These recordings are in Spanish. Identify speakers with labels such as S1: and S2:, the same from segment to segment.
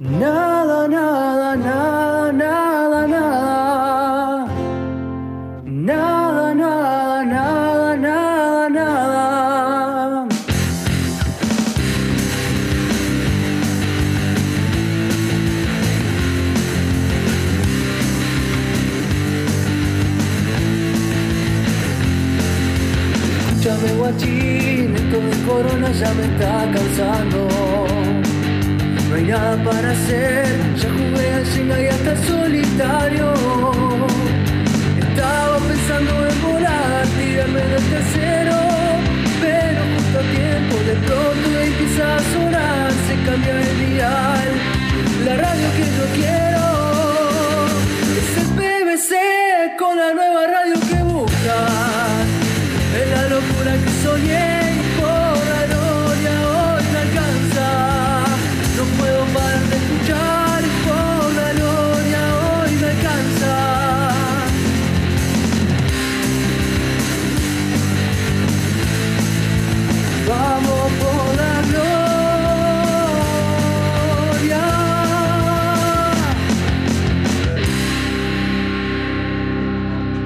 S1: Nada, nada, nada, nada, nada. Nada, nada, nada, nada, nada. Escúchame guachín, esto de corona ya me está cansando. No hay nada para hacer, ya jugué al Jenga y hasta al solitario. Estaba pensando en volar, tirarme del tercero, pero justo a tiempo, de pronto empieza a sonar, se cambia el dial, la radio que yo quiero. Es el PBC con la nueva radio que buscas. Es la locura que soñé y por la gloria hoy me alcanza. No puedo parar de escuchar y por la gloria hoy me alcanza. Vamos por la gloria.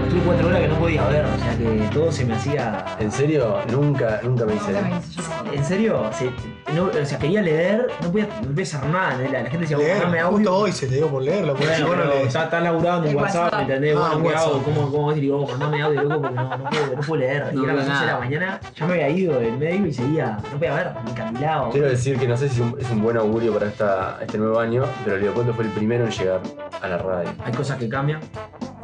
S2: Estuve cuatro horas que no podía ver, o sea que todo se me hacía.
S3: ¿En serio? Nunca, nunca me hice.
S4: Nunca me hice llorar.
S2: ¿En serio? Sí, no, o sea, quería leer, no podía, no podía hacer nada. La, la gente decía,
S5: Leer,
S2: "Mandame audio".
S5: justo hoy se te dio por leerlo, porque si
S2: Bueno,
S5: vos no
S2: pero
S5: lees.
S2: está, está laburado en
S4: En
S2: WhatsApp,
S4: WhatsApp.
S2: ¿me entendés?
S5: Ah,
S2: Bueno,
S5: en
S2: ¿qué hago?
S5: WhatsApp.
S2: ¿Cómo, cómo vas a decir, vos, mandame audio, loco? Porque no, no, puedo, no puedo leer.
S6: No
S2: y era
S6: veo
S2: las 11 de la
S6: nada.
S2: mañana, ya me había ido del medio y seguía, no podía ver, me encandilado.
S3: Quiero decir que no sé si es un, es un buen augurio para esta, este nuevo año, pero Leopoldo fue el primero en llegar a la radio.
S2: Hay cosas que cambian.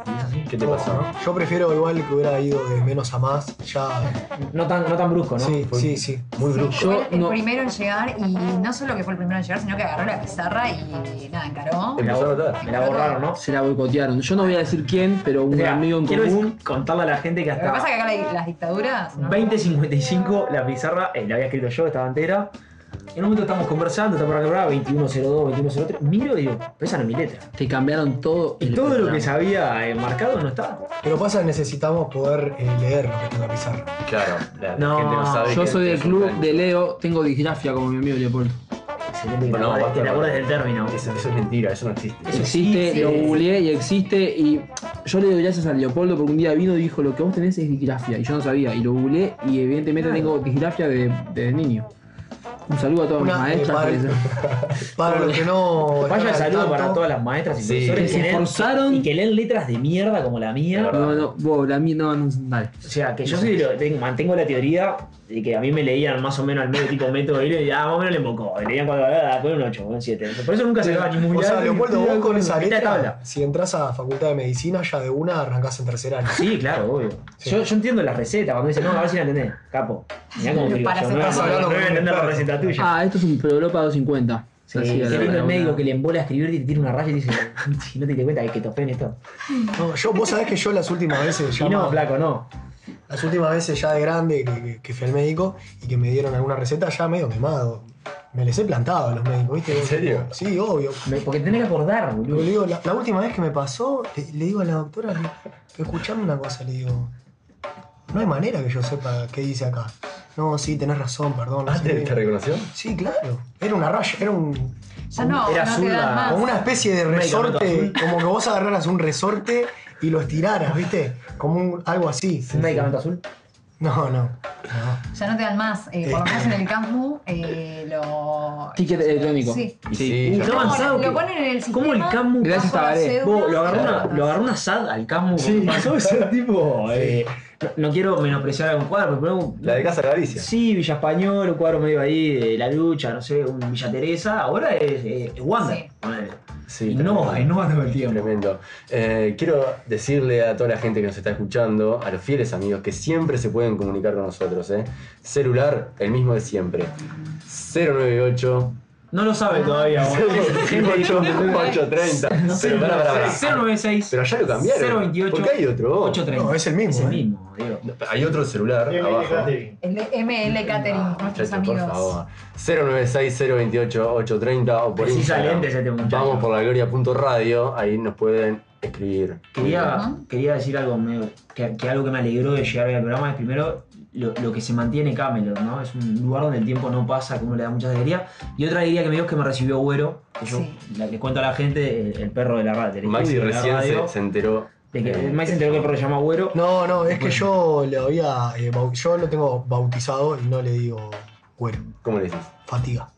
S2: y es así.
S3: ¿Qué te
S5: Ojo,
S3: pasó?
S5: ¿no? Yo prefiero igual que hubiera ido de menos a más, ya.
S2: No tan, no tan brusco, ¿no?
S5: sí,
S3: Fue-
S5: sí, sí.
S3: Muy
S4: Sí,
S3: brusco.
S6: Yo
S4: fue el
S6: no-
S4: primero en llegar y no solo que fue el primero en llegar, sino que agarró la pizarra y nada, encaró.
S2: Me la,
S3: Empezó a notar.
S2: me la borraron, ¿no?
S6: Se la boicotearon. Yo no voy a decir quién, pero un
S2: O sea,
S6: amigo en
S2: quiero
S6: común.
S2: decir- contarle a la gente que
S4: Lo que
S2: hasta
S4: pasa es que acá la- las dictaduras. ¿no?
S2: 2055 la pizarra, eh, la había escrito yo, estaba entera. En un momento estamos conversando, estamos acá, acá, 2102, 2103. Miro y digo, pero esa no es mi letra.
S6: Te cambiaron todo.
S2: Y
S6: el
S2: todo lo
S6: programa.
S2: que se había eh, marcado no estaba.
S5: Pero pasa que necesitamos poder eh, leer lo que está en la pizarra.
S3: Claro, la
S2: No,
S3: gente no sabe.
S6: Yo
S3: que
S6: soy del
S3: es un
S6: club
S3: plan.
S6: de Leo, tengo disgrafia como mi amigo Leopoldo.
S2: Excelente que
S3: Bueno,
S2: te acuerdes-
S3: basta,
S2: que te acuerdes del
S3: basta.
S2: término.
S3: Eso, eso es mentira, eso no existe.
S2: Eso
S6: Existe,
S2: existe.
S6: lo googleé y existe. Y yo le doy gracias a Leopoldo porque un día vino y dijo: Lo que vos tenés es disgrafia. Y yo no sabía. Y lo googleé y evidentemente tengo disgrafia de, de niño. Un saludo a todas mis
S5: Una, eh,
S6: maestras
S5: para,
S6: que les-
S5: para los que no.
S2: Vaya
S5: están al
S2: saludo para
S5: tanto,
S2: todas las maestras y
S3: Sí.
S2: profesores
S6: que se
S2: leen-
S6: esforzaron.
S2: y que leen letras de mierda como la mía.
S3: La verdad.
S6: No, no, vos, la mía, no, no, dale.
S2: O sea, que yo soy de lo- de- mantengo la teoría de que a mí me leían más o menos al medio tipo método y le ah, más o menos le mocó. Me leían cuando ah, después un 8, un 7. Por eso nunca se va a ningún
S5: O sea,
S2: lado.
S5: Leopoldo, vos con esa
S2: Mitad de tabla.
S5: letra, si entras a Facultad de Medicina, ya de una arrancás en tercer año.
S2: Sí, claro, obvio.
S5: Sí.
S2: Yo, yo entiendo las recetas. Cuando dicen, no, a ver si la entendés. Capo. Mirá cómo frío.
S4: Para
S2: Yo
S4: hacer-
S2: no,
S4: Estás
S2: no,
S5: hablando
S2: no
S5: con
S2: voy a
S5: un
S2: entender la
S5: experto.
S2: receta tuya.
S6: Ah, esto es un Prolopa 250.
S2: Sí,
S6: Así,
S2: sí,
S6: a la-
S2: qué lindo
S6: a la
S2: el médico
S6: una.
S2: que le embola a escribir y te tira una raya y dice, si no te diste cuenta que te ofende esto.
S5: No, yo, vos sabés que yo las últimas veces ya
S2: Y no,
S5: más-
S2: flaco, no.
S5: las últimas veces ya de grande que, que- que fui al médico y que me dieron alguna receta ya medio quemado. Me les he plantado a los médicos, ¿viste?
S3: ¿En serio?
S5: Sí, obvio.
S2: Me- porque tenés que acordar,
S5: Yo
S2: boludo.
S5: le digo, la, la última vez que me pasó, le, le digo a la doctora, le, pero escuchame una cosa, le digo, no hay manera que yo sepa qué dice acá. No, sí, tenés razón, perdón. no
S3: Ah,
S5: sé
S3: ¿te,
S5: qué".
S3: te reconoció?
S5: Sí, claro. Era una raya, era un,
S4: Ya Ah, no,
S2: Era
S4: no te
S2: zurda,
S4: dan más.
S5: como una especie de
S2: medicamento
S5: resorte,
S2: azul.
S5: como que vos agarraras un resorte y lo estiraras, ¿viste? Como un- algo así.
S2: ¿Un medicamento azul?
S5: No, no.
S4: Ya no te dan más. eh, por lo menos en el CASMU, eh, lo.
S6: Ticket electrónico.
S4: Sí.
S3: Y
S6: Sí.
S3: sí,
S2: Qué
S3: ya-
S4: No,
S2: avanzado
S4: lo
S2: que-
S4: ponen en el sistema.
S2: ¿Cómo el Camu
S6: Gracias,
S4: bajo la
S6: Tabaré.
S4: cédula,
S2: Vos, lo agarró una,
S4: notas.
S2: lo agarró una SAD al Camu.
S5: Sí.
S2: Pasó ese tipo. eh, no, no quiero menospreciar algún cuadro, pero ponemos-
S3: La de Casa Galicia.
S2: Sí, Villa Español, un cuadro medio ahí de La Lucha, no sé, un Villa Teresa. Ahora es, eh, es Wanda.
S4: Sí.
S2: ponele.
S3: Sí,
S2: No,
S3: tremendo.
S2: no todo el tiempo.
S3: Tremendo. Eh, quiero decirle a toda la gente que nos está escuchando, a los fieles amigos, que siempre se pueden comunicar con nosotros. ¿eh? Celular, el mismo de siempre. 098
S2: No lo sabe todavía, boludo. Gente,
S3: 830.
S2: no sé,
S3: Pero pará, pará, pará.
S2: 096.
S3: Pero ya lo cambiaron.
S2: 028.
S3: ¿Por qué hay otro?
S2: 830.
S5: No, es el mismo,
S2: Es el
S5: eh.
S2: mismo, digo.
S3: Hay otro celular abajo.
S4: El de ML Catering, nuestros
S3: Muchachos, por
S4: amigos.
S3: favor. 096-028-830 o por
S2: Así
S3: Instagram.
S2: saliente ese tema, este muchacho.
S3: Vamos por la gloria.radio. Ahí nos pueden escribir.
S2: Quería,
S4: Ajá.
S2: quería decir algo medio- que, que algo que me alegró de llegar al programa es primero lo, lo que se mantiene Camelot, ¿no? Es un lugar donde el tiempo no pasa, que uno le da mucha alegría. Y otra alegría que me dio es que me recibió Güero, que yo
S4: Sí.
S2: la- le cuento a la gente, el, el perro de la radio.
S3: Maxi
S2: de la
S3: recién
S2: radio,
S3: se, se enteró.
S2: de que,
S3: eh,
S2: Maxi se enteró que el perro se llama Güero.
S5: No, no, es que yo le había. eh, bau- yo lo tengo bautizado y no le digo güero.
S3: ¿Cómo le decís?
S5: Fatiga.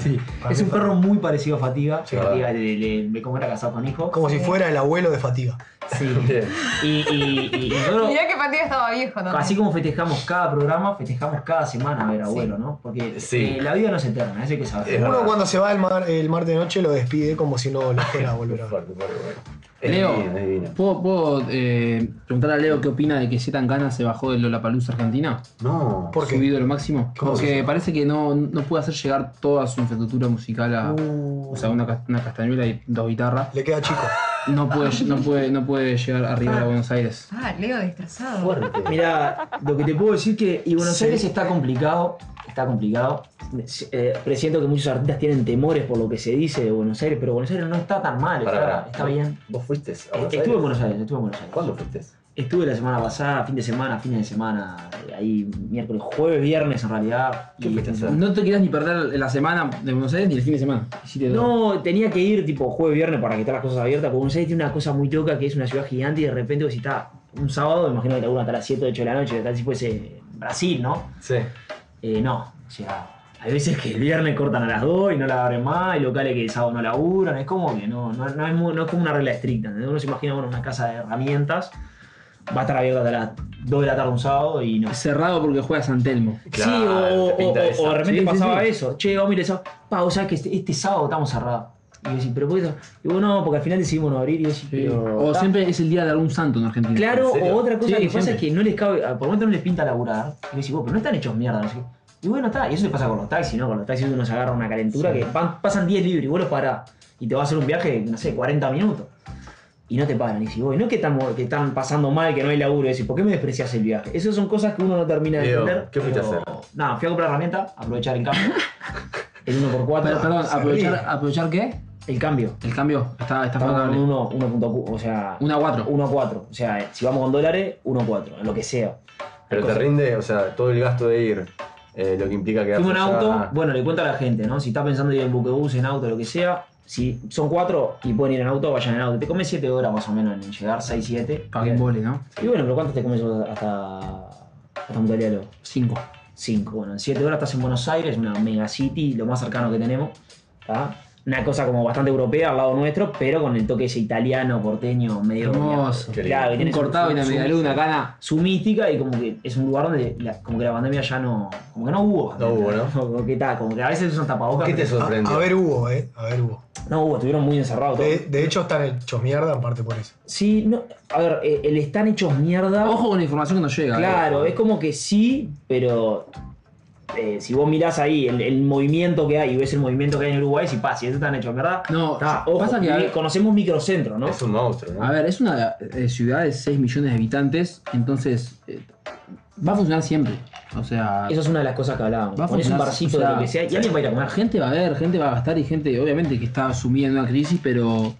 S2: Sí.
S5: Para
S2: Es
S5: mí
S2: un
S5: fue-
S2: perro muy parecido a Fatiga.
S3: Sí,
S2: Fatiga le, le- le- ¿Cómo era casado con hijo?
S5: Como si fuera el abuelo de Fatiga.
S2: Sí.
S3: Bien.
S2: Y, y, y- y nosotros,
S4: Mirá que Fatiga estaba viejo, ¿no?
S2: así como festejamos cada programa, festejamos cada semana a ver abuelo, ¿no? Porque
S3: Sí.
S2: eh, la vida no es eterna, eso hay que saber.
S3: Es
S5: Uno
S3: verdad.
S5: cuando se va el, mar, el martes de noche lo despide como si no lo fuera a volver a ver.
S3: Fuerte, fuerte, fuerte. Es divino, es
S6: Leo,
S3: divino.
S6: ¿puedo, puedo, eh, preguntar a Leo qué opina de que Z Gana se bajó de Lollapalooza Argentina?
S3: No.
S5: ¿Por qué?
S6: Subido lo máximo.
S3: ¿Cómo
S6: Porque
S3: eso?
S6: parece que no, no pudo hacer llegar toda su infraestructura musical a...
S5: Uh,
S6: O sea, una, cas- una castañuela y dos guitarras.
S5: le queda chico.
S6: No puede, no puede, no puede llegar arriba a Buenos Aires.
S4: Ah, Leo destrozado.
S3: Fuerte.
S2: Mira, lo que te puedo decir que y Buenos
S5: Sí.
S2: Aires está complicado, está complicado. Eh, presiento que muchos artistas tienen temores por lo que se dice de Buenos Aires, pero Buenos Aires no está tan mal,
S3: Pará,
S2: está,
S3: pará.
S2: está bien.
S3: ¿Vos fuiste? a
S2: Eh,
S3: Buenos
S2: Estuve en
S3: Aires?
S2: Buenos Aires, estuve en Buenos Aires.
S3: ¿Cuándo fuiste?
S2: Estuve la semana pasada, fin de semana, fines de semana, eh, ahí miércoles, jueves, viernes en realidad.
S3: ¿Qué
S2: y-
S3: fuiste a hacer?
S6: No te quieras ni perder la semana de Buenos Aires ni el fin de semana. Hiciste todo.
S2: No, tenía que ir tipo jueves, viernes para quitar las cosas abiertas, porque Buenos Aires tiene una cosa muy loca que es una ciudad gigante y de repente vos si está un sábado, imagino que laburan hasta las 7 o 8 de la noche, tal si fuese Brasil, ¿no?
S3: Sí.
S2: Eh, no, o sea, hay veces que el viernes cortan a las 2 y no la abren más, hay locales que el sábado no laburan, es como que no, no, no hay mu- no es como una regla estricta, ¿entendés? uno se imagina bueno, una casa de herramientas, va a estar abierta hasta las 2 de la tarde un sábado y no.
S6: Cerrado porque juega San Telmo.
S2: sí, o,
S3: Claro, te
S2: o-
S3: pinta
S2: o-
S3: esa.
S2: o de repente
S6: Sí, sí,
S2: pasaba
S6: sí.
S2: eso, che, vamos a ir el sábado, pa, o sea que este, este sábado estamos cerrados. Y yo decís, pero ¿por qué está-?" Y vos no, porque al final decidimos no abrir y yo decís,
S6: Sí.
S2: pero-
S6: O
S2: está-
S6: siempre es el día de algún santo en Argentina.
S2: Claro,
S3: ¿En serio?
S2: o otra cosa
S6: Sí,
S2: que pasa
S6: siempre.
S2: es que no les cabe, por momento no les pinta laburar. Y decís, vos, pero no están hechos mierda, no sé qué. Y bueno, está, y eso te pasa con los taxis, ¿no? Con los taxis uno se agarra una calentura que van- pasan 10 libres y vos los parás. Y te va a hacer un viaje, no sé, 40 minutos. Y no te paran. Y decís, vos, no es que están, que están pasando mal, que no hay laburo. Y decís, ¿por qué me desprecias el viaje? Esas son cosas que uno no termina de
S3: Leo,
S2: entender.
S3: ¿qué fuiste a
S2: pero-
S3: hacer?
S2: Nada, fui a comprar herramienta, aprovechar el cambio. el 1x4.
S6: Pero, perdón,
S5: se
S6: aprovechar,
S5: ríe.
S6: aprovechar qué?
S2: El cambio.
S6: El cambio está, eh. está
S2: Estamos con
S6: favorable.
S2: uno- 1.4, o sea...
S6: Una 4.
S2: 1 a 4. O sea, eh, si vamos con dólares, 1 a 4, en lo que sea.
S3: Pero te
S2: Cosa-
S3: rinde, o sea, todo el gasto de ir, eh, lo que implica que
S2: Fuimos en auto, bueno, le cuento a la gente, ¿no? Si está pensando ir en buquebús, en auto, lo que sea, si son 4 y pueden ir en auto, vayan en auto. Te comes 7 horas más o menos en llegar, 6, 7.
S6: Para que vole, ¿no?
S2: Y bueno, pero ¿cuántas te comes hasta, hasta Montalialo?
S6: 5.
S2: 5. Bueno, en 7 horas estás en Buenos Aires, una mega city, lo más cercano que tenemos. ¿tá? Una cosa como bastante europea al lado nuestro, pero con el toque ese italiano, porteño, medio.
S6: Hermoso.
S3: Qué
S2: Claro, que
S6: Un
S2: tiene su-
S6: cortado y una
S2: su-
S6: media luna, cana.
S2: Ah, su mística y como que es un lugar donde la- como que la pandemia ya no como que no hubo
S3: No hubo, ¿no?
S2: como que, tal, como que a veces usan tapabocas
S3: ¿Qué te
S2: pero
S5: A,
S3: sorprendió?
S5: a ver Hugo, eh. A ver Hugo.
S2: no hubo estuvieron muy encerrados todos.
S5: De, de hecho están hechos mierda en parte por eso.
S2: sí no a ver eh, el están hechos mierda
S6: Ojo con la información que nos llega.
S2: claro
S6: eh.
S2: es como que sí pero eh, si vos mirás ahí el, el movimiento que hay y ves el movimiento que hay en Uruguay si pasa si eso están hechos mierda
S6: No,
S2: está, ojo,
S6: pasa que-
S2: y conocemos microcentro no
S3: Es un monstruo, ¿no?
S6: A ver, es una eh, ciudad de 6 millones de habitantes, entonces eh, va a funcionar siempre. O sea,
S2: eso es una de las cosas que
S6: Va a
S2: hablábamos pones un
S6: funcionar,
S2: barcito
S6: o sea,
S2: de lo que sea y alguien va a ir a comer
S6: gente va a ver, gente va a gastar y gente, obviamente, que está sumida en una crisis, pero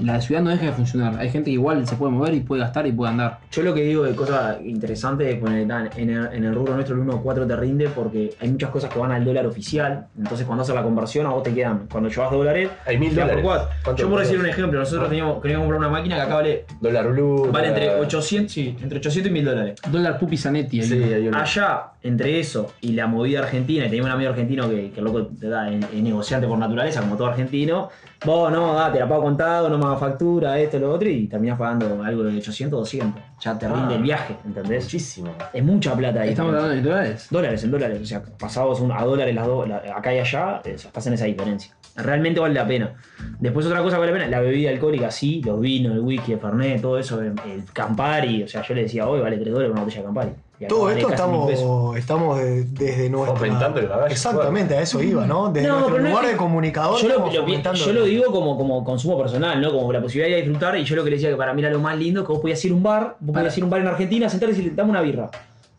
S6: la ciudad no deja de funcionar. Hay gente que igual se puede mover y puede gastar y puede andar.
S2: Yo lo que digo de cosas interesantes es poner tan, en, el, en el rubro nuestro el 1.4 te rinde porque hay muchas cosas que van al dólar oficial. Entonces cuando haces la conversión a vos te quedan, cuando llevas dólares,
S3: Hay mil
S2: te quedan por
S3: dólares.
S2: cuatro.
S3: ¿Cuánto
S2: Yo por decir un
S3: dólares?
S2: ejemplo, nosotros
S3: Ah.
S2: teníamos, queríamos comprar una máquina que acá vale,
S3: Dólar blue.
S2: vale entre
S3: dólar-
S2: 800, sí, entre 800 y 1000 dólares.
S6: Dólar Pupi Zanetti. ahí.
S3: Sí, hay uno.
S2: Allá, entre eso y la movida argentina, y tenía un amigo argentino que, que loco te da, es, es negociante por naturaleza, como todo argentino. Vos, no, da, te la pago contado, no me hagas factura, esto, lo otro, y terminás pagando algo de 800, 200. Ya te
S3: Ah.
S2: rinde el viaje, ¿entendés?
S3: Muchísimo.
S2: Es mucha plata ahí.
S6: Estamos hablando de dólares.
S2: Dólares en dólares, o sea, pasados un- a dólares las do- la- acá y allá, eh, estás en esa diferencia. Realmente vale la pena. Después otra cosa que vale la pena, la bebida alcohólica, sí, los vinos, el whisky, el fernet, todo eso, el, el Campari, o sea, yo le decía, hoy vale 3 dólares una botella de Campari. Y acá
S5: Todo
S2: vale
S5: esto
S2: casi mil pesos.
S5: estamos, estamos de- desde nuestra.
S3: Fomentando el bagaje.
S5: Exactamente, a eso iba, ¿no? Desde
S2: No,
S5: nuestro
S2: pero no
S5: lugar
S2: es-
S5: de comunicador.
S2: Yo lo,
S5: estamos
S2: lo-
S5: fomentando-
S2: yo lo digo como, como consumo personal, ¿no? Como la posibilidad de disfrutar. Y yo lo que le decía que para mí era lo más lindo es que vos podías ir a un bar, vos podías ir a un bar en Argentina, sentarte y decirle, dame una birra,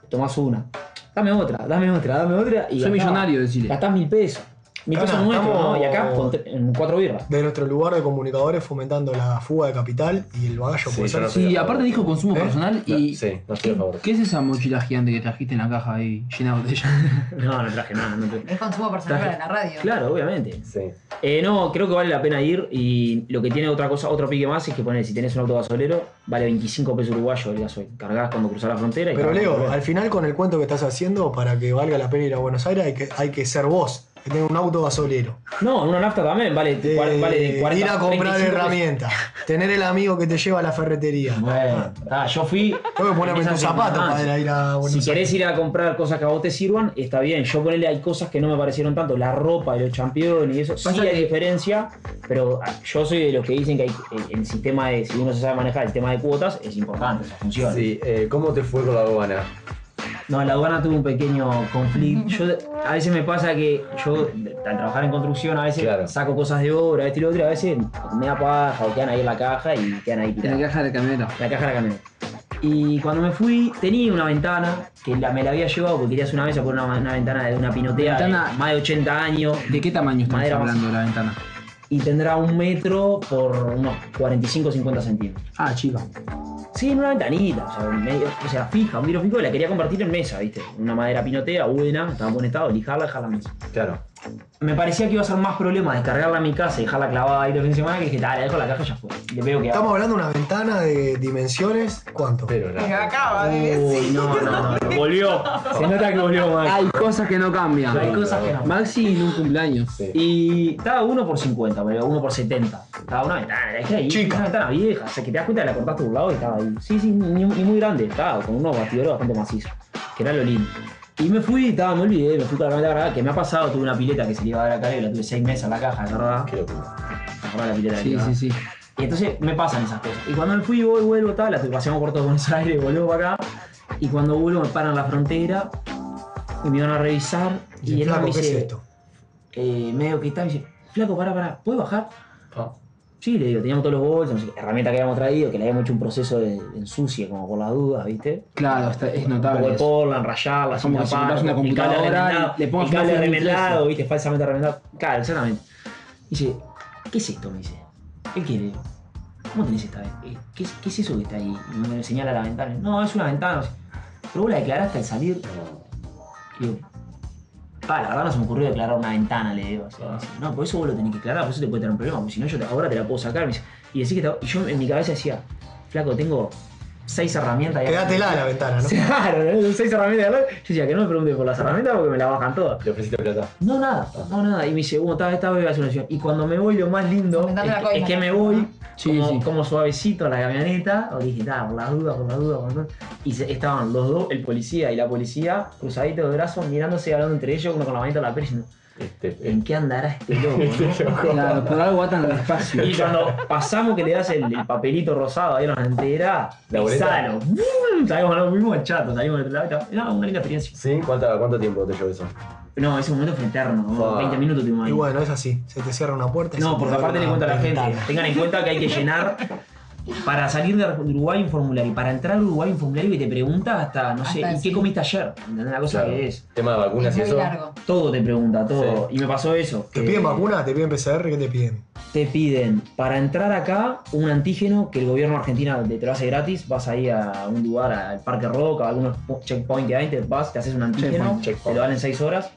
S2: tomás una, dame otra, dame otra, dame otra. Y
S6: Soy
S2: gastás-
S6: millonario, decirle.
S2: Gastás mil pesos. Mi
S5: Cana,
S2: cosa nuestra,
S5: estamos-
S2: ¿no? Y acá con tre- en cuatro birras.
S5: De nuestro lugar de comunicadores fomentando la fuga de capital y el bagallo
S3: Sí,
S5: puede
S3: yo
S5: ser.
S3: no sé.
S6: Sí, aparte dijo consumo
S5: ¿Eh?
S6: personal
S3: No,
S6: y.
S3: sí, no estoy a favor.
S6: ¿Qué es esa mochila gigante que trajiste en la caja ahí, llena de botellas?
S2: No, no traje nada, no traje.
S4: Es consumo personal
S2: Traje-
S4: para la radio.
S2: Claro, obviamente.
S3: Sí.
S2: Eh, no, creo que vale la pena ir y lo que tiene otra cosa, otro pique más es que poner, si tenés un auto gasolero, vale 25 pesos uruguayo el gasoil. Cargás cuando cruzás la frontera y
S5: Pero
S2: cargás
S5: Leo,
S2: cuando
S5: al final con el cuento que estás haciendo, para que valga la pena ir a Buenos Aires, hay que, hay que ser vos, que tenga un auto gasolero.
S2: volvés. No, una nafta también vale,
S5: Eh,
S2: cua- vale de 40
S5: ir a comprar
S2: 35
S5: herramientas, tener el amigo que te lleva a la ferretería. Ah.
S2: pesos. Bueno, está, yo fui.
S5: Tengo que ponerme
S2: en
S5: tus
S2: esas
S5: zapatos para
S2: circunstancias.
S5: ir
S3: ah,
S5: a Buenos
S2: Si
S5: Aires.
S2: querés ir a comprar cosas que a vos te sirvan, está bien. Yo ponele, hay cosas que no me parecieron tanto. La ropa y los campeones y eso. Sí
S6: Pasa
S2: hay
S6: que-
S2: diferencia, pero ah, yo soy de los que dicen que hay, eh, el, el sistema de, si uno se sabe manejar el tema de cuotas, es importante, o sea, funciona.
S3: Sí, eh, ¿cómo te fue con la aduana?
S2: No, en la aduana tuve un pequeño conflicto. Yo, a veces me pasa que yo, al trabajar en construcción, a veces
S3: Claro.
S2: saco cosas de obra, esto y lo otro, y a veces me da paja o quedan ahí en la caja y quedan ahí
S6: En
S2: tiradas.
S6: la caja de la camioneta.
S2: La caja de la camioneta. Y cuando me fui, tenía una ventana que la, me la había llevado porque quería hacer una mesa por una, una ventana de una pinotea
S6: Ventana-
S2: de más de 80 años
S6: ¿De qué tamaño estamos
S2: Madera, vamos.
S6: hablando de la ventana?
S2: y tendrá un metro por unos 45 50 centímetros.
S6: Ah, chica.
S2: Sí, en una ventanita, o sea, un medio- o sea, fija, un tiro fijo y la quería convertir en mesa, ¿viste? Una madera pinotea buena, estaba en buen estado, lijarla, dejar la mesa.
S3: Claro.
S2: Me parecía que iba a ser más problema descargarla a mi casa y dejarla clavada ahí los fines de semana que dije, "Ah, la dejo en la caja y ya fue. Le veo que
S5: Estamos hablando de una ventana de dimensiones, ¿cuánto?
S3: Pero
S4: Que
S3: nada.
S4: acaba de
S2: Uy,
S4: decir.
S2: no, no, no, volvió. Se nota que volvió, Max.
S6: Hay cosas que no cambian.
S2: Hay cosas que no.
S6: Maxi en un cumpleaños.
S3: Sí.
S2: Y estaba uno por 50, pero uno por 70. Estaba una ventana, la dejé ahí.
S5: Chica.
S2: Una ventana vieja. O sea, que te das cuenta que la cortaste por un lado y estaba ahí. Sí, sí, ni, ni muy grande. Estaba con unos bastidores bastante macizos. Que era lo lindo. Y me fui, estaba, me olvidé, me fui con la camioneta cargada, que me ha pasado, tuve una pileta que se le iba a dar a Caleb, la tuve seis meses a la caja, ¿te acordás?
S3: Qué locura.
S2: ¿Te acordás la pileta que le
S6: Sí,
S2: iba a
S6: sí,
S2: dar?
S6: sí.
S2: Y entonces me pasan esas cosas. Y cuando me fui, voy, vuelvo, tal, la paseamos corto de Buenos Aires, volvemos para acá. Y cuando vuelvo me paran en la frontera y me iban a revisar.
S5: Y
S2: Y,
S5: el
S2: el hombre
S5: flaco,
S2: me
S5: ¿qué es
S2: dice,
S5: esto?
S2: eh, medio que está y dice, flaco, pará, pará, ¿puedes bajar?
S3: Ah.
S2: Sí, le digo, teníamos todos los bolsos, no sé qué, herramienta que habíamos traído, que le habíamos hecho un proceso de ensucie, como por las dudas, ¿viste?
S6: Claro, está- es
S2: Un poco
S6: notable.
S2: de
S6: eso.
S2: Portland, rayarla,
S6: Como que si compras una computadora y le pongas
S2: el cable
S6: una fuente
S2: remendado,
S6: impresa.
S2: viste, falsamente remendado. Claro, exactamente. Dice, ¿qué es esto? Me dice, ¿qué quiere? ¿Cómo tenés esta ventana? ¿Qué, es- qué es eso que está ahí? Y me señala la ventana. No, es una ventana. Pero vos la declaraste al salir. Y digo, pa, la verdad no se me ocurrió declarar una ventana, le digo. O sea, me dice, no, por eso vos lo tenés que declarar, por eso te puede tener un problema, porque si no yo te- ahora te la puedo sacar. me dice. y decir que te- y yo en mi cabeza decía, flaco, tengo seis herramientas. ahí
S5: Quédatela la ventana, ¿no?
S2: Claro, ¿eh? seis herramientas de verdad. Yo decía que no me pregunten por las herramientas porque me las bajan todas.
S3: Le ofreciste plata.
S2: No, nada, no, nada. Y me dice, bueno, esta esta vez voy a hacer una sesión. Y cuando me voy, lo más lindo es,
S4: Aumentando la
S2: que-
S4: coima.
S2: es que me voy
S6: Sí,
S2: como,
S6: sí.
S2: como suavecito a la camioneta. O dije, "Ta, por la duda, por la duda, por la duda". Y se- estaban los dos, el policía y la policía, cruzaditos de brazos, mirándose y hablando entre ellos, uno con la manita en la pierna. diciendo,
S3: Este,
S2: ¿En qué andará este loco? no?".
S6: Claro, por algo atan al espacio.
S2: Y cuando pasamos que le das el, el papelito rosado ahí en la entera,
S3: La boleta.
S2: pisalo. ¡Bum! Salimos los mismos chatos, salimos del otro lado. Era una linda experiencia.
S3: ¿Sí? ¿Cuánta- ¿Cuánto tiempo te llevó eso?
S2: No, ese momento fue eterno, ¿no?
S3: Fua.
S2: 20 minutos tuvimos
S5: Y
S2: ahí.
S5: bueno, es así. Se te cierra una puerta y se
S2: no,
S5: te
S2: porque
S5: abre
S2: aparte le
S5: una
S2: cuento a la gente,
S5: ventana.
S2: tengan en cuenta que hay que llenar para salir de Uruguay un formulario, para entrar a Uruguay un formulario que te pregunta hasta, no sé,
S4: Hasta
S2: ¿y qué
S4: sí.
S2: comiste ayer? ¿Entendés la cosa
S3: Claro.
S2: que es?
S3: Tema de vacunas
S4: Es
S3: y
S4: muy
S3: eso.
S4: largo.
S2: Todo te pregunta, todo. Y me pasó eso.
S5: ¿Te
S2: que
S5: piden vacuna? ¿Te piden PCR? ¿Qué te piden?
S2: Te piden, para entrar acá, un antígeno que el gobierno argentino te, te lo hace gratis. Vas ahí a un lugar, al Parque Rock, a algunos po- checkpoint que hay, te vas, te haces un antígeno,
S6: Checkpoint,
S2: te lo dan en 6 horas.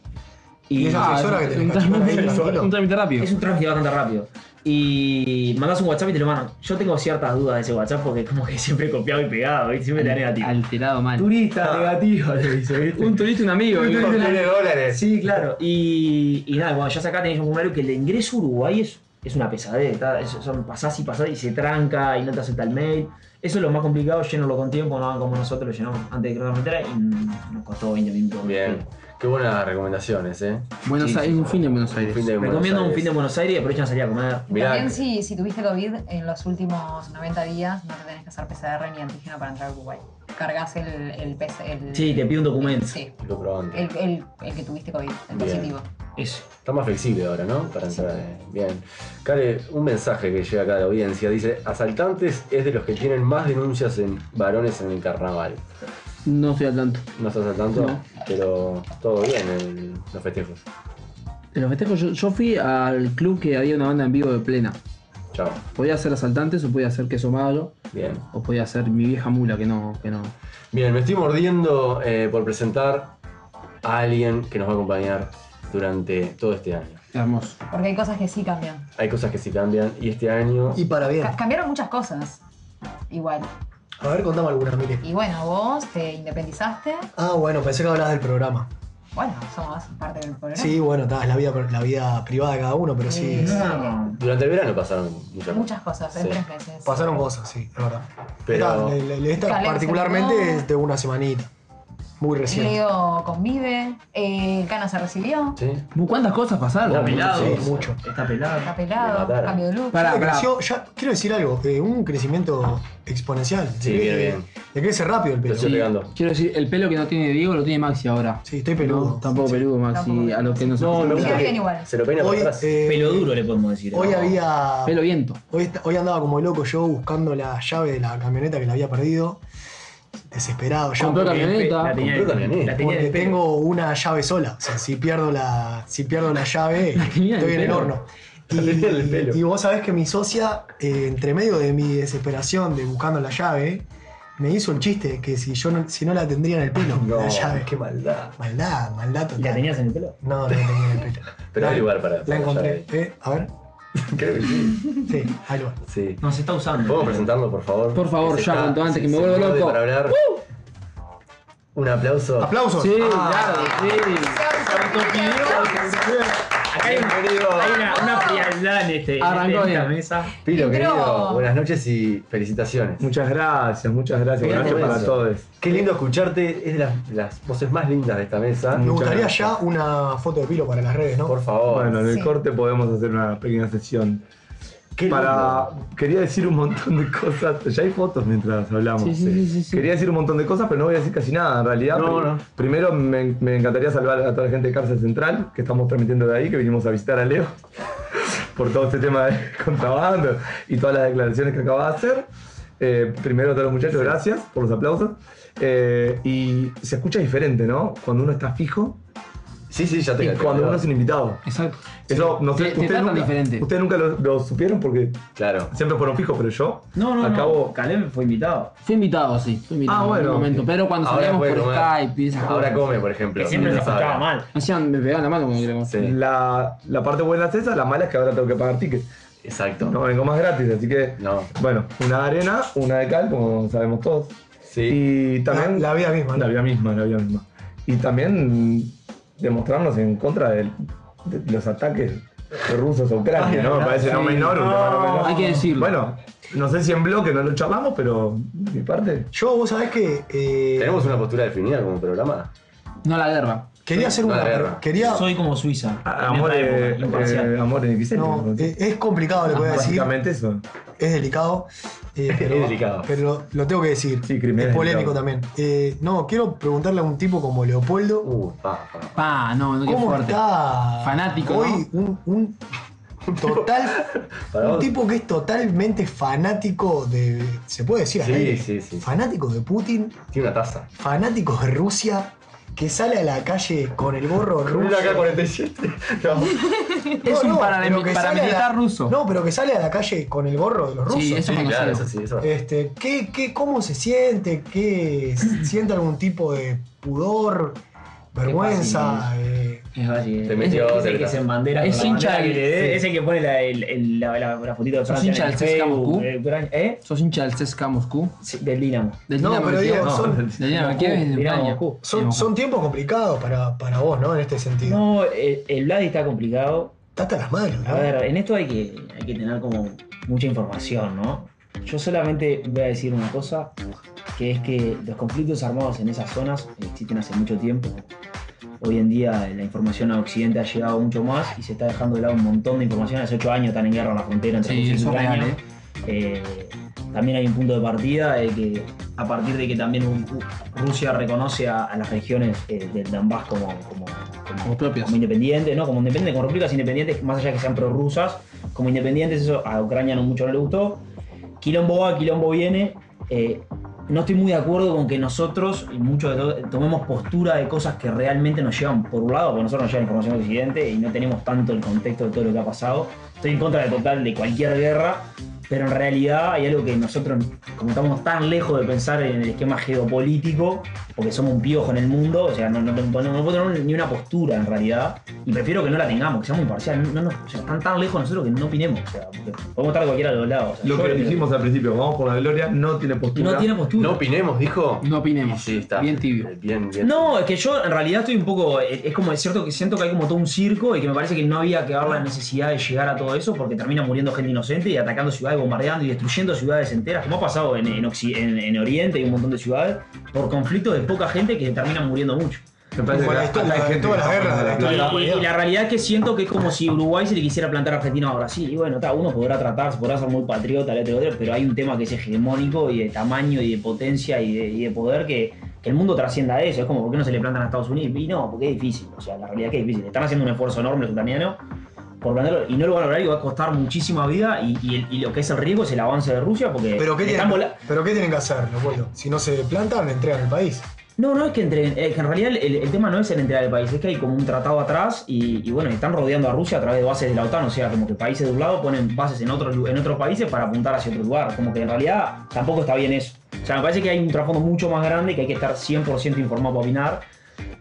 S5: Y esas
S6: Ah,
S5: seis horas que
S6: es
S5: te
S6: un
S5: cachivan ahí,
S6: trámite-
S5: tranquilo.
S6: un trámite rápido.
S2: Es un trámite bastante rápido. Y mandas un WhatsApp y te lo mandan. Yo tengo ciertas dudas de ese WhatsApp porque es como que siempre he copiado y pegado, ¿viste? siempre te da negativo.
S6: Alterado mal.
S5: Ah.
S2: Turista negativo, le dice, ¿viste?
S6: Un turista, un amigo.
S2: Un
S6: digo.
S2: turista.
S3: Tiene dólares.
S2: Sí, claro. Y, y nada, cuando ya acá tenés un formulario que el ingreso a Uruguay es, es una pesadez. está- es- son pasás y pasás y se tranca y no te acepta el mail. Eso es lo más complicado, llenarlo con tiempo, no hagan como nosotros lo llenamos antes de cruzar la frontera y Mm, nos costó 20 minutos.
S3: Bien. Qué buenas recomendaciones, ¿eh?
S6: Buenos
S2: Sí, sí,
S6: Aires, un fin en Buenos
S3: Un
S6: Aires.
S3: fin de Buenos
S2: Recomiendo un
S3: Aires.
S2: fin de Buenos Aires y aprovechen a salir a comer.
S4: Y
S3: Mirá.
S4: También si, si tuviste COVID en los últimos 90 días, no te tenés que hacer PCR ni antígeno para entrar a Uruguay. Cargas el, el, PC el
S2: Sí, te pido un documento. Eh,
S4: Sí,
S3: Lo probante.
S4: el, el, el que tuviste COVID, el
S3: Bien.
S4: positivo.
S2: Eso.
S3: Está más flexible ahora, ¿no? Para entrar. eh, Bien. Care, un mensaje que llega acá a la audiencia. Dice, asaltantes es de los que tienen más denuncias en varones en el carnaval.
S6: No estoy al tanto.
S3: No estás al tanto,
S6: No.
S3: pero todo bien en los festejos.
S6: En los festejos, yo, yo fui al club que había una banda en vivo de plena.
S3: Chao.
S6: Podía ser asaltantes o podía ser queso malo.
S3: Bien.
S6: O podía ser mi vieja mula, que no, que no.
S3: Bien, me estoy mordiendo eh, por presentar a alguien que nos va a acompañar durante todo este año.
S6: Hermoso.
S4: Porque hay cosas que sí cambian.
S3: Hay cosas que sí cambian y este año
S5: Y para bien.
S4: Ca- cambiaron muchas cosas. Igual.
S5: A ver, contame algunas, mire.
S4: Y bueno, vos te independizaste.
S5: Ah, bueno, pensé que hablabas del programa.
S4: Bueno, somos parte del programa.
S5: Sí, bueno, está, es la vida, la vida privada de cada uno, pero sí.
S4: Sí.
S2: No.
S3: durante el verano pasaron muchas,
S4: Eh, Muchas cosas en
S3: Sí.
S4: tres meses.
S5: Pasaron cosas, sí, es verdad.
S3: Pero-
S5: Esta, le- le- esta
S4: Caleb se
S5: particularmente
S4: mudó.
S5: es de una semanita. Muy reciente.
S4: Leo convive. Eh, Cana se recibió.
S3: ¿Sí?
S6: Uh, ¿Cuántas cosas
S2: Está
S6: pasaron?
S3: Bueno,
S2: pelado.
S5: sí, mucho.
S2: Está pelado.
S4: Está
S3: Me
S4: pelado.
S3: mataron.
S4: Cambio de look.
S6: Pará, pará.
S5: Creció, ya, quiero decir algo, eh, un crecimiento exponencial.
S3: Sí,
S5: Le-
S3: bien, bien.
S5: Le crece rápido el pelo.
S3: Lo estoy pegando.
S6: Quiero decir, el pelo que no tiene Diego lo tiene Maxi ahora.
S5: Sí, estoy peludo.
S6: No, tampoco
S5: Sí.
S6: peludo, Maxi.
S4: Tampoco.
S6: A lo que nosotros.
S3: No, me gusta
S4: Queda
S3: que
S4: bien igual.
S3: Se lo peina por
S5: Hoy,
S3: atrás.
S5: eh,
S2: Pelo duro le podemos decir.
S5: hoy
S2: No.
S5: había.
S6: Pelo viento.
S5: Hoy, est- hoy andaba como loco yo buscando la llave de la camioneta que la había perdido. Desesperado ya.
S6: Compró
S5: porque-
S6: camioneta.
S2: La tenía,
S3: Compró también, eh.
S2: la tenía en
S5: Porque
S2: el pelo.
S5: tengo una llave sola. O sea, si pierdo la, si pierdo la llave,
S6: La tenía en
S5: estoy
S6: el
S5: en el
S6: pelo.
S5: horno.
S3: La tenía en el pelo.
S5: y vos sabés que mi socia, eh, entre medio de mi desesperación de buscando la llave, me hizo el chiste que si yo no, si no la tendría en el pelo,
S3: No,
S5: la llave.
S3: qué maldad.
S5: Maldad, maldad total.
S2: ¿La tenías en el pelo?
S5: No, no la tenía en el pelo.
S3: Pero
S5: No,
S3: hay lugar para-
S5: La
S3: para la
S5: encontré. Eh, a ver.
S3: Creo que sí.
S5: Sí, hay lugar.
S3: Sí.
S2: No, se está usando.
S3: ¿Podemos presentarlo, por favor?
S6: Por favor,
S3: Que se
S6: ya,
S3: está-
S6: cuanto antes,
S3: se-
S6: que me
S3: se
S6: vuelvo
S3: muerde
S6: loco. Uh.
S3: Para hablar. Un aplauso.
S5: ¡Aplausos!
S6: Sí,
S5: Ah,
S6: claro, sí.
S2: Acá hay, un-
S3: Bienvenido.
S2: hay una, una frialdad en, este, en
S6: Arrancó
S2: esta
S6: bien.
S2: mesa.
S3: Pilo,
S4: Entró.
S3: querido. Buenas noches y felicitaciones.
S7: Muchas gracias, muchas gracias. Buenas
S3: Bien,
S7: noches para
S3: eso.
S7: todos.
S3: Qué lindo escucharte. Es de las, de las voces más lindas de esta mesa.
S5: Me gustaría
S7: gracias.
S5: ya una foto de pilo para las redes, ¿no?
S3: Por favor.
S7: Bueno, en el
S4: Sí.
S7: corte podemos hacer una pequeña sesión.
S3: Qué
S7: Para...
S3: lindo.
S7: Quería decir un montón de cosas. Ya hay fotos mientras hablamos.
S6: Sí, sí, sí, sí, sí.
S7: Quería decir un montón de cosas, pero no voy a decir casi nada. En realidad,
S3: No,
S7: Pri-
S3: no.
S7: primero me, me encantaría saludar a toda la gente de Cárcel Central, que estamos transmitiendo de ahí, que vinimos a visitar a Leo por todo este tema de contrabando y todas las declaraciones que acaba de hacer. Eh, primero a todos los muchachos, gracias por los aplausos. Eh, y se escucha diferente, ¿no? Cuando uno está fijo
S3: Sí, sí, ya te
S7: y
S3: ya te-
S7: cuando uno es un invitado.
S6: Exacto.
S7: Eso, no sé,
S6: Te- te
S7: ustedes
S6: tratan
S7: nunca,
S6: diferente.
S7: ustedes nunca lo, lo supieron porque
S3: Claro.
S7: siempre fueron fijos, pero yo
S2: No, no, no.
S7: acabo.
S2: Caleb fue invitado.
S6: Fui invitado, sí. Fui invitado
S7: Ah,
S6: en
S7: bueno.
S6: algún momento. Pero cuando salíamos
S3: puede
S6: por
S3: comer.
S6: Skype y esas cosas.
S3: Ahora come, por ejemplo.
S2: Que siempre se
S3: Mientras
S2: escuchaba
S3: habla.
S2: mal.
S6: me hacían, me pegaban la mano cuando queríamos.
S3: Sí.
S7: La, la parte buena es esa, la mala es que ahora tengo que pagar tickets.
S3: Exacto.
S7: No vengo más gratis, así que.
S3: No.
S7: Bueno, una de arena, una de cal, como sabemos todos.
S3: Sí.
S7: Y también.
S5: La- la vida misma, ¿no?
S7: La vida misma, la vida misma. Y también mm, demostrarnos en contra del- de, los ataques rusos a Ucrania, ¿no? Me parece no
S6: sí.
S7: menor, un tema no menor.
S6: Hay que decirlo.
S7: Bueno, no sé si en bloque no lo charlamos, pero de mi parte.
S5: Yo, vos sabés que eh,
S3: ¿Tenemos una postura definida como programa?
S6: No a la guerra.
S5: quería hacer
S3: No,
S5: una.
S3: la guerra.
S5: Quería.
S2: Soy como Suiza.
S7: Ah,
S2: en
S7: Amor,
S2: otra
S7: eh,
S2: época, imparcial.
S7: eh, amor en Ixelles,
S5: No,
S7: ¿no?
S5: eh, es complicado lo que voy a decir.
S7: Básicamente eso.
S5: Es delicado. eh, pero,
S3: Ah, Es delicado.
S5: pero lo tengo que decir.
S7: Sí, Crimea
S5: es
S7: es
S5: polémico
S7: delicado.
S5: también. Eh, no, quiero preguntarle a un tipo como Leopoldo.
S3: Uh, pa, pa.
S6: Pa, no, no, qué
S5: ¿Cómo
S6: fuerte.
S5: está
S6: Fanático,
S5: hoy un, un total.
S3: Para
S5: un
S3: vos.
S5: tipo que es totalmente fanático de. ¿Se puede decir? al
S3: Sí,
S5: aire?
S3: sí, sí.
S5: Fanático de Putin,
S3: Tiene una taza.
S5: fanático de Rusia, que sale a la calle con el gorro ruso.
S3: Una K-47. No.
S6: Es un para-
S5: pero que sale a la-
S6: paramilitar ruso.
S5: No, pero que sale a la calle con el gorro de los rusos.
S6: Sí, eso
S3: Sí,
S6: es
S3: claro,
S6: conocido.
S3: eso sí, eso.
S5: Este, ¿qué, qué, ¿Cómo se siente? ¿Qué siente algún tipo de pudor, vergüenza? eh,
S2: Es así.
S3: Te metió
S2: ese,
S3: otra.
S2: que se embandera.
S6: Es
S2: con la
S6: hincha
S2: bandera
S6: del-
S2: que le dé,
S6: sí.
S2: Ese que pone la, el, el- la, la, la fotito de
S6: ¿Sos
S2: Francia.
S6: hincha
S2: en el
S6: del CSKA
S2: Facebook,
S6: Moscú?
S2: eh, Ucrania- ¿Eh?
S6: ¿Sos hincha del CSKA Moscú?
S2: Sí, del Dinamo.
S6: Del
S5: No,
S6: Dinamo
S5: pero
S6: de Kiev.
S5: digo, son-
S6: Del Dinamo de Kiev es de
S2: Dinamo
S6: Ucrania.
S2: Moscú.
S6: Sí,
S5: son,
S6: Moscú.
S5: son tiempos complicados para, para vos, ¿no? En este sentido.
S2: No, el, el Vlad está complicado.
S5: Está hasta las manos, ¿no?
S2: A ver, en esto hay que, hay que tener como mucha información, ¿no? Yo solamente voy a decir una cosa, que es que los conflictos armados en esas zonas existen hace mucho tiempo. Hoy en día la información a Occidente ha llegado mucho más y se está dejando de lado un montón de información. Hace ocho años están en guerra en la frontera entre
S6: Sí,
S2: Rusia y
S6: eso es
S2: Ucrania.
S6: real, ¿eh?
S2: Eh, también hay un punto de partida de que a partir de que también un- u- Rusia reconoce a, a las regiones eh, del Donbass como, como,
S6: Como propias.
S2: como independientes, ¿no? Como independientes, como repúblicas independientes, más allá que sean prorrusas, como independientes, eso a Ucrania no mucho no le gustó. Quilombo va, quilombo viene. eh, no estoy muy de acuerdo con que nosotros, y muchos de todos, tomemos postura de cosas que realmente nos llevan, por un lado, porque nosotros nos lleva información del occidente y no tenemos tanto el contexto de todo lo que ha pasado. Estoy en contra de total de cualquier guerra, pero en realidad hay algo que nosotros, como estamos tan lejos de pensar en el esquema geopolítico, porque somos un piojo en el mundo, o sea, no, no, no- no podemos tener ni una postura en realidad, y prefiero que no la tengamos, que seamos imparciales, no, no, o sea, están tan lejos de nosotros que no opinemos, o sea, porque podemos estar de cualquiera de los lados. o sea,
S7: Lo
S2: yo
S7: que
S2: creo
S7: dijimos al principio, vamos por la gloria, no tiene postura.
S2: no tiene postura.
S3: No opinemos, dijo.
S6: No opinemos.
S3: Sí, está.
S6: Bien tibio.
S3: Bien, bien.
S2: No, es que yo en realidad estoy un poco. Es es como, es cierto que siento que hay como todo un circo y que me parece que no había que dar la necesidad de llegar a todo eso porque termina muriendo gente inocente y atacando ciudades, bombardeando y destruyendo ciudades enteras, como ha pasado en, en Occi- en- en Oriente y un montón de ciudades, por conflictos de poca gente que terminan muriendo mucho.
S7: Me parece
S5: Como
S7: que
S5: la historia
S7: hay
S5: de
S7: gente
S5: todas las
S7: que está
S5: guerras de la
S7: poniendo
S5: historia.
S7: plata.
S2: Y, y la realidad es que siento que es como si Uruguay se le quisiera plantar a Argentina o a Brasil. Y bueno, ta, uno podrá tratarse, podrá ser muy patriota, el otro, el otro, pero hay un tema que es hegemónico y de tamaño y de potencia y de, y de poder que, que el mundo trascienda a eso. Es como, ¿por qué no se le plantan a Estados Unidos? Y no, porque es difícil. O sea, la realidad es que es difícil. Están haciendo un esfuerzo enorme los ucranianos por plantarlo y no lo van a lograr y va a costar muchísima vida. Y, y el- y lo que es el riesgo es el avance de Rusia porque
S5: ¿Pero qué,
S2: están
S5: tienen,
S2: vola-
S5: ¿Pero qué tienen que hacer, los boludos? Si no se plantan, le entregan el país.
S2: No, no, es que, entre, es que en realidad el, el tema no es el entrar del país, es que hay como un tratado atrás y, y bueno, están rodeando a Rusia a través de bases de la OTAN, o sea, como que países de un lado ponen bases en, otro, lu- en otros países para apuntar hacia otro lugar, como que en realidad tampoco está bien eso. O sea, me parece que hay un trasfondo mucho más grande que hay que estar 100% informado para opinar.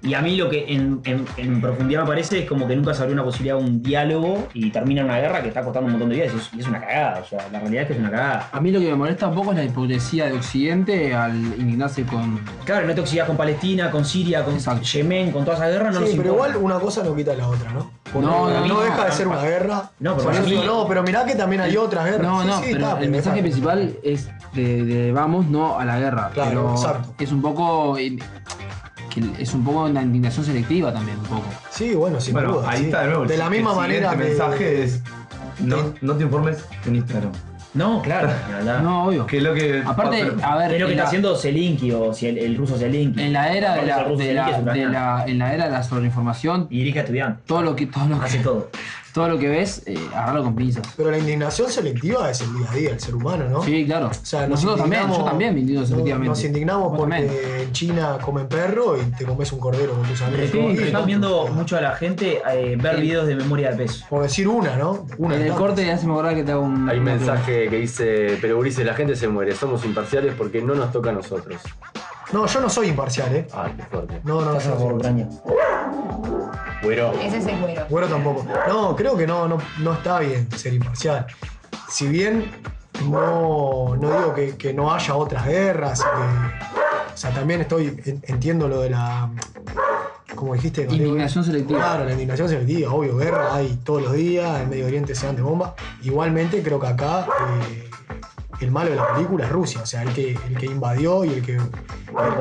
S2: Y a mí lo que en, en- en profundidad me parece es como que nunca se abrió una posibilidad de un diálogo y termina una guerra que está costando un montón de vidas y es, y es una cagada, o sea, la realidad es que es una cagada.
S6: A mí lo que me molesta un poco es la hipocresía de Occidente al indignarse con.
S2: Claro, no te oxidas con Palestina, con Siria, con
S6: Exacto.
S2: Yemen, con todas esas guerras, no nos
S5: sí, pero
S2: importa.
S5: igual una cosa no quita la otra, ¿no? Porque
S6: No, no, no,
S5: deja de
S6: no,
S5: ser una guerra.
S2: No, pero
S5: O sea,
S2: para
S5: yo
S2: mí-
S5: digo, no, pero mirá que también hay otras guerras.
S6: No,
S5: Sí,
S6: no,
S5: sí,
S6: pero
S5: está,
S6: el mensaje
S5: está.
S6: principal es de, de vamos no a la guerra.
S5: Claro,
S6: pero
S5: exacto.
S6: es un poco. eh, que es un poco una indignación selectiva también, un poco.
S5: Sí, bueno, sin
S7: Bueno,
S5: duda,
S7: ahí
S5: sí.
S7: está de nuevo. el-
S5: la misma
S7: el
S5: manera
S2: este
S7: siguiente
S5: que-
S7: mensaje es: no, no te informes en Instagram.
S2: No, claro, ni hablar.
S6: No, obvio.
S7: Que es lo que.
S6: Aparte,
S7: Ah, pero-
S6: a ver.
S2: es lo
S6: en
S2: que está
S6: la-
S2: haciendo Zelinki o si el, el ruso Zelinki.
S6: En la era de
S2: Aparte,
S6: la,
S2: el ruso
S6: de
S2: Zelinki
S6: la-
S2: es un
S6: de
S2: gran-
S6: la- en la era de la sobreinformación,
S2: Y dirige a estudiantes.
S6: todo lo que, todo lo
S2: Hace
S6: que,
S2: todo.
S6: todo lo que ves, eh, agarrarlo con pinzas.
S5: Pero la indignación selectiva es el día a día, el ser humano, ¿no?
S6: Sí, claro.
S5: O sea, nos
S6: Nosotros también, yo
S5: indignamos-
S6: también me indigno
S5: no-
S6: selectivamente.
S5: Nos indignamos
S6: Vos
S5: porque
S6: también.
S5: en China comen perro y te comes un cordero con tus amigos.
S2: Reco-
S5: Y-
S2: recomiendo mucho a la gente eh, ver
S6: Sí.
S2: videos de memoria de peso.
S5: Por decir una, ¿no? Una
S6: En
S5: de
S6: el
S5: tantas.
S6: corte ya se me acordaba que te hago un.
S3: Hay un
S6: una
S3: mensaje que dice, pero Ulises, la gente se muere, somos imparciales porque no nos toca a nosotros.
S5: No, yo no soy imparcial, ¿eh?
S3: Ay, qué fuerte.
S5: No, no, no.
S2: Pasa
S5: yo no soy
S2: por Ucrania.
S3: Bueno,
S4: Ese es el güero.
S5: Bueno, tampoco. No, creo que no, no, no está bien ser imparcial. Si bien no, no digo que, que no haya otras guerras, y que- o sea, también estoy, en- entiendo lo de la, como dijiste,
S6: pregunta. Indignación selectiva.
S5: Claro, la indignación selectiva, obvio, guerra hay todos los días, en Medio Oriente se dan de bomba. Igualmente creo que acá eh, el malo de la película es Rusia, o sea, el que, el que invadió y el que... el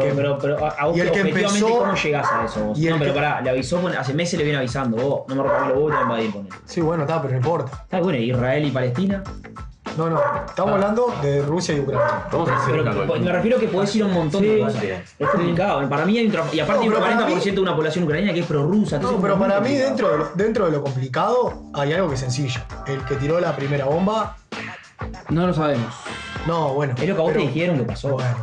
S5: que-
S2: Pero, pero a, a vos,
S5: Y el que
S2: objetivamente,
S5: empezó-
S2: ¿cómo llegás a eso vos?
S5: Y el
S2: No, pero
S5: que-
S2: pará, le avisó, con- hace meses le viene avisando, vos, no me rompas los huevos, te van a invadir con él.
S5: sí, bueno, está, pero no importa.
S2: Está bueno, Israel y Palestina. Ah.
S5: No, no, estamos hablando de Rusia y Ucrania.
S3: vamos a hacer
S2: Pero
S3: una
S2: que-
S3: columna.
S2: me refiero que podés ir a un montón de
S3: Sí.
S2: cosas. Es complicado. Para mí hay un tra- Y aparte
S5: No, pero
S2: hay un
S5: para
S2: 40% de una población ucraniana que es prorrusa.
S5: No,
S2: entonces es
S5: pero
S2: muy
S5: para mí
S2: complicado.
S5: dentro de, lo, dentro de lo complicado hay algo que es sencillo. El que tiró la primera bomba,
S6: No lo sabemos.
S5: no, bueno.
S2: Es lo que a vos
S5: pero-
S2: te dijeron que pasó.
S5: Bueno,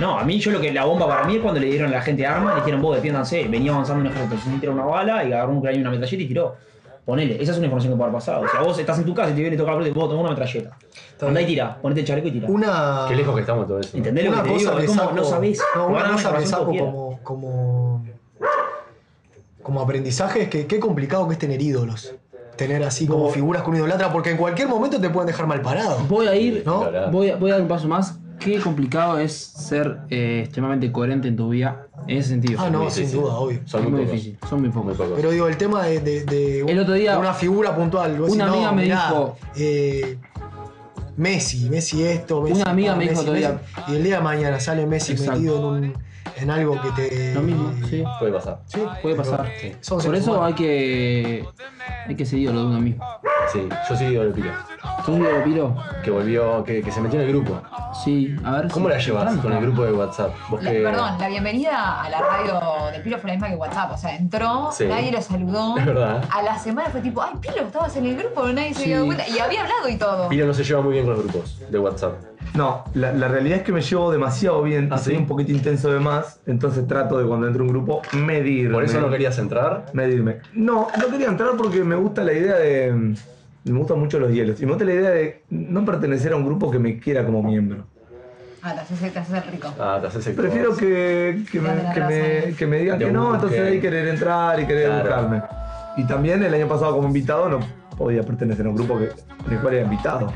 S2: No, a mí yo lo que la bomba para mí es cuando le dieron a la gente armas, le dijeron vos defiéndanse, venía avanzando un ejército, sin tirar una bala y agarró un ucraniano una metralleta y tiró. Ponele, esa es una información que puede haber pasado. O sea, vos estás en tu casa y te viene a tocar la puerta y vos tomás una metralleta. Andá y tira, ponete el chaleco y tira.
S5: una...
S3: Qué lejos que estamos de todo eso.
S2: ¿Entendés lo
S5: una
S2: que te digo?
S5: cosa
S2: Es
S5: que
S2: como
S5: saco-
S2: no sabés.
S5: no, una
S2: Guardá la
S5: cosa que
S2: información
S5: saco
S2: que
S5: como,
S2: vos
S5: como, como aprendizaje es que qué complicado que es tener ídolos. Tener así como figuras con idolatra, porque en cualquier momento te pueden dejar mal parado.
S6: Voy a ir.
S5: ¿No?
S3: Claro.
S6: Voy, a- voy a dar un paso más. Qué complicado es ser eh, extremadamente coherente en tu vida en ese sentido.
S5: Ah, no,
S3: Muy
S5: sin
S3: difícil.
S5: duda, obvio.
S3: Son
S6: es
S3: muy,
S6: muy
S3: pocos.
S6: difícil. Son muy
S3: Muy
S6: pocos.
S3: pocos.
S5: Pero digo, el tema de, de- de un-
S6: El otro día-
S5: de una figura puntual. vos
S6: Una
S5: decís,
S6: amiga
S5: no,
S6: me
S5: mirá,
S6: dijo-
S5: eh, Messi, Messi esto, Messi
S6: Una amiga
S5: tal,
S6: me dijo
S5: Messi,
S6: el otro día-
S5: Messi. Y el día de mañana sale Messi
S6: Exacto.
S5: metido en, un- en algo que te.
S6: Lo mismo, sí.
S3: Puede pasar.
S5: Sí,
S6: Puede pasar.
S5: pero son
S6: Por
S5: seres
S6: eso
S5: humanos.
S6: hay que. Hay que seguir lo de uno mismo.
S3: Sí, yo sí digo el pilo.
S6: ¿Sos ídolo, Piro?
S3: Que volvió, que, que se metió en el grupo.
S6: Sí, a ver.
S3: ¿Cómo
S6: si-
S3: la llevas
S6: entrando.
S3: con el grupo de WhatsApp? Vos
S4: La-
S3: que-
S4: perdón, la bienvenida a la radio de Pilo fue la misma que WhatsApp. O sea, entró,
S3: Sí.
S4: nadie lo saludó.
S3: Es verdad.
S4: A la semana fue tipo, ay, Pilo, estabas en el grupo, nadie se
S6: Sí.
S4: dio cuenta. Y había hablado y todo.
S3: Pilo no se lleva muy bien con los grupos de WhatsApp.
S7: No, la, la realidad es que me llevo demasiado bien,
S3: ¿Ah,
S7: y soy
S3: sí?
S7: un poquito intenso de más, entonces trato de cuando entro a un grupo medirme.
S3: ¿Por eso no querías entrar?
S7: Medirme. No, no quería entrar porque me gusta la idea de. Me gustan mucho los hielos. Y me gusta la idea de no pertenecer a un grupo que me quiera como miembro.
S4: Ah, te haces, te haces el rico.
S3: Ah, te haces el
S7: Prefiero que, que, me,
S4: Tenés
S7: que
S4: razón.
S7: me- que me digan
S3: Te
S7: que no,
S3: busquen.
S7: entonces ahí querer entrar y querer
S3: Claro.
S7: buscarme. Y también el año pasado como invitado no podía pertenecer a un grupo que, en el cual era invitado.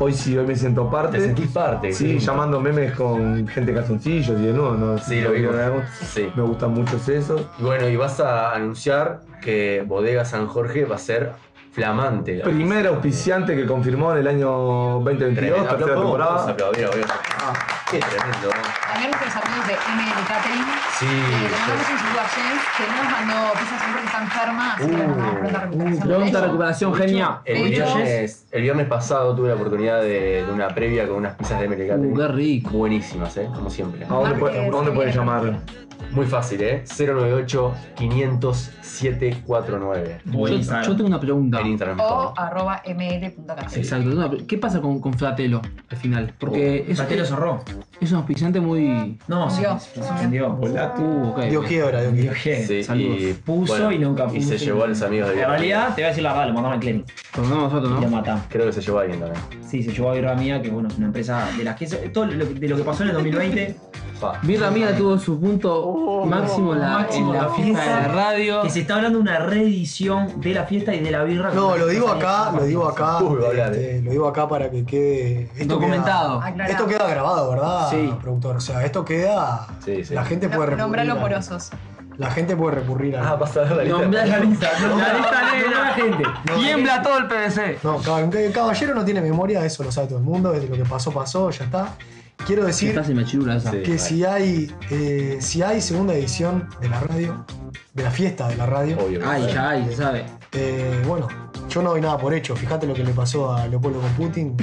S7: Hoy sí, hoy me siento parte.
S3: Te sentís parte.
S7: Sí, llamando memes con gente calzoncillos y de nuevo, no
S3: Sí, lo
S7: digo
S3: vimos.
S7: nada más.
S3: Sí.
S7: Me gustan muchos esos.
S3: Y bueno, y vas a anunciar que Bodega San Jorge va a ser flamante.
S7: Primer auspiciante que confirmó en el año 2022, tercera
S3: Tremendo. Aplaudamos, vamos a
S7: temporada.
S3: aplaudir, obvio.
S5: Ah.
S3: Qué tremendo. ¿eh?
S4: También nuestros amigos de ML Catering.
S3: Sí,
S4: Eh, le mandamos
S3: sí.
S4: un saludo a Jens, que no nos mandó pizza siempre que está enferma, así que le mandamos
S3: Uh,
S4: pronta recuperación.
S6: Eh, Pronta recuperación, genia.
S3: El
S4: De hecho-
S3: viernes, el viernes pasado tuve la oportunidad de, de una previa con unas pizzas de MLK.
S6: Uh, qué rico.
S3: Buenísimas, ¿eh? Como siempre.
S7: ¿A dónde,
S4: Martes,
S7: puede- a dónde puedes
S4: sí.
S7: llamar?
S3: Muy fácil, ¿eh? 098-507-49.
S6: Yo,
S2: Buenísimo.
S6: yo tengo una pregunta.
S3: En Instagram.
S4: O arroba ml.catering.
S6: Exacto. tengo una pre- ¿Qué pasa con, con Fratelo al final?
S3: Oh,
S6: Porque es,
S2: Platero cerró.
S6: es un auspiciante muy.
S2: No, se
S4: Dios.
S2: se suspendió.
S6: Uh, ok.
S5: Dio quiebra, dio quiebra.
S2: Ah. Dios, ¿qué?
S3: Sí,
S6: Saludos.
S3: y
S2: Puso y nunca puso.
S3: Y se llevó a los amigos de
S2: En realidad, te voy a decir la verdad, lo mandamos al clinic.
S6: Pero no nosotros,
S2: Y lo
S6: ¿no?
S2: matamos.
S3: Creo que se llevó a alguien también.
S2: Sí, se llevó a Birra Mía, que bueno, es una empresa de las que. Todo lo, de lo que pasó en el 2020,
S3: Pa.
S6: Birra Amiga tuvo su punto
S3: Oh,
S6: máximo en la,
S2: máximo
S6: en la
S2: la
S6: fiesta
S2: fiesta.
S6: de la radio.
S2: que se está hablando de una reedición de la fiesta y de la birra.
S5: No, lo digo acá, lo digo acá.
S3: Uy, va a hablar, eh.
S5: este, lo digo acá para que quede. esto queda-
S6: Documentado.
S4: Aclarado.
S5: Esto queda grabado, ¿verdad,
S6: Sí.
S5: productor? O sea, esto queda.
S3: Sí, sí.
S5: La gente puede
S4: No-
S5: recurrir.
S4: Nombralo
S5: a-
S4: porosos.
S5: La gente puede recurrir a.
S3: Ah, vas a ver la lista.
S6: Nombrá la lista.
S2: La lista negra, la gente.
S6: Tiembla todo el PVC.
S5: No, cab- el caballero no tiene memoria, eso lo sabe todo el mundo. es Lo que pasó, pasó, ya está. Quiero
S6: Sí.
S5: decir
S6: Estás en machirula esa.
S3: Sí.
S5: que si hay, eh, si hay segunda edición de la radio, de la fiesta de la radio,
S3: Obvio.
S6: Ay, ya, ay, se sabe.
S5: eh, bueno, yo no doy nada por hecho. Fíjate lo que le pasó a Leopoldo con Putin.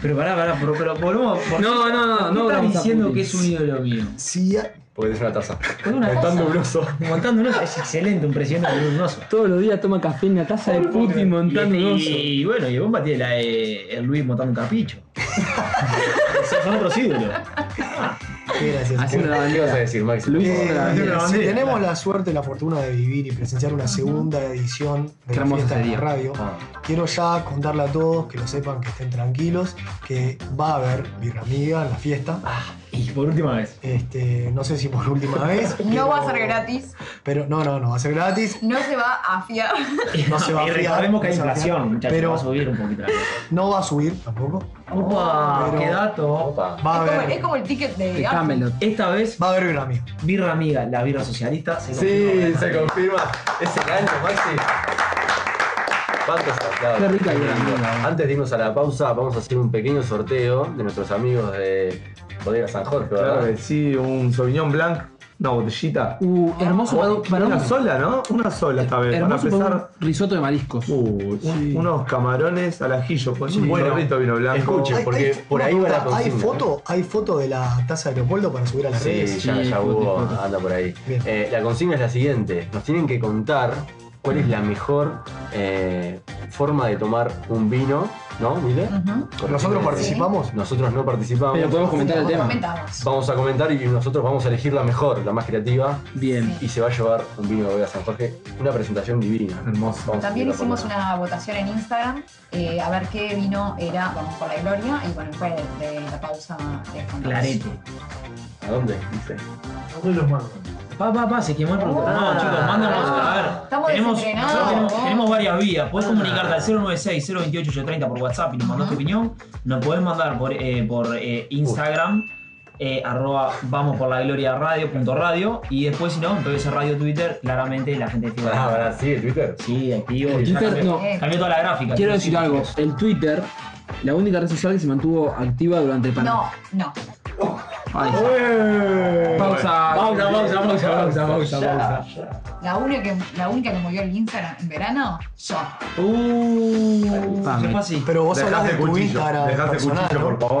S2: Pero pará, pará, pero, pero volvamos. por-
S6: No, no, no,
S2: ¿por qué
S6: no
S2: estás
S6: vamos a
S2: diciendo
S6: Putin.
S2: que es un ídolo mío.
S5: Si hay-
S3: Porque es una taza.
S2: Con una
S3: Tan
S2: taza.
S3: nubloso.
S2: Montando un oso. Es excelente un presidente de un oso.
S6: Todos los días toma café en la taza de Putin montando un oso.
S2: Y, y bueno, y Bomba tiene la de eh, el Luis montando un capicho. Esos son otros ídolos.
S5: Qué gracias.
S6: Hace una
S3: ¿Qué vas a
S6: bandera.
S3: decir, Max?
S6: Luis
S5: Eh,
S6: una bandera.
S5: si
S2: bandera,
S5: tenemos
S2: claro.
S5: la suerte y la fortuna de vivir y presenciar una segunda edición de
S6: Qué
S5: la
S6: hermoso
S5: fiesta de la
S6: sería.
S5: radio,
S3: Ah,
S5: quiero ya contarle a todos que lo sepan, que estén tranquilos, que va a haber birra amiga en la fiesta.
S2: Ah, Y por última vez.
S5: Este, no sé si por última vez.
S4: No
S5: pero-
S4: va a ser gratis,
S5: Pero no, no, no va a ser gratis.
S4: no se va a fiar.
S5: No se va a
S2: y
S5: fiar,
S2: recordemos que
S5: no
S2: hay
S5: se va a fiar,
S2: inflación, muchachos.
S5: pero-
S2: va a subir un poquito la cosa.
S5: No va a subir tampoco.
S2: Opa,
S5: Pero-
S2: qué dato.
S3: opa.
S5: Va a
S4: Es como,
S5: haber,
S4: es como el ticket de
S6: De
S4: Apple.
S6: Camelot.
S2: Esta vez,
S5: va a haber birra amiga.
S2: birra amiga, la birra socialista. Se
S3: Sí,
S2: confirma.
S3: se confirma. Es el año, Maxi. ¿Cuántos aplausos?
S6: Qué rica que era,
S3: lindo.
S6: amiga.
S3: Antes de irnos a la pausa, vamos a hacer un pequeño sorteo de nuestros amigos de Bodega San Jorge, ¿verdad?
S7: Claro que sí, un Sauvignon Blanc, una botellita.
S6: Uh, hermoso para un- para
S7: una
S6: un
S7: sola, ¿no? Una sola esta vez. Para
S6: Hermoso para un
S7: empezar,
S6: risotto de mariscos.
S7: uh, un- unos camarones al ajillo. Pues, un
S3: Bueno,
S7: chorrito de vino blanco.
S3: escuchen.
S5: Hay-
S3: porque
S5: hay-
S3: por ahí
S5: una
S3: va la
S5: pregunta, ¿Hay
S3: consigna, ¿eh?
S5: foto, ¿Hay foto de la taza de Leopoldo para subir a las
S3: Sí,
S5: redes?
S3: ya,
S6: Sí,
S3: ya
S6: foto,
S3: hubo,
S6: foto.
S5: Ah,
S3: anda por ahí.
S5: Bien.
S3: Eh, la consigna es la siguiente: nos tienen que contar cuál es la mejor eh, forma de tomar un vino, ¿no, Mile?
S4: Ujú.
S5: ¿Nosotros
S3: Sí.
S5: participamos?
S3: Nosotros no participamos.
S6: Pero podemos comentar el tema.
S4: Comentamos.
S3: Vamos a comentar y nosotros vamos a elegir la mejor, la más creativa,
S6: Bien.
S3: y se va a llevar un vino de Vega San Jorge. Una presentación divina.
S7: Hermoso.
S3: Vamos a
S4: También
S3: seguirla por
S4: hicimos
S3: acá.
S4: una votación en Instagram eh, a ver qué vino era Vamos por la Gloria y bueno, fue de, de la pausa de contamos.
S2: Clarete.
S3: ¿A dónde? Dice.
S2: Pa, pa, pa, se quemó el productor.
S3: Ah.
S2: No, chicos, mándanos a ver.
S4: Estamos
S2: Tenemos,
S4: desentrenados,
S2: nosotros tenemos,
S4: vos.
S2: tenemos varias vías. Podés comunicarte al 096-028-830 por WhatsApp y nos mandás tu opinión. Nos podés mandar por, eh, por eh, Instagram, eh, arroba vamos por la gloria radio, punto radio. Y después, si no, en PBC Radio Twitter, claramente la gente activa.
S3: Ah, ahora sí, el Twitter.
S2: Sí, activo.
S6: El
S2: ya
S6: Twitter,
S2: cambió,
S6: no.
S2: cambió toda la gráfica.
S6: Quiero decir
S2: inclusive.
S6: algo. El Twitter, la única red social que se mantuvo activa durante el panel.
S4: No, no.
S6: Ahí está. Pausa.
S2: ¡Eh! Pausa, pausa, pausa, pausa, pausa, pausa.
S4: La única, que, la única que movió el Instagram en verano, yo.
S2: Uh,
S5: ah,
S6: Pame.
S2: se fue así.
S5: Pero vos
S7: Dejás
S5: hablás de
S7: el
S5: tu
S7: cuchillo,
S5: Instagram
S7: dejás el
S5: personal,
S7: cuchillo,
S5: ¿no?
S7: por favor.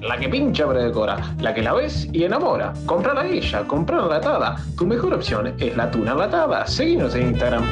S8: La que pincha pero decora, la que la ves y enamora. Comprala ella, comprala enlatada. Tu mejor opción es la tuna enlatada. Seguinos en Instagram.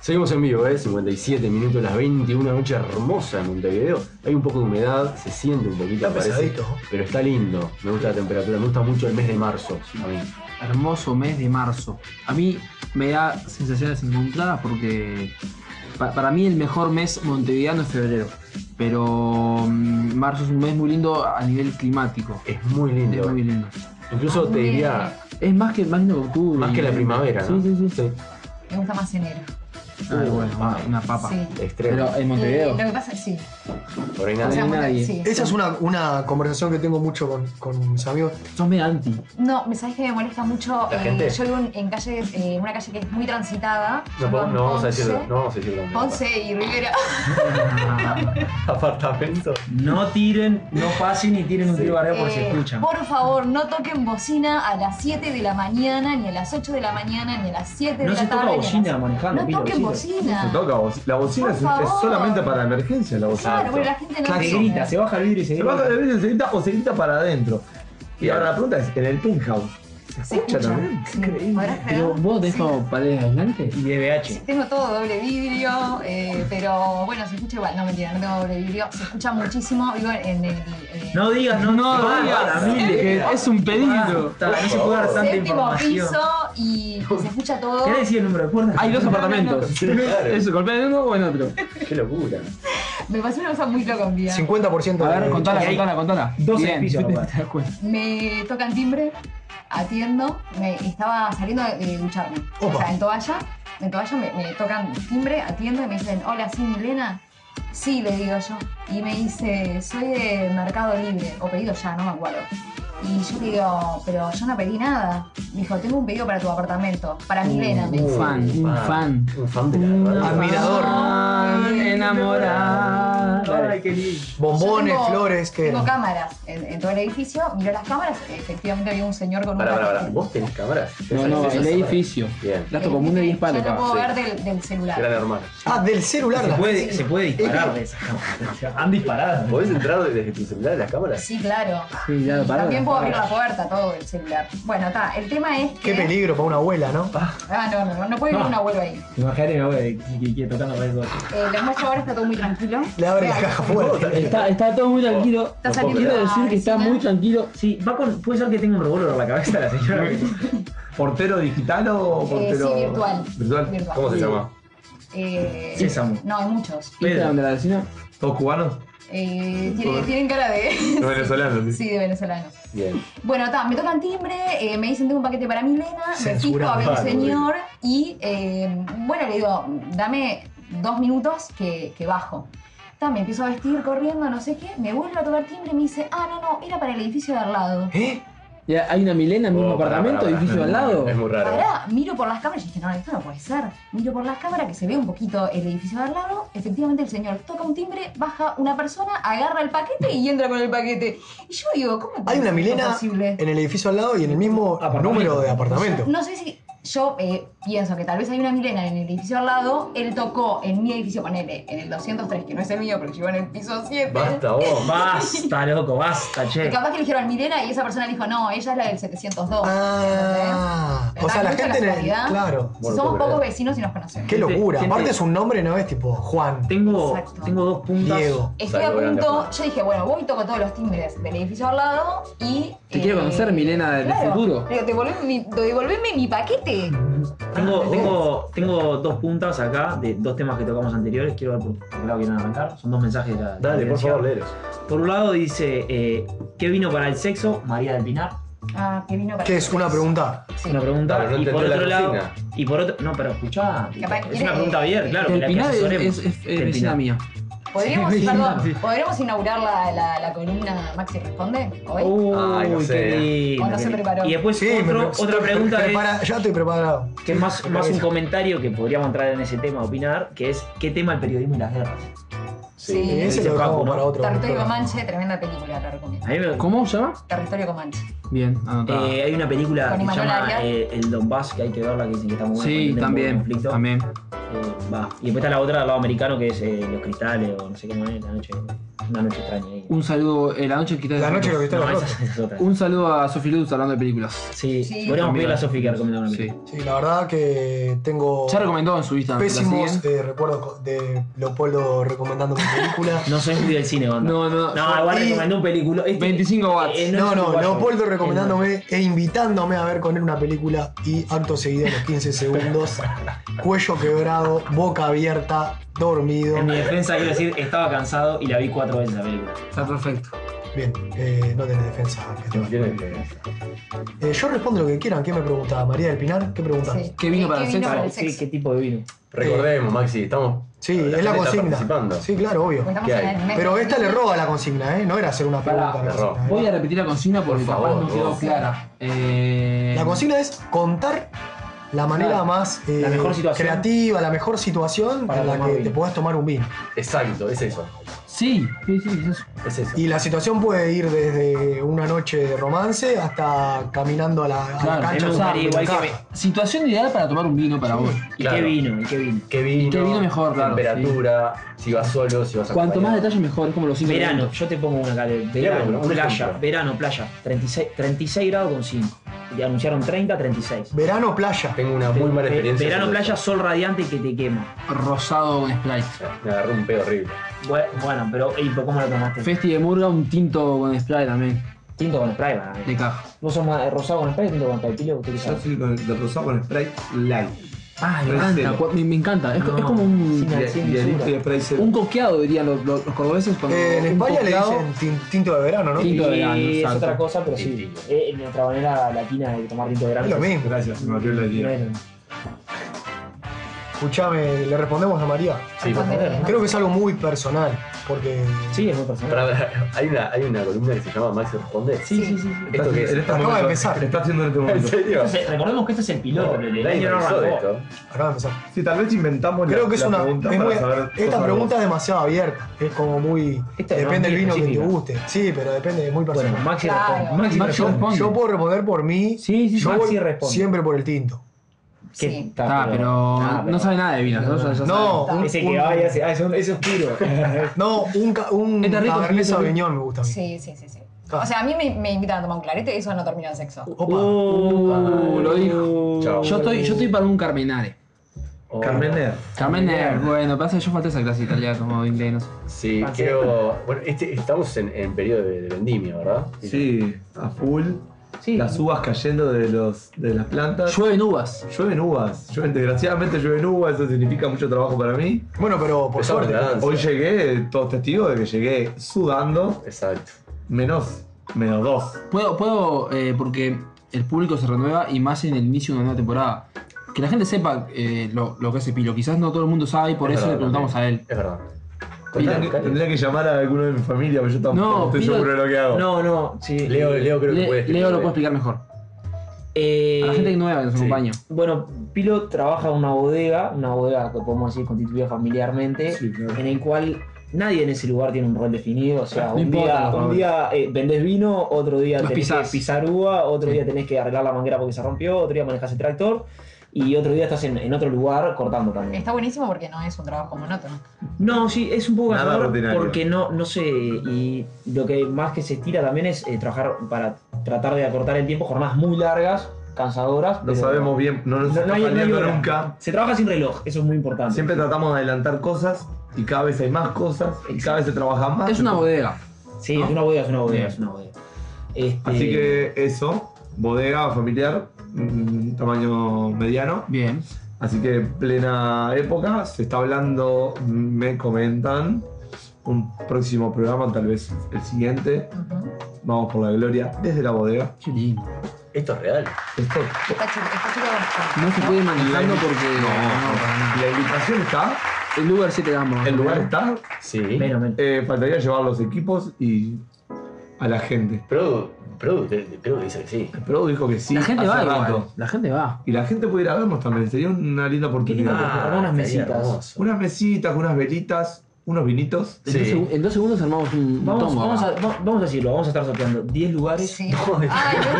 S3: Seguimos en vivo, ¿eh? 57 minutos, las 21, una noche hermosa en Montevideo. Hay un poco de humedad, se siente un poquito,
S5: Está
S3: parece,
S5: pesadito.
S3: pero está lindo. Me gusta la temperatura, me gusta mucho el mes de marzo a mí.
S6: hermoso mes de marzo. A mí me da sensaciones encontradas porque pa- para mí el mejor mes montevideano es febrero. Pero mm, marzo es un mes muy lindo a nivel climático.
S3: Es muy
S6: Es
S3: lindo.
S6: muy lindo.
S3: Incluso te
S4: Ah, Muy
S3: diría,
S6: Es más que, más que octubre.
S3: más que la primavera,
S6: Sí,
S3: ¿no? Uh,
S6: sí, sí.
S4: Me gusta más enero.
S6: Ah, bueno, una, una papa.
S4: Sí.
S3: Extremo.
S6: Pero en
S4: Y
S6: Montevideo.
S4: Eh, Lo que pasa es sí.
S3: Por ahí
S4: O
S3: nada.
S4: sea,
S6: hay
S4: bueno,
S6: nadie.
S4: sí.
S5: Esa es una, una conversación que tengo mucho con, con mis amigos.
S6: Sos medio anti.
S4: No, me sabes que me molesta mucho.
S3: La
S4: eh,
S3: gente.
S4: yo vivo en, en calles, eh, en una calle que es muy transitada.
S3: No,
S4: Yo vivo
S3: podemos-
S4: en
S3: no vamos a
S4: Once,
S3: decir, no vamos a decir dónde.
S4: Once y Rivera.
S3: Apartamento.
S2: No tiren, no pasen y tiren un tiro barrio porque se
S4: Eh,
S2: escuchan.
S4: por favor, no toquen bocina a las 7 de la mañana, ni a las 8 de la mañana, ni a las 7 de
S2: No
S4: la
S2: se
S4: tarde.
S2: toca
S4: ni a
S2: bocina
S4: las-
S2: manejando,
S4: No
S2: mira,
S4: toquen
S2: bocina.
S4: bocina.
S7: Se toca bo- La bocina
S4: Por
S7: es, es
S4: favor.
S7: solamente para emergencia la bocina.
S4: Claro, bueno, la gente no
S2: Se
S4: toca.
S2: grita, se baja el vidrio y se
S7: Se baja
S2: grita.
S7: de veces se grita o se grita para adentro. Y ahora la pregunta es, ¿en el penthouse? ¿Se
S4: Se
S7: escucha también?
S4: Sí, ¿podrás creer?
S6: Pero vos tenés
S4: Sí.
S6: como paredes aislantes.
S4: Sí,
S2: Y DBH.
S4: tengo todo doble vidrio, eh, pero bueno, se escucha igual. No, mentira, no tengo doble vidrio. Se escucha muchísimo. Vivo en el. eh,
S2: No digas, no,
S6: No,
S2: basta,
S6: digas,
S2: Mili,
S6: que es un pedido.
S2: basta, No se puede dar tanta
S4: Ah. séptimo
S2: información.
S4: piso y y se escucha todo.
S2: ¿Querés decir el número de puertas?
S6: Hay dos apartamentos.
S3: Sí, claro.
S6: Eso, golpea en uno o en otro.
S3: Qué locura.
S4: Me pasó una cosa muy loca un día.
S5: 50%
S6: A ver,
S5: de-
S6: contala,
S2: hay
S6: contala, contala.
S2: dos
S6: Bien,
S2: edificios,
S6: te-
S2: aparte.
S6: te das cuenta.
S4: Me tocan timbre, atiendo, me estaba saliendo de ducharme.
S5: Opa.
S4: O sea, en toalla, en toalla me, me tocan timbre, atiendo y me dicen, hola, sí, Milena. Sí, le digo yo. Y me dice, soy de Mercado Libre, o pedido ya, no me acuerdo. Y yo le digo, pero yo no pedí nada. Me dijo, tengo un pedido para tu apartamento,
S5: Uh,
S4: para Milena. me dice.
S6: Un fan, un fan.
S3: Un fan de la radio.
S5: Admirador.
S6: enamorado.
S2: Ah, Ay, qué lindo.
S5: Bombones,
S4: Yo tengo-
S5: flores, que
S4: Tengo cámaras en, en todo el edificio. Miró las cámaras, efectivamente había un señor con
S3: Pará,
S4: un
S3: pará,
S4: paquete.
S3: pará. ¿Vos tenés cámara?
S6: No, no, el edificio.
S3: Bien.
S6: Dato común de 10 palos.
S4: Ya lo puedo ver
S6: capaz.
S4: del, del celular.
S3: Gran hermano.
S5: Ah, del celular.
S2: Se
S5: la-
S2: puede, se puede disparar de esas cámaras. Han disparado.
S3: ¿Podés entrar desde tu celular a las cámaras?
S4: Sí, claro.
S6: Sí, ya,
S4: Y
S6: pará,
S4: También puedo
S6: pará.
S4: abrir la puerta, todo el celular. Bueno, está. El tema es que.
S5: Qué peligro para una abuela, ¿no?
S4: Ah, no, no, no, no puede ir
S2: Ah.
S4: un abuelo ahí.
S2: Imagínate, no, que, que, que tocando para el coche.
S4: Eh, les muestro ahora, está todo muy tranquilo.
S5: Le abre la
S4: Vean,
S5: caja fuerte.
S6: Está, está todo muy tranquilo.
S4: Está
S3: No puedo
S4: saliendo.
S6: Quiero decir que está
S4: vecina.
S6: muy tranquilo.
S2: Sí, va con, puede ser que tenga un revólver en la cabeza la señora.
S7: ¿Portero digital o
S4: Eh,
S7: portero...?
S4: sí, virtual.
S7: ¿Virtual?
S3: ¿Cómo se
S4: Sí.
S3: llama?
S4: Eh,
S2: Sésamo.
S4: No, hay muchos.
S2: Pedro.
S6: Instagram de la vecina.
S7: ¿Todos cubanos?
S4: Eh, tienen, tienen cara
S7: Los
S4: de.
S7: venezolanos, sí.
S4: sí, de venezolanos.
S3: Bien.
S4: Bueno, ta, me tocan timbre, eh, me dicen tengo un paquete para Milena, me fijo a
S5: Censurado,
S4: ver un
S3: claro,
S4: señor y eh, bueno, le digo, dame dos minutos que, que bajo. Ta, me empiezo a vestir corriendo, no sé qué, me vuelve a tocar timbre y me dice, ah, no, no, era para el edificio de al lado.
S5: ¿Eh?
S6: Ya, hay una Milena en el mismo
S3: Oh, pará,
S6: apartamento,
S3: pará, pará.
S6: edificio al lado.
S3: Es muy raro.
S4: Pará, miro por las cámaras y dije, no, esto no puede ser. Miro por las cámaras que se ve un poquito el edificio de al lado. Efectivamente, el señor toca un timbre, baja una persona, agarra el paquete y entra con el paquete. Y yo digo, ¿cómo
S5: Hay una
S4: es
S5: Milena
S4: posible?
S5: en el edificio al lado y en el mismo
S2: Apartamento.
S5: número de
S4: Yo
S5: apartamento.
S4: No sé si yo eh, pienso que tal vez hay una Milena en el edificio al lado, él tocó en mi edificio, ponele, en el 203, que no es el mío, porque yo en el piso 7.
S3: Basta vos.
S2: Basta, loco, basta,
S4: Y
S2: che.
S4: capaz que le dijeron Milena y esa persona dijo, no, ella es la del 702.
S5: Ah,
S4: ¿entendés?
S5: o sea, la
S4: Mucha
S5: gente. en el-
S4: casualidad.
S5: claro.
S3: Bueno,
S4: Somos
S3: pobre.
S4: pocos vecinos y nos conocemos.
S5: Qué locura.
S2: gente-
S5: Aparte es un nombre, ¿no es tipo Juan,
S2: Tengo,
S4: Exacto.
S2: tengo dos puntas.
S5: Diego?
S4: Estoy
S3: Salvo
S4: a
S3: grande
S4: punto,
S3: afuera.
S4: yo dije, bueno, voy y toco todos los timbres del edificio al lado y...
S6: Te quiero conocer, Milena,
S2: Ah,
S6: del futuro.
S4: Digo, devolveme mi, devolveme mi paquete.
S2: Tengo, tengo, tengo dos puntas acá de dos temas que tocamos anteriores. Quiero ver por qué lado quieren arrancar. Son dos mensajes de la. de la
S3: Dale, por
S2: audiencia.
S3: favor, léelos.
S2: Por un lado dice: eh, ¿Qué vino para el sexo? María del Pinar.
S4: Ah, que vino para...
S5: Que es una pregunta.
S4: Sí.
S2: Una pregunta.
S3: Claro, no
S2: y por
S3: entendió la
S2: otro lado.
S3: consigna.
S2: Y por otro. No, pero escuchá.
S4: Capaz
S2: Es
S4: quiere-
S2: una pregunta abierta, claro. que
S6: Del
S2: la que
S6: Pinar es,
S2: asesoremos.
S6: es, es- es
S2: Del
S6: vecina
S2: Pinar.
S6: mía.
S4: ¿Podríamos,
S6: Sí,
S4: perdón,
S6: sí.
S4: ¿podríamos inaugurar la, la, la columna Maxi Responde hoy?
S2: Uy,
S3: Ay, no
S2: qué
S3: sé.
S2: lindo,
S4: O no
S2: qué
S4: se
S2: lindo.
S4: preparó.
S2: Y después
S5: Sí,
S2: otro-
S5: me-
S2: otra pregunta es.
S5: prepara- Ya estoy preparado.
S2: Que es más,
S5: Me
S2: más un
S5: parece.
S2: comentario que podríamos entrar en ese tema, opinar, que es ¿qué tema el periodismo y las guerras?
S4: Sí.
S5: Y ese
S2: Dice
S5: lo
S2: Facu,
S5: dejamos
S2: ¿no?
S5: para otro.
S4: Territorio
S5: momento.
S4: Comanche, tremenda película, te recomiendo.
S2: A mí me-
S6: ¿Cómo se llama?
S4: Territorio Comanche.
S6: Bien, anotada.
S2: eh, hay una película
S4: Con
S2: que se
S4: Imanol
S2: llama
S4: Arias.
S2: eh, El Donbass, que hay que verla, que dicen que está muy buena. porque
S6: sí,
S2: tiene un
S6: también,
S2: conflicto.
S6: también.
S2: Eh, va. Y después está la otra del lado americano, que es eh, Los Cristales, o no sé cómo es, la noche, una noche extraña. ahí.
S6: Un saludo, eh, la noche quita
S5: La noche lo que está
S2: No,
S5: en la
S2: esa, esa es otra.
S6: Un saludo a Sofi Lutz hablando de películas.
S2: Sí,
S4: Sí.
S2: podríamos
S6: También.
S2: pedirle a Sofía que recomienda una
S6: Sí.
S2: película.
S5: Sí, la verdad que tengo
S6: Ya recomendó en su Instagram. ¿la
S5: pésimos
S6: siguen?
S5: eh, recuerdos co- de Leopoldo recomendando mi película.
S2: No soy muy del cine, banda.
S6: No, no,
S2: No, igual
S5: y-
S2: recomendó un película. este-
S6: 25 watts.
S2: eh,
S5: No,
S2: es
S5: no,
S2: uruguayo.
S5: Leopoldo recomendándome e invitándome a ver con él una película y acto seguido a los 15 segundos, cuello quebrado, boca abierta, dormido.
S2: En mi defensa quiero decir, estaba cansado y la vi cuatro veces la película.
S6: Está perfecto.
S5: Bien, eh, no tenés defensa. que te
S3: No
S5: va.
S3: quieren que-
S5: Eh, yo respondo lo que quieran. ¿Qué me preguntaba? María del Pinar, ¿qué preguntaba?
S4: Sí.
S6: ¿Qué vino para el sexo?
S2: Para
S4: el
S2: decir
S4: sexo?
S2: qué tipo de vino.
S3: Recordemos, Maxi, estamos.
S5: Sí,
S3: la
S5: es la
S3: gente está
S5: consigna.
S3: participando.
S5: Sí, claro, obvio.
S4: Estamos
S3: ¿Qué
S4: en
S3: hay?
S4: el mes.
S5: Pero esta le roba la consigna, ¿eh? No era hacer una
S6: Pará,
S5: pregunta. a la
S3: le roba.
S5: consigna, ¿eh?
S6: Voy a repetir la pues, consigna porque
S3: Por
S6: capaz
S3: favor,
S6: no quedó
S3: vos.
S6: clara. Eh,
S5: La consigna es contar la manera
S2: Claro.
S5: más eh,
S2: La mejor situación.
S5: creativa, la mejor situación
S2: Para
S5: en la
S2: tomar
S5: que
S2: vino.
S5: te podés tomar un vino.
S3: Exacto, es eso.
S6: Sí, sí, sí, es eso.
S3: Es eso.
S5: Y la situación puede ir desde una noche de romance hasta caminando a la, a la
S6: Claro,
S2: Ah, A mí
S5: cancha a tomar
S2: me gustaría
S5: un
S2: igual que
S5: café.
S2: me-
S6: Situación ideal para tomar un vino para vos.
S2: ¿Y qué
S3: Claro.
S2: vino? ¿Y qué vino?
S3: ¿Qué vino?
S6: qué vino mejor, claro,
S3: Temperatura, si vas solo, si vas
S6: Cuanto más
S3: acompañado.
S6: detalle mejor, es como los cinco
S2: Verano,
S6: elementos.
S2: yo te pongo una acá de verano,
S3: Verano, un
S2: playa,
S3: ejemplo.
S2: verano, playa, 36, 36 grados con 5. Y anunciaron 30, 36.
S5: Verano, playa.
S3: Tengo una muy mala
S2: Ve-
S3: experiencia.
S2: verano,
S3: con
S2: playa,
S3: eso.
S2: sol radiante que te quema.
S6: Rosado con Sprite.
S3: Me agarré un pedo horrible.
S2: Bue- Bueno, pero ¿y por cómo lo tomaste?
S6: Festi de Murga, un tinto con Sprite también.
S2: Tinto con spray, para mí.
S6: De caja.
S2: ¿Vos sos más de rosado con spray o tinto con spray? Pilo, ¿Usted qué
S7: Yo
S2: sabe?
S7: soy con- de rosado con Sprite Light.
S6: Ah, me
S7: Pero en
S6: encanta.
S7: serio.
S6: cua- Me, me encanta. Es, co-
S2: No,
S6: es como un,
S2: sin
S7: Y,
S2: al-
S7: y
S2: sin
S7: el
S2: mesura.
S7: litro de Sprite cero.
S6: un coqueado, dirían los, los- los cordobeses. Cuando
S5: Eh, en
S6: un
S5: España le
S6: coqueado-
S5: dicen tin- tinto de verano, ¿no?
S6: Sí. Tinto de verano,
S2: Y es
S6: exacto.
S2: otra cosa, pero sí.
S3: Tintillo.
S2: Eh, nuestra manera latina de tomar tinto de
S5: Es lo
S2: verano.
S5: mismo.
S7: Gracias, me abrió la idea.
S2: Bueno,
S5: Escuchame, le respondemos a María.
S3: Sí, por favor.
S5: Creo que es algo muy personal, porque
S2: Sí, es muy personal.
S3: Pará, pará. Hay una, hay una columna que se llama Maxi Responde.
S2: Sí, sí, sí. sí.
S3: ¿Esto qué es?
S7: En este
S5: Acaba de
S7: momento,
S5: empezar.
S7: Está haciendo en este
S3: ¿En
S7: momento.
S3: serio?
S2: Entonces, recordemos que este es el piloto, el el
S3: Nadie
S2: año no
S3: pensó de
S2: arrancó.
S3: esto.
S5: acá empezar.
S7: Sí, tal vez inventamos la-
S5: Creo que es
S7: la
S5: una.
S7: pregunta
S5: es
S7: para
S5: muy-
S7: saber
S5: esta
S7: cosas
S5: pregunta es demasiado abierta. Es como muy.
S2: Esta es
S5: depende del
S2: muy
S5: vino que te
S2: específica.
S5: guste. Sí, pero depende, es muy personal.
S2: Bueno, Maxi
S4: Claro.
S2: responde.
S6: Maxi
S2: Maxi responde.
S6: responde.
S5: Yo puedo responder por mí.
S6: Sí, sí, sí.
S5: yo
S2: Maxi
S5: voy
S2: responde.
S5: siempre por el tinto.
S2: ¿Qué?
S4: Sí.
S6: Ah, pero,
S2: Ah,
S6: no
S2: pero-
S6: sabe nada de vino. No, ya- ya
S5: No,
S4: sabe.
S5: un,
S2: Ese
S5: un-
S2: que va y hace, ah, eso, eso es puro.
S5: no, un, ca- un
S6: Está rico,
S5: Cabernet
S6: sí, está rico.
S5: Sauvignon me gusta a mí.
S4: Sí, sí, sí, sí.
S5: Ah. Oh.
S4: O sea, a mí me, me invitan a tomar un clarete y eso no termina en sexo.
S5: Opa.
S6: Uh, lo dijo.
S3: Chao.
S6: Yo estoy, yo estoy para un Carmenare.
S3: Oh.
S7: Carmener.
S6: Carmenare, bueno, pasa que yo falté esa clase de italiana como inglés, no sé.
S3: Sí,
S2: Ah, sí.
S3: quiero. Bueno, este, estamos en, en periodo de, de vendimia, ¿verdad?
S7: Sí, a full.
S2: Sí.
S7: Las uvas cayendo de, los, de las plantas.
S6: Llueven uvas.
S7: Llueven uvas. Llueven, desgraciadamente llueven uvas, eso significa mucho trabajo para mí.
S5: Bueno, pero por
S3: Empezamos
S5: suerte.
S3: la danza.
S7: Hoy llegué, todos testigos de que llegué sudando,
S3: Exacto.
S7: menos, menos dos.
S6: Puedo, puedo eh, porque el público se renueva y más en el inicio de una nueva temporada. Que la gente sepa eh, lo, lo que hace Pilo. Quizás no todo el mundo sabe y por
S3: Es
S6: eso
S3: verdad,
S6: le preguntamos a él.
S3: Es verdad.
S7: Tendría
S3: Contame,
S7: que,
S3: Cali.
S7: tendría que llamar a alguno de mi familia, porque yo tampoco
S6: No,
S7: estoy
S6: Pilo-
S7: seguro de lo que hago.
S2: No, no, sí.
S3: Leo, Leo creo que
S6: Le-
S3: puede
S6: Leo lo puede explicar mejor.
S2: Eh,
S6: a la gente que es nueva que nos
S3: sí.
S6: acompaña.
S2: Bueno, Pilo trabaja en una bodega, una bodega que podemos decir constituida familiarmente,
S7: Sí, claro.
S2: en el cual nadie en ese lugar tiene un rol definido. O sea,
S6: No
S2: un
S6: importa,
S2: día,
S6: no,
S2: un
S6: no.
S2: día eh, vendés vino, otro día
S6: Los
S2: tenés
S6: pisás.
S2: que pisar uva, otro
S6: Sí.
S2: día tenés que arreglar la manguera porque se rompió, otro día manejás el tractor. y otro día estás en, en otro lugar cortando también.
S4: Está buenísimo porque no es un trabajo monótono.
S2: No, sí, es un poco
S7: Nada
S2: cansador
S7: rutinario.
S2: porque no, no sé, y lo que más que se estira también es eh, trabajar para tratar de acortar el tiempo, jornadas muy largas, cansadoras.
S7: No
S2: pero-
S7: sabemos bien, no nos
S2: No, no
S7: está
S2: hay- no hay
S7: planeando
S2: hora.
S7: nunca.
S2: Se trabaja sin reloj, eso es muy importante.
S7: Siempre tratamos de adelantar cosas y cada vez hay más cosas y cada vez se trabaja más.
S6: Es una bodega.
S2: Sí,
S6: ¿no?
S2: es una bodega, es una bodega,
S7: Bien.
S2: es una bodega. Este,
S7: Así que eso, bodega familiar, mm, tamaño mediano.
S6: Bien.
S7: Así que plena época, se está hablando, me comentan, un próximo programa, tal vez el siguiente.
S4: Ujú.
S7: Vamos por la gloria desde la bodega.
S6: Qué lindo.
S3: Esto es real.
S7: Esto, Ah,
S4: Está chido, está chido.
S6: No se puede ir manejando
S7: La-
S6: porque.
S7: no,
S6: para nada.
S7: la invitación está,
S6: El lugar sí te damos.
S7: el lugar está,
S3: Sí.
S2: menos, menos.
S7: eh, faltaría llevar los equipos y a la gente.
S3: Produ, Produ, te- te- creo que dice que sí.
S7: Pero dijo que sí.
S6: La gente
S7: hace
S6: va
S7: rato.
S6: igual. La gente va.
S7: Y la gente puede ir a vernos también, sería una linda oportunidad.
S2: Ah, unas
S3: estaría
S2: mesitas.
S3: hermoso.
S7: Unas mesitas, unas velitas, unos vinitos.
S6: En,
S3: Sí.
S6: dos, seg- en dos segundos armamos un
S2: Vamos,
S6: tongo.
S2: vamos, a,
S6: acá.
S2: va- vamos a decirlo, vamos a estar sorteando 10 lugares.
S4: Sí. Ay, no,
S2: 10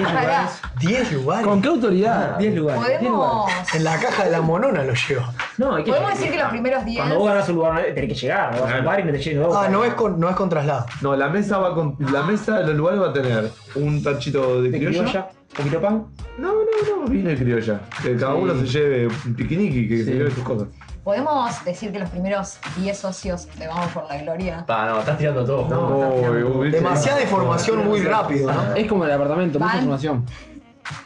S4: pará.
S2: lugares.
S5: 10 lugares.
S6: ¿Con qué
S5: Ah,
S6: autoridad?
S2: 10 lugares. 10
S4: Podemos.
S2: lugares.
S5: En la caja de la monona lo llevo.
S2: No, hay que
S4: Podemos
S2: llegar.
S4: decir que los primeros 10.
S2: Cuando vos ganás un lugar, tenés que llegar. Vas a un bar y no te llegas.
S5: Ah, no es con, no es con traslado.
S7: No, la mesa va con. La mesa del lugar va a tener un tachito de
S2: De
S7: criolla.
S2: criolla, poquito pan.
S7: No, no, no, vino de criolla. Que cada
S6: Sí.
S7: uno se lleve un piquiniqui, que se lleve sus cosas.
S4: Podemos decir que los primeros 10 socios de Vamos por la Gloria.
S3: Pa, no, estás tirando todo.
S7: No, ¿viste?
S5: Demasiada información muy rápido, ¿no?
S6: Es como el apartamento,
S4: Van.
S6: mucha información.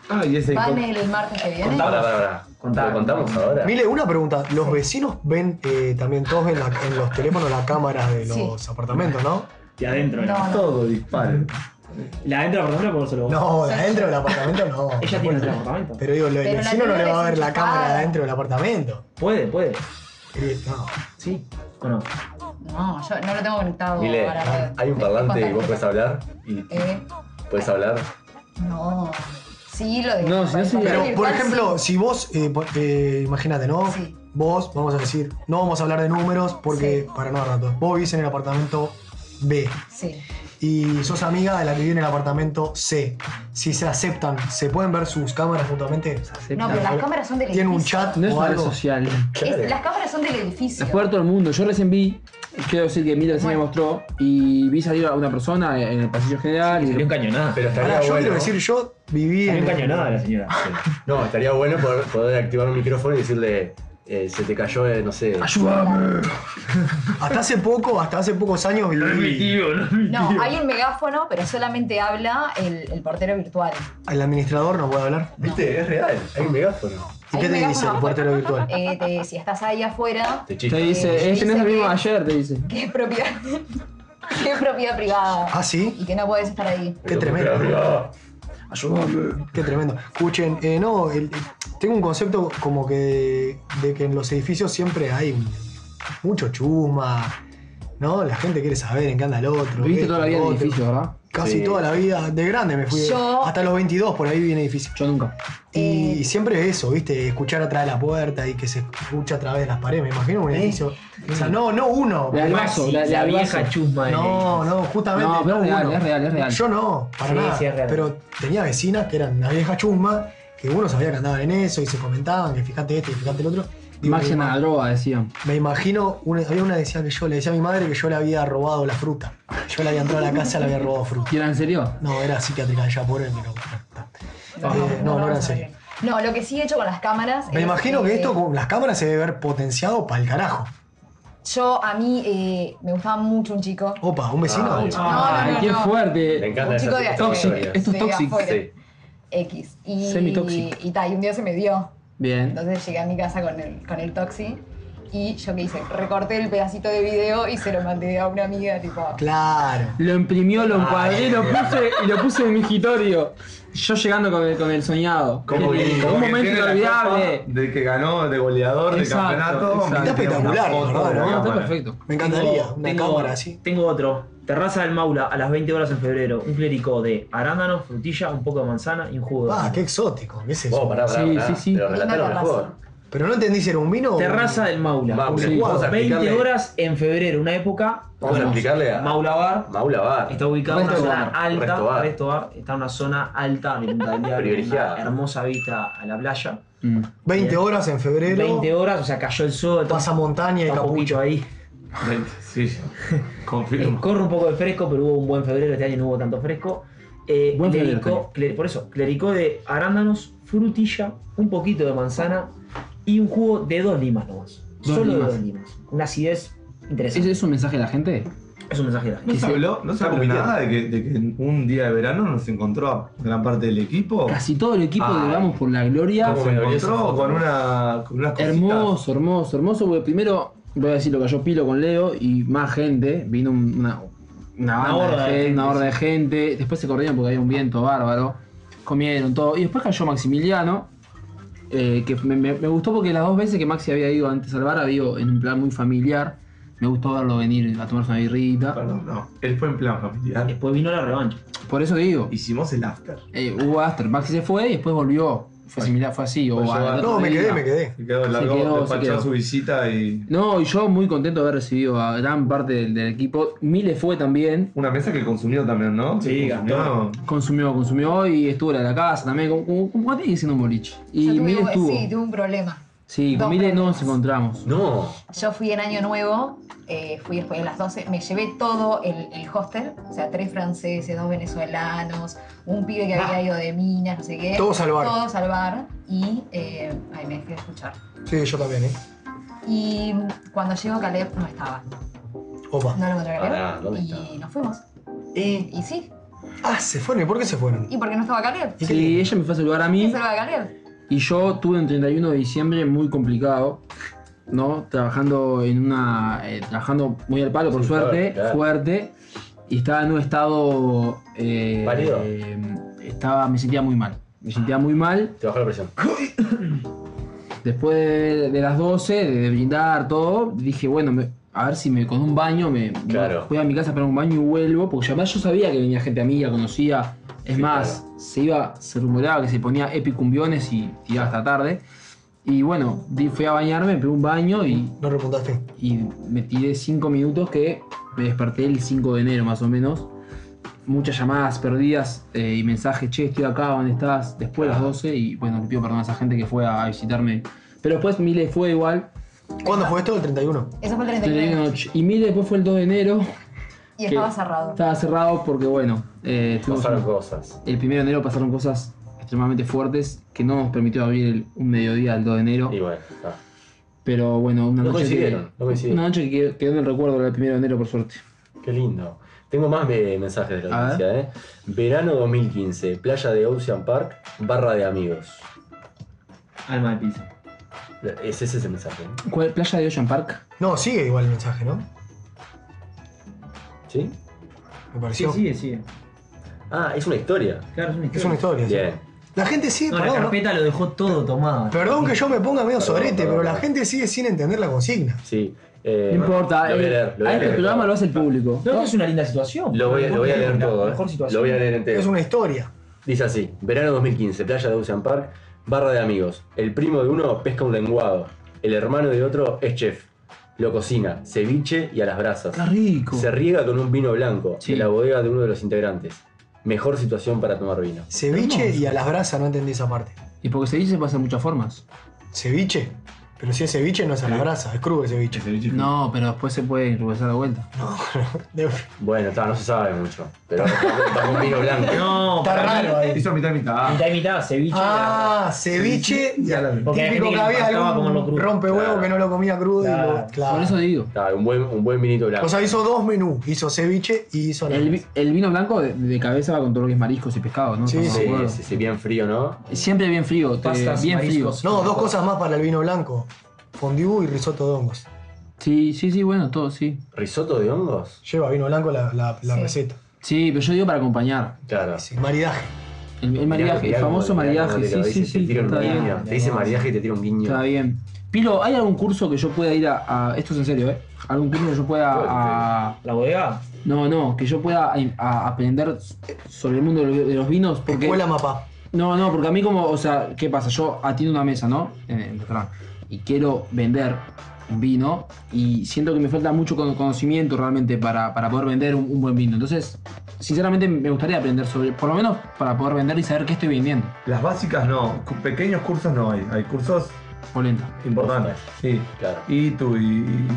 S7: Ah, y ese.
S4: Van el ¿eh? martes que viene.
S3: Pará, pará, pará.
S2: Contá.
S3: ¿Lo contamos ahora?
S5: Mile, una pregunta. Los vecinos ven, eh, también todos ven la- en los teléfonos la cámara de los apartamentos, ¿no?
S2: Y adentro.
S4: No, no.
S7: Todo disparo.
S2: La adentro del apartamento por solo vos.
S5: No, de adentro del apartamento no.
S2: Ella tiene otro apartamento.
S5: Pero digo, lo- el
S4: Pero la
S5: vecino no le va a
S4: tele
S5: ver la
S4: desenchufada.
S5: cámara de adentro del apartamento.
S2: Puede, puede.
S5: Eh, No.
S2: Sí. ¿O no?
S4: No, yo no lo tengo conectado.
S3: Mile,
S4: a la red.
S3: hay un
S4: Me-
S3: parlante
S4: me
S3: y vos
S4: contaste.
S3: puedes hablar. Y
S4: Eh,
S3: puedes hablar.
S4: no. Sí, lo de.
S6: No, si no sería-
S5: Pero, por
S4: virtual,
S5: ejemplo,
S4: sí.
S5: si vos, eh, po- eh, imagínate, ¿no?
S4: Sí.
S5: Vos, vamos a decir, no vamos a hablar de números porque,
S4: Sí.
S5: para no dar datos, vos vivís en el apartamento B
S4: Sí.
S5: y sos amiga de la que vive en el apartamento C. Si se aceptan, ¿se pueden ver sus cámaras mutuamente?
S4: No, pero las cámaras son del edificio.
S5: ¿Tienen un chat
S6: No es
S5: o
S6: una red
S5: algo?
S6: social.
S4: Es- las cámaras son del edificio.
S6: Las puede ver todo el mundo. Yo recién vi, quiero decir que Miller recién me mostró y vi salir a una persona en el pasillo general.
S2: Sería un
S6: y
S2: cañonada.
S3: Pero
S5: Pará,
S3: estaría
S5: yo
S3: bueno.
S5: quiero decir, yo viví
S2: Sería
S5: en...
S2: un cañonada de la señora.
S3: No, estaría bueno poder, poder activar un micrófono y decirle. eh, se te cayó, eh, no sé.
S6: ¡Ayúdame!
S5: Hasta hace poco, hasta hace pocos años viví
S4: No, hay un megáfono, pero solamente habla el, el portero virtual.
S5: al administrador, no puede hablar.
S3: ¿Viste? Es real. Hay un megáfono.
S5: ¿Y
S4: Hay
S5: qué
S4: un
S5: te
S4: megáfono
S5: dice el
S4: abajo.
S5: portero virtual?
S4: Eh, te- si estás ahí afuera,
S3: Te chico.
S6: Te dice, este no es el mismo de ayer, te dice.
S4: que es propiedad, que es propiedad privada.
S5: ¿Ah, sí?
S4: Y que no puedes estar ahí.
S5: Qué tremendo.
S6: Ayúdame.
S5: Qué tremendo. Escuchen, eh, no, el- tengo un concepto como que de, que en los edificios siempre hay un- mucho chusma, ¿no? La gente quiere saber en qué anda el otro.
S6: Viviste
S5: esto,
S6: toda la vida en el
S5: otro.
S6: edificio, ¿verdad?
S5: Casi
S3: Sí.
S5: toda la vida, de grande me fui.
S4: Yo-
S5: Hasta los 22 por ahí viví en edificio.
S6: Yo nunca.
S5: Y,
S4: Eh.
S5: siempre eso, ¿viste? Escuchar atrás de la puerta y que se escucha a través de las paredes. Me imagino un edificio. O sea, no, no uno.
S6: Eh. La-
S2: Maxi,
S6: la-
S2: la
S6: la
S2: vieja
S6: vaso.
S2: chusma. de-
S5: No, no, justamente.
S6: No, pero es real,
S5: uno.
S6: es real, es real.
S5: Yo no, para
S2: Sí,
S5: nada.
S2: sí, es real.
S5: Pero tenía vecinas que eran una vieja chusma, que uno sabía que andaban en eso y se comentaban, que fíjate este, fíjate el otro. Digo,
S6: Maxi
S5: me,
S6: en la droga, decían.
S5: me imagino, una- había una que decía que yo le decía a mi madre que yo le había robado la fruta. Yo le había entrado a la casa y le había robado fruta.
S6: ¿Y era en serio?
S5: No, era psiquiátrica ya por él, pero.
S4: No,
S5: Eh, no, no era en
S4: vamos a
S5: serio.
S4: ver. No, lo que sí he hecho con las cámaras.
S5: Me
S4: es,
S5: imagino que
S4: eh,
S5: esto con las cámaras se debe ver potenciado para el carajo.
S4: Yo, a mí, eh, me gustaba mucho un chico.
S5: Opa, un vecino.
S3: Ay,
S5: Opa.
S4: No, Ah, no,
S6: ¡Ay,
S4: no,
S6: qué
S4: no.
S3: Me
S6: fuerte!
S3: encanta
S4: Un chico de
S3: esa
S4: Tóxico.
S3: historia.
S6: Esto es
S4: de
S6: tóxico.
S4: afuera.
S3: Sí.
S4: X. Y,
S6: Semi-tóxico.
S4: Y, ta, y un día se me dio.
S6: Bien.
S4: Entonces llegué a mi casa con el, con el toxi. Y yo qué hice, recorté el pedacito de video y se lo mandé a una amiga, tipo.
S5: Claro.
S6: Lo imprimió, lo encuadré, lo puse y lo puse en mi escritorio. Yo llegando con el, con el soñado.
S7: Como
S6: Qué
S7: que-
S6: lindo,
S7: como
S6: un
S7: que
S6: momento
S7: tiene la
S6: inolvidable.
S7: copa De que ganó de goleador de
S6: Exacto,
S7: campeonato.
S6: exacto.
S7: aunque
S5: Está
S7: tenga una
S5: espectacular,
S7: foto
S5: ¿no?
S7: de la
S5: No,
S6: No, está
S7: cámara.
S6: perfecto.
S5: Me encantaría
S2: Tengo-
S5: una
S2: tengo-
S5: cámara así.
S2: Tengo otro. Terraza del Maula a las 20 horas en febrero. Un clérico de arándano, frutilla, un poco de manzana y un jugo de.
S5: Ah,
S2: limón.
S5: qué exótico. ¿Qué es eso?
S3: Oh, pará, pará,
S6: Sí,
S3: pará.
S6: sí, sí.
S3: Pero relataron
S4: Linda
S3: mejor.
S4: terraza.
S5: Pero no entendí si era un vino o un-
S2: Terraza del Maula.
S3: Maula,
S2: Un
S3: vamos a
S2: 20
S3: explicarle.
S2: horas en febrero, una época.
S3: Vamos a explicarle a
S2: Maula Bar.
S3: Maula Bar.
S2: Está ubicado en una
S6: Resto
S2: zona
S6: bar,
S2: alta,
S3: resto bar.
S2: Resto Bar, está en una zona alta de Punta del Diablo,
S3: Privilegiada.
S2: una hermosa vista a la playa.
S6: Mm.
S5: 20
S2: Bien.
S5: horas en febrero.
S2: 20 horas, o sea, cayó el sol, todo
S5: Pasa montaña y
S2: está un
S5: capucho.
S2: poquito ahí.
S7: Sí,
S2: Eh,
S7: confirmo.
S2: corre un poco de fresco, pero hubo un buen febrero, este año no hubo tanto fresco. Eh,
S6: Buen febrero, este
S2: clericó, cle- por eso, clericó de arándanos, frutilla, un poquito de manzana y un jugo de dos limas nomás.
S6: Dos
S2: Solo
S6: limas.
S2: de dos limas. Una acidez
S6: ¿Ese
S2: interesante.
S6: es un mensaje a la gente?
S2: Es un mensaje de la
S7: No
S2: gente.
S7: se habló, no se habló nada de que, de que en un día de verano nos encontró a gran parte del equipo.
S6: Casi todo el equipo
S7: Ay.
S6: de Vamos por la Gloria.
S7: Nos
S3: me dolió esa
S7: encontró
S3: foto.
S7: con una. Con unas cositas.
S6: Hermoso, hermoso, hermoso, porque primero voy a decir lo que yo pilo con Leo y más gente, vino un- una, una banda
S2: horda de
S6: de, gente,
S2: gente,
S6: una horda de gente, después se corrieron porque había un viento bárbaro, comieron todo, y después cayó Maximiliano, eh, que me, me- me gustó porque las dos veces que Maxi había ido antes al bar había ido en un plan muy familiar, me gustó verlo venir a tomarse una birrita,
S7: Perdón, no. Él fue en plan familiar.
S2: Después vino la revancha.
S6: por eso te digo,
S7: Hicimos el after.
S6: eh, hubo after, Maxi se fue y después volvió, fue similar, fue así, o
S7: Pues
S6: al
S7: yo-
S6: otro
S5: No, me
S6: día.
S5: quedé, me quedé.
S7: Se quedó
S6: Se
S7: largo,
S6: quedó, se
S7: despachó
S6: quedó.
S7: su visita y.
S6: No, y yo muy contento de haber recibido a gran parte del, del equipo. Miles fue también.
S7: Una mesa que consumió también, ¿no?
S2: Sí,
S7: Que consumió.
S6: Consumió, consumió y estuvo la de la casa también. Como, como, como tiene que siendo un boliche. Y
S4: Yo tuve
S6: Miles
S4: un-
S6: estuvo.
S4: Sí, tuve un problema.
S6: Sí,
S4: dos
S6: con Miles no
S4: problemas.
S6: nos encontramos.
S3: No.
S4: Yo fui en Año Nuevo, eh, fui después de las 12, me llevé todo el, el hostel, o sea, tres franceses, dos venezolanos, un pibe que había ido de minas, no sé qué.
S5: Todos al bar.
S4: Todos al bar y... eh, ay, me dejé de escuchar.
S5: Sí, yo también, ¿eh?
S4: Y cuando llego Caleb no estaba.
S5: Opa.
S4: No lo encontré a Caleb.
S3: Pará, ¿dónde
S4: y
S3: estaba?
S4: nos fuimos.
S5: Y.
S4: Y sí.
S5: Ah, se fueron. ¿Y por qué se fueron?
S4: ¿Y por qué no estaba Caleb?
S5: ¿Y qué
S6: Sí, ella me fue a saludar a
S4: ¿Quién
S6: mí
S4: se lo va a Caleb?
S6: y yo tuve un 31 de diciembre muy complicado, ¿no? Trabajando en una... eh, trabajando muy al palo, por
S3: Sí,
S6: suerte,
S3: claro, claro.
S6: fuerte. Y estaba en un estado... eh,
S3: Válido.
S6: eh, estaba, me sentía muy mal. Me sentía muy mal
S3: Te bajó la presión.
S6: Después de, de las 12, de, de brindar todo, dije, bueno, me- a ver si me con un baño me me
S3: Claro.
S6: voy a mi casa para un baño y vuelvo, porque además yo sabía que venía gente amiga, conocía. Es
S3: Sí,
S6: más, se iba, se rumoraba que se ponía epicumbiones y iba hasta tarde. Y bueno, di- fui a bañarme, me pegué un baño y,
S5: No repuntaste.
S6: y me tiré 5 minutos que me desperté el 5 de enero más o menos. Muchas llamadas perdidas eh, y mensajes, che, estoy acá, ¿dónde estás? Después de las 12 y bueno, le pido perdón a esa gente que fue a, a visitarme. Pero después Mile fue igual.
S5: ¿Cuándo fue esto? El 31.
S4: Eso fue el 31.
S6: Y Mile después fue el 2 de enero.
S4: Y estaba
S6: ¿Qué?
S4: cerrado.
S6: Estaba cerrado porque bueno, eh, tuvimos
S3: Pasaron
S6: un-
S3: cosas.
S6: el 1 de enero pasaron cosas extremadamente fuertes que no nos permitió abrir el- un mediodía el 2 de enero.
S3: Y bueno, está.
S6: Pero bueno, una noche,
S3: No
S6: que,
S3: coincidieron, no coincidieron.
S6: una noche que quedó en el recuerdo el 1 de enero por suerte.
S3: Qué lindo. Tengo más eh, mensajes de la
S6: A
S3: audiencia, ¿eh? Verano 2015, playa de Ocean Park, barra de amigos.
S2: Alma de pizza.
S3: Es ese es el mensaje, ¿eh?
S6: ¿Cuál playa de Ocean Park?
S5: No, sigue igual el mensaje, ¿no?
S3: ¿Sí?
S5: Me
S2: Sí,
S5: pareció.
S2: sigue, sigue.
S3: Ah, es una historia.
S2: Claro, es una historia.
S5: Es una historia. sí.
S3: Bien.
S5: La gente sigue,
S2: No, la
S5: perdón, ¿no?
S2: carpeta lo dejó todo tomado.
S5: Perdón que yo me ponga medio
S3: Perdón,
S5: sorete,
S3: perdón,
S5: pero la
S3: perdón.
S5: gente sigue sin entender la consigna.
S3: Sí. eh,
S6: No importa,
S3: Lo voy a
S6: eh,
S3: leer. Lo voy
S6: a
S3: a
S6: este
S3: leer,
S6: programa
S3: todo.
S6: lo hace el público.
S2: No, es una linda situación.
S3: Lo voy, a- lo voy a leer
S2: La
S3: todo. eh.
S2: Mejor
S3: Lo
S2: situación.
S3: voy a leer entero.
S5: Es una historia.
S3: Dice así: verano 2015, playa de Ocean Park, barra de amigos. El primo de uno pesca un lenguado. El hermano de otro es chef. Lo cocina, ceviche y a las brasas.
S6: Qué rico.
S3: Se riega con un vino blanco
S6: Sí.
S3: de la bodega de uno de los integrantes. Mejor situación para tomar vino.
S5: Ceviche
S6: Hermoso.
S5: y a las brasas, no entendí esa parte.
S6: Y porque se dice se puede hacer muchas formas.
S5: ¿Ceviche? Pero si es ceviche, no es a las brasas, es crudo el
S7: Que
S5: ceviche.
S7: se bicho-
S6: No, pero después se puede regresar de vuelta.
S5: De-
S3: Bueno, está, no se sabe mucho. Pero va con vino blanco.
S2: No,
S5: Está
S2: para mí,
S5: raro ahí.
S7: Hizo mitad y mitad.
S2: mitad y mitad, ceviche.
S5: Ah, ceviche y a
S7: la-
S2: Porque hay
S5: Típico
S2: gente
S5: que
S2: que le
S5: había
S2: faltaba comerlo
S5: algún
S2: crudo.
S5: rompehuevo
S3: Claro.
S5: que no lo comía crudo y
S2: Claro.
S5: lo. Claro.
S6: Por eso digo.
S3: Está, un buen, un buen vinito blanco.
S5: O sea, hizo dos menús. Hizo ceviche y hizo
S6: El,
S5: la.
S6: vi- el vino blanco de, de cabeza va con todo lo que es mariscos y pescado, ¿no?
S5: Sí,
S6: Estamos de
S3: Sí,
S6: acuerdo.
S3: sí, sí, bien frío, ¿no?
S6: Siempre bien frío, te-
S2: Pastas,
S6: bien frío.
S2: mariscos.
S5: No, dos cosas más para el vino blanco. Fondue y risotto de hongos.
S6: Sí, sí, sí, bueno, todo, sí.
S3: ¿Risotto de hongos?
S5: Lleva vino blanco la, la- la
S4: Sí.
S5: receta.
S6: Sí, pero yo digo para acompañar.
S3: Claro.
S5: Sí, maridaje.
S6: El, el maridaje, el famoso maridaje, sí, sí, sí. Está bien.
S3: Te dice maridaje y te tira un guiño.
S6: Está bien. Pilo, ¿hay algún curso que yo pueda ir a, a- Esto es en serio, ¿eh? ¿Algún curso que yo pueda
S3: Bueno,
S6: a-
S2: La bodega.
S6: No, no, que yo pueda a- a- aprender sobre el mundo de los- de los vinos. Porque,
S5: Escuela mapa.
S6: No, no, porque a mí como, o sea, ¿qué pasa? Yo atiendo una mesa, ¿no? En el restaurante. Y quiero vender un vino y siento que me falta mucho con- conocimiento realmente para, para poder vender un, un buen vino. Entonces, sinceramente me gustaría aprender sobre, por lo menos para poder vender y saber qué estoy vendiendo.
S7: Las básicas no, cu- pequeños cursos no hay, hay cursos
S6: Polenta.
S7: importantes. Sí,
S3: Claro.
S7: Itu y,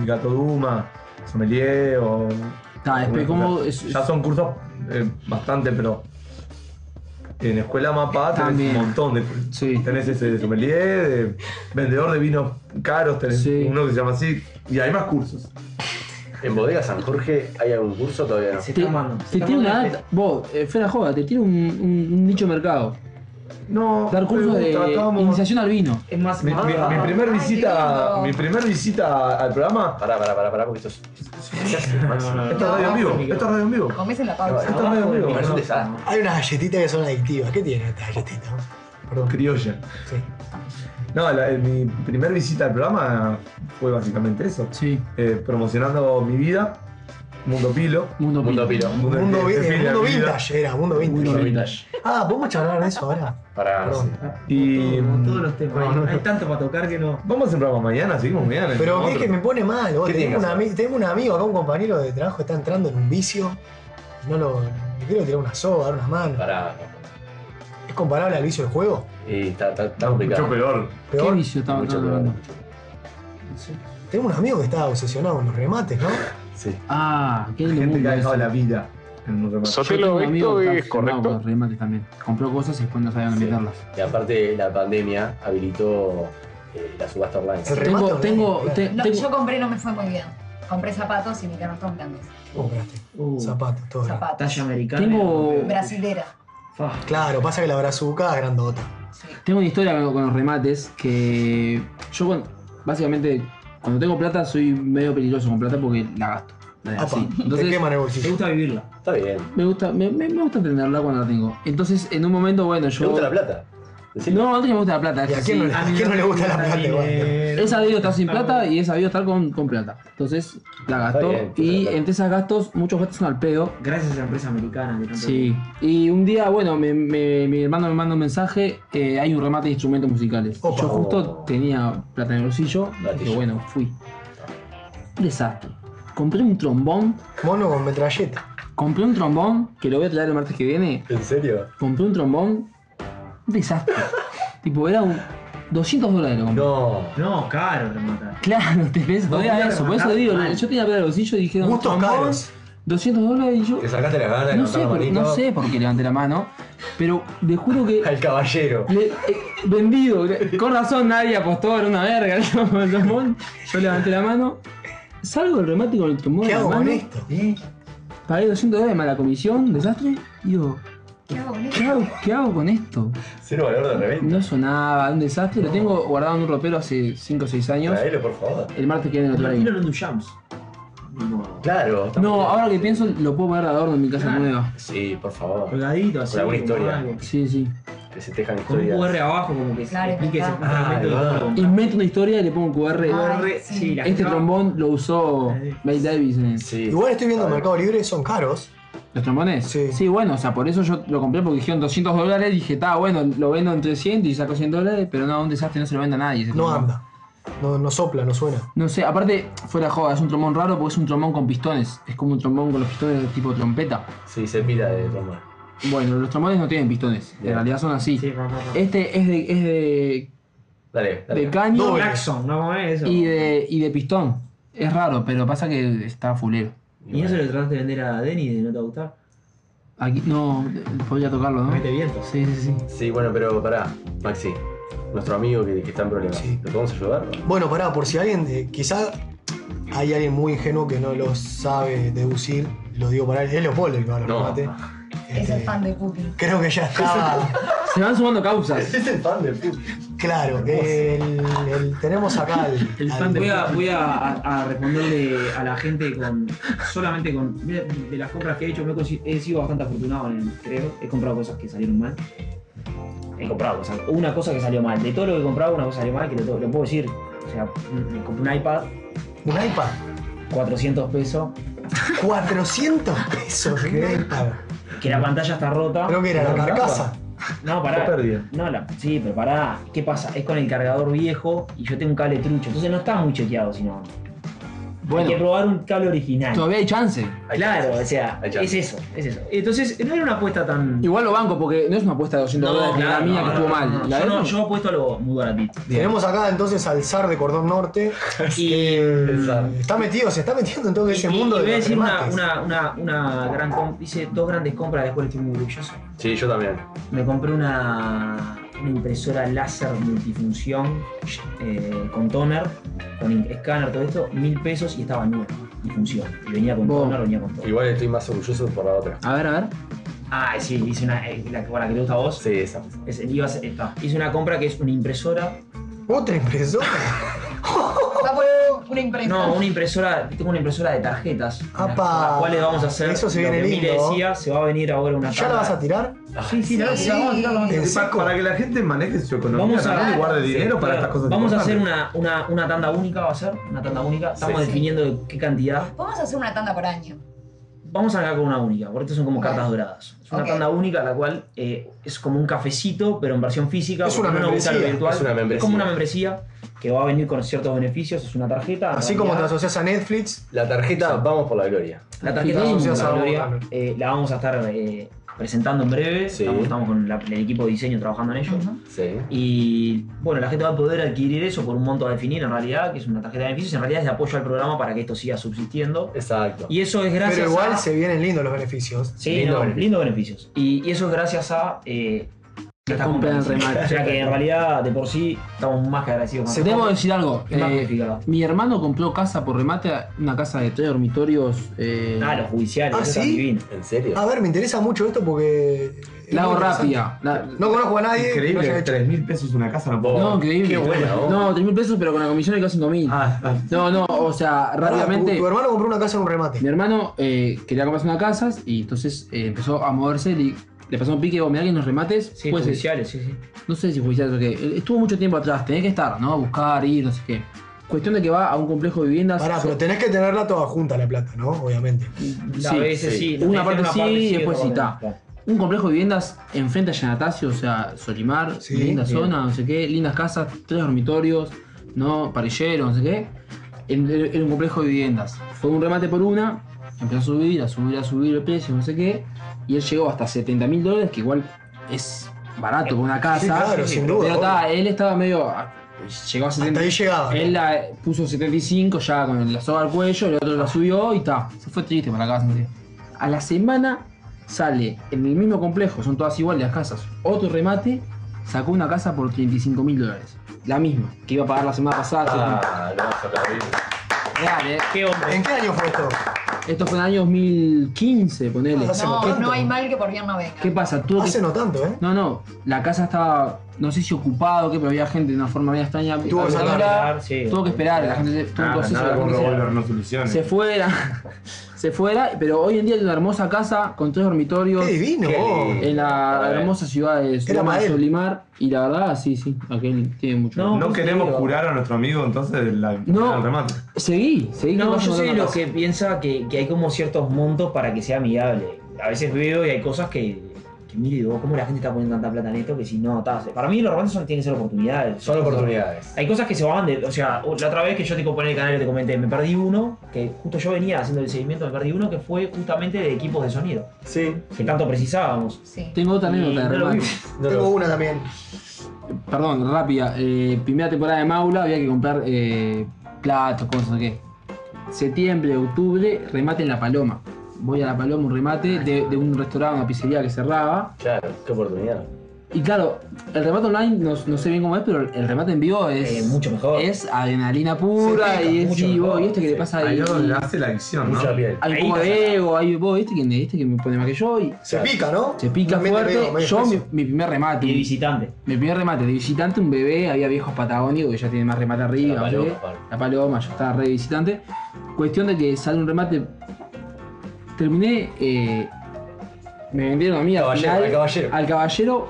S7: y Gato Duma, Sommelier o.
S6: Está, después, ¿cómo es-
S7: Ya son cursos eh, bastante pro. En Escuela Mapa tenés
S6: También.
S7: un montón de cursos.
S6: Sí.
S7: Tenés ese de sommelier, de vendedor de vinos caros, tenés
S6: Sí.
S7: uno que se llama así, y hay más cursos.
S3: ¿En Bodega San Jorge hay algún curso todavía? No.
S2: Se
S6: Te,
S2: está armando. se
S6: te
S2: está
S6: tiene una
S2: armando
S6: data, vos, eh, fuera de joda, te tiene un, un- un nicho de mercado.
S7: No,
S6: Dar cursos de
S7: tratamos-
S6: iniciación al vino.
S2: Es más, ah,
S7: Mi,
S2: más-
S7: mi- mi primer
S4: Ay, qué
S2: ah,
S7: visita,
S4: lindo.
S7: mi primer visita al programa.
S3: Pará, pará, pará, pará, porque esto es.
S7: Esto es radio en vivo. Esto es radio en vivo.
S4: Comes en la pausa.
S7: Esto es radio en vivo.
S3: Es un desastre.
S5: Hay unas galletitas que son adictivas. ¿Qué tienen estas galletitas? Perdón.
S7: Criolla.
S5: Sí.
S7: No, la- eh, mi primer visita al programa fue básicamente eso.
S6: Sí.
S7: Eh, promocionando mi vida, Mundo Pilo.
S6: Mundo,
S3: Mundo
S6: Pilo.
S3: Pilo.
S5: Mundo, vi-
S7: que-
S5: el
S7: que fui a
S5: mundo
S7: mi vida.
S5: vintage era, mundo vintage.
S6: Mundo vintage.
S5: Ah, ¿podemos charlar de eso
S7: Ah,
S5: ahora?
S3: Pará, no sé.
S5: Perdón.
S7: Y
S2: Como todos los temas.
S7: No, no,
S2: Hay
S7: no.
S2: tanto para tocar que no.
S7: Vamos a hacer programa mañana, seguimos mañana.
S5: Pero que es
S7: Otro.
S5: que me pone mal. vos.
S3: ¿Qué tiene
S5: Tengo,
S3: que
S5: un
S3: hacer?
S5: ami- tengo un amigo acá, un compañero de trabajo que está entrando en un vicio. No lo. Le quiero tirar una soga, dar unas manos.
S3: Pará.
S5: ¿Es comparable al vicio del juego?
S3: Y Eh, está, está, está complicado.
S7: Mucho peor.
S6: ¿Qué
S5: Peor.
S6: vicio estaba
S3: Mucho
S6: estaba
S3: peor.
S6: hablando?
S5: Tengo un amigo que está obsesionado con los remates,
S2: Uh.
S5: ¿no?
S3: Sí.
S6: Ah, qué lindo
S7: Gente que
S6: mundo
S7: ha dejado
S6: ese.
S7: la vida en un remate.
S6: Yo tengo
S8: Sotelo,
S6: un amigo
S8: ¿esto
S6: que
S8: es
S6: está obsesionado
S8: correcto?
S6: con remates también. Compró cosas y después no sabían
S3: Sí.
S6: venderlas.
S3: Y aparte, la pandemia habilitó eh, la subasta online.
S5: El remate
S6: Tengo,
S5: online,
S6: tengo,
S5: claro.
S6: te-
S4: No,
S6: tengo-
S4: yo compré, no me fue muy bien. Compré zapatos y me quedaron todos grandes.
S5: Compraste.
S2: Uh,
S5: Zapatos, todo.
S4: Zapatos.
S2: talla americana.
S6: Tengo-
S4: Brasilera.
S2: Fa.
S5: Claro, pasa que la brazuca es grandota.
S4: Sí.
S6: tengo una historia con, con los remates que yo cuando- básicamente cuando tengo plata soy medio peligroso con plata porque la gasto.
S5: Apa,
S6: Así.
S5: te
S6: Entonces,
S5: queman el
S2: Te
S5: bolsillo.
S2: gusta vivirla.
S3: Está bien.
S6: me gusta, me, me- me gusta tenerla cuando la tengo. Entonces, en un momento, bueno, yo.
S3: ¿Te gusta la plata? Decilo.
S6: No, antes que me gusta la plata.
S5: ¿Y
S6: es
S5: a quién
S6: así.
S5: no le, a quién no le gusta la plata igual?
S2: Dinero.
S6: Es sabido estar sin plata y es sabido estar con, con plata. Entonces la gastó
S3: bien,
S6: y
S3: totalmente.
S6: entre esos gastos, muchos gastos son al pedo.
S2: Gracias a la empresa americana. que tanto-
S6: Sí. Y un día, bueno, me- me- mi hermano me manda un mensaje, eh, hay un remate de instrumentos musicales.
S5: Opa.
S6: Yo justo tenía plata en el bolsillo, y
S3: Gatillo.
S6: bueno, fui. Un desastre. Compré un trombón,
S5: Mono con metralleta.
S6: compré un trombón, que lo voy a traer el martes que viene,
S3: ¿En serio?
S6: compré un trombón, un desastre. tipo, era un 200 dólares lo compré.
S3: No.
S2: No, caro rematar.
S6: Claro, tenés, no era eso, por eso digo,
S2: Mal.
S6: yo tenía plata en el bolsillo y dijeron,
S5: Gustos
S6: trombón,
S5: caros.
S6: 200 dólares y yo,
S3: Te sacaste las ganas de
S6: no
S3: levantar
S6: sé,
S3: la
S6: por,
S3: manito
S6: no sé por qué levanté la mano, pero te juro que
S3: Al caballero.
S6: Le- eh, vendido, con razón nadie apostó, era una verga el trombón, el trombón. Yo levanté la mano, salgo del remate con el trombón
S5: ¿Qué
S6: en la
S5: hago con
S6: mano, ¿eh?
S5: esto?
S6: pagué 200 dólares más la comisión, desastre, y digo,
S4: ¿Qué hago con
S6: ¿qué
S4: esto?
S6: hago, qué hago con esto?
S3: Cero valor de reventa.
S6: No sonaba, un desastre, lo tengo guardado en un ropero hace 5 o 6 años,
S3: Traelo, por favor.
S6: el martes que viene lo
S2: Tranquilo,
S6: traigo.
S2: lo endullamos. Ni modo.
S3: Claro.
S6: No, ahora que pienso, lo puedo poner de adorno en mi casa nueva.
S3: Sí, por favor.
S2: Ah. Colgadito, así.
S3: Con alguna
S2: como
S3: historia.
S2: algo.
S6: Sí, sí.
S3: Que se tejan
S2: Con un
S3: historias.
S2: QR abajo, como que
S4: Claro,
S2: explique ese
S4: ah,
S2: fundamento de
S3: ah,
S2: todo.
S6: Invento una historia y le pongo un QR.
S4: Ah.
S2: QR, sí, la
S6: Este
S2: gente-
S6: trombón lo usó Mike Davis en
S3: Sí.
S5: Igual estoy viendo
S3: A ver.
S5: Mercado Libre, son caros.
S6: ¿Los trombones?
S5: Sí.
S6: bueno, o sea, por eso yo lo compré porque dijeron 200 dólares. Dije, está bueno, lo vendo en 300 y saco 100 dólares, pero no, un desastre, no se lo vende a nadie. ese
S5: No
S6: trombón.
S5: anda. No, no sopla, no suena.
S6: No sé, aparte, fuera de joda, es un trombón raro porque es un trombón con pistones. Es como un trombón con los pistones de tipo trompeta.
S3: Sí, se pila de trombón.
S6: Bueno, los trombones no tienen pistones, en
S3: Bien.
S6: realidad son así.
S2: Sí, va, va, va.
S6: Este es de, es de,
S3: Dale,
S6: de
S3: dale.
S6: caño
S5: Doble.
S2: Jackson, ¿no? ¿Cómo es eso?
S6: y de, y de pistón. Es raro, pero pasa que está fulero.
S2: ¿Y eso lo trataste de vender a Denis y no te va a gustar?
S6: Aquí, no, podría tocarlo, ¿no?
S2: Mete vientos.
S6: Sí, sí, sí.
S3: Sí, bueno, pero pará, Maxi, nuestro amigo que, que está en problemas,
S5: Sí.
S3: ¿lo podemos ayudar?
S5: Bueno, pará, por si alguien, eh, quizá hay alguien muy ingenuo que no lo sabe deducir, lo digo para él, es Leopoldo el que va a los
S3: No.
S5: remates.
S4: Es
S5: Este,
S4: el fan de Putin.
S5: Creo que ya estaba.
S6: Ah. Se van sumando causas.
S3: Es el fan del fútbol.
S5: claro, el- el- tenemos acá al.
S2: El
S5: al-
S2: fan de- voy a, voy a, a- a responderle a la gente con solamente con mira, de las compras que he hecho me he consi- he sido bastante afortunado en el creo he comprado cosas que salieron mal he comprado cosas una cosa que salió mal de todo lo que he comprado una cosa salió mal que lo, lo puedo decir o sea me compré un iPad
S5: Un iPad.
S2: 400 pesos
S5: 400 pesos. un iPad.
S2: que la pantalla está rota
S5: Creo que era la carcasa.
S2: No, pará.
S7: Dos pérdidas.
S2: No, la- sí, pero pará. ¿Qué pasa? Es con el cargador viejo y yo tengo un cable trucho. Entonces no está muy chequeado, sino. Hay que
S6: Bueno,
S2: probar un cable original.
S6: todavía hay chance.
S3: Hay
S2: Claro, o
S3: chances.
S2: sea,
S3: Hay
S2: es
S3: chances.
S2: eso, es eso. Entonces, no era una apuesta tan.
S6: Igual lo banco porque no es una apuesta de 200 dólares como la
S2: claro,
S6: mía
S2: no,
S6: que
S2: no,
S6: estuvo
S2: no,
S6: mal. la
S2: no, yo,
S6: de
S2: no,
S6: él-
S2: yo apuesto algo muy baratito.
S5: Tenemos acá entonces al zar de Cordón Norte. que
S3: El zar.
S5: está metido, se está metiendo en todo ese
S2: Y- y-
S5: mundo
S2: y
S5: de
S2: voy a
S5: los
S2: decir una,
S5: remates.
S2: una, una, una gran compra. Hice dos grandes compras, de las cuales estoy muy orgulloso.
S3: Sí, yo también.
S2: Me compré una, una impresora láser multifunción eh, con toner, con in- escáner, todo esto, mil pesos y estaba nueva y funciona. Y venía con
S6: Vos.
S2: toner, venía con todo.
S3: Igual estoy más orgulloso por la otra.
S6: A ver, a ver.
S2: Ah, sí, hice una. eh, la, que- la que le gusta a vos.
S3: Sí, esa.
S2: Es- iba a ser- está. Hice una compra que es una impresora
S5: Otra impresora.
S4: Va a poner una imprenta.
S2: No, una impresora, tengo una impresora de tarjetas.
S5: ¡Apa!
S2: Las cuales vamos a hacer.
S5: Eso se viene
S2: lo que
S5: lindo.
S2: Mile decía, se va a venir ahora una
S5: ¿Ya la
S2: tanda.
S5: vas a tirar?
S2: Sí, sí, la vamos a-
S4: Sí.
S2: la vamos a tirar, la vamos a
S5: ¿En
S2: tirar.
S7: Pa-
S5: seco?
S7: Para que la gente maneje su economía
S2: Vamos a-
S7: también y guarde
S4: Claro,
S7: dinero para
S2: Claro,
S7: estas cosas.
S2: Vamos a hacer
S7: importantes.
S2: una, una, una tanda única, va a ser. Una tanda única. Estamos
S4: Sí.
S2: definiendo de qué cantidad.
S4: Vamos a hacer una tanda por año.
S2: Vamos a arrancar con una única, porque estas son como
S4: Bien.
S2: cartas doradas. Es una
S4: Ok.
S2: tanda única, la cual eh, es como un cafecito, pero en versión física.
S5: Es
S2: porque
S5: una
S2: no nos gusta lo
S5: membresía,
S2: virtual.
S3: es una membresía.
S2: como una membresía que va a venir con ciertos beneficios. Es una tarjeta.
S5: Así
S2: en
S5: como te
S2: realidad.
S5: asocias a Netflix,
S3: La tarjeta, vamos por la gloria.
S2: La tarjeta
S6: Bien.
S2: vamos a
S5: Gracias a
S2: la,
S5: vos,
S2: gloria,
S5: Carlos.
S2: eh, la vamos a estar eh, presentando en breve.
S3: Sí.
S2: Estamos, estamos con la- el equipo de diseño trabajando en ello.
S3: Sí.
S2: Y bueno, la gente va a poder adquirir eso por un monto a definir en realidad, que es una tarjeta de beneficios. En realidad es de apoyo al programa para que esto siga subsistiendo.
S3: Exacto.
S2: Y eso es gracias
S5: pero igual
S2: a.
S5: se vienen lindos los beneficios.
S2: Sí,
S3: Lindo
S2: no,
S3: beneficio.
S2: lindo beneficios. Y, y eso es gracias a. Eh, esta
S6: compra
S2: compra.
S6: del remate.
S2: O sea que en realidad de por sí estamos más que agradecidos con
S6: Debo
S2: la compra.
S6: decir algo.
S2: Es más
S6: eh,
S2: justificado.
S6: mi hermano compró casa por remate, una casa de tres dormitorios. eh,
S2: Ah, los judiciales,
S5: ¿Ah,
S2: eso está
S5: sí?
S2: divino.
S3: ¿En serio?
S5: A ver, me interesa mucho esto porque. es
S6: la hago
S5: muy Ah, interesante.
S6: rápida. La-
S5: No conozco a nadie. que lo haya
S7: Increíble,
S5: hecho.
S7: 3 mil pesos una casa no puedo.
S6: no, increíble.
S3: Qué buena, vos.
S6: no, 3.000 pesos, pero con la comisión le quedó 5.000.
S7: Ah, ah,
S6: No, no, o sea,
S5: Pará,
S6: rápidamente.
S5: Tu, tu hermano compró una casa en un remate.
S6: Mi hermano eh, quería comprarse una casa y entonces eh, empezó a moverse y le pasó un pique, vos mirá que en los remates,
S2: Sí,
S6: pues,
S2: judiciales, sí, sí.
S6: no sé si judicial o qué, eh, estuvo mucho tiempo atrás, tenés que estar, ¿no? Buscar, ir, no sé qué. Cuestión de que va a un complejo de viviendas.
S5: Pará, pero tenés que tenerla toda junta la plata, ¿no? Obviamente.
S2: La
S6: Sí,
S2: veces sí.
S3: sí.
S6: Una
S2: Una
S6: parte
S2: parte
S6: sí,
S2: y
S6: después sí,
S2: otra
S6: ta.
S2: parte no.
S6: Un complejo de viviendas enfrente a Yanatacio, o sea, Solimar,
S5: Sí,
S6: linda
S2: bien.
S6: zona, no sé qué, lindas casas, tres dormitorios, ¿no? Parrillero, no sé qué. En, en- en un complejo de viviendas. Fue un remate por una, empezó a subir, a subir, a subir el precio, no sé qué. Y él llegó hasta 70 mil dólares, que igual es barato con una casa.
S5: Sí, claro, sin duda.
S6: Pero
S5: obvio.
S6: ta, él estaba medio. ah, Llegó a
S5: Hasta
S6: 70.
S5: ahí llegaba.
S6: Él la puso 75 ya con la soga al cuello, el otro la subió y ta. Se fue triste para la casa. ¿no? A la semana sale en el mismo complejo, son todas iguales las casas, otro remate, sacó una casa por 35 mil dólares. La misma, que iba a pagar la semana pasada.
S3: Ah, lo vamos a aplaudir.
S6: hace- Real, eh.
S2: Qué hombre.
S5: ¿En qué año fue esto?
S6: Esto fue en el año 2015, ponele.
S5: Ah, hace
S4: No,
S5: tanto.
S4: no hay mal que por bien no venga.
S6: ¿Qué pasa? Tuvo que-
S5: Hace no tanto, ¿eh?
S6: No, no, la casa estaba, no sé si ocupado, que pero había gente de una forma media extraña.
S5: Tuvo que
S6: Alrededor,
S2: sacar, sí.
S6: tuvo que esperar, la gente se- tuvo un
S7: nada,
S6: proceso,
S7: Ah, nada
S6: la
S7: con
S6: gente se-
S7: revólver no soluciones.
S6: se fuera, se fuera, pero hoy en día es una hermosa casa con tres dormitorios
S5: Qué divino,
S3: Qué
S5: vos.
S3: lindo.
S6: en la
S3: Eh.
S6: hermosa ciudad de Sudama
S5: Mael.
S6: Solimar y la verdad, sí, sí, aquel tiene mucho.
S2: No.
S7: No queremos
S2: Sí,
S7: curar a nuestro amigo entonces de la
S6: No.
S7: del remate.
S6: Seguí, seguí. que
S2: No,
S6: vas a
S2: yo
S6: encontrar
S2: soy de
S6: una
S2: los
S6: casa.
S2: que piensa que, que hay como ciertos montos para que sea amigable. A veces veo y hay cosas que, que mire y digo, "Oh, ¿cómo la gente está poniendo tanta plata en esto? Que si no, está. Para mí los romances son, tienen que ser oportunidades.
S3: Son oportunidades.
S2: Hay cosas que se van de. O sea, la otra vez que yo te componé el canal y te comenté, me perdí uno, que justo yo venía haciendo el seguimiento, me perdí uno que fue justamente de equipos de sonido,
S3: Sí.
S2: que tanto precisábamos.
S4: Sí.
S6: Tengo otra
S2: Y
S6: anécdota de
S2: no lo
S6: remate.
S2: vimos.
S3: No,
S5: Tengo
S3: no.
S5: una también.
S6: Perdón, rápida. eh, primera temporada de Maula había que comprar eh, platos, cosas, no sé qué. Septiembre, octubre, remate en La Paloma. Voy a La Paloma, un remate de, de un restaurante, una pizzería que cerraba.
S3: Claro, qué oportunidad.
S6: Y claro, el remate online no, no sé bien cómo es, pero el remate en vivo es.
S2: Eh, mucho mejor.
S6: Es adrenalina pura
S5: Se pica,
S6: y es
S2: mucho
S6: y vos,
S2: mejor.
S6: ¿viste que le pasa ahí?
S7: Ahí es donde hace la adicción, ¿no?
S3: Mucha piel.
S6: Hay un
S2: Ahí
S6: poco
S2: está.
S6: de ego, ahí vos, ¿viste que, ¿viste que me pone más que yo? Y
S5: Se pica, ¿no?
S6: se pica
S5: Realmente
S6: fuerte.
S5: medio- medio
S6: yo, mi,
S5: espeso.
S6: mi primer remate.
S2: Y de
S6: Mi
S2: visitante.
S6: primer remate de visitante, un bebé, había viejos patagónicos que ya tienen más remate arriba.
S3: La paloma,
S6: ¿viste?
S3: Pablo.
S6: la paloma, yo estaba re visitante. Cuestión de que sale un remate. Terminé. eh, me vendieron a mí al
S3: Caballero,
S6: final,
S3: al caballero.
S6: al caballero,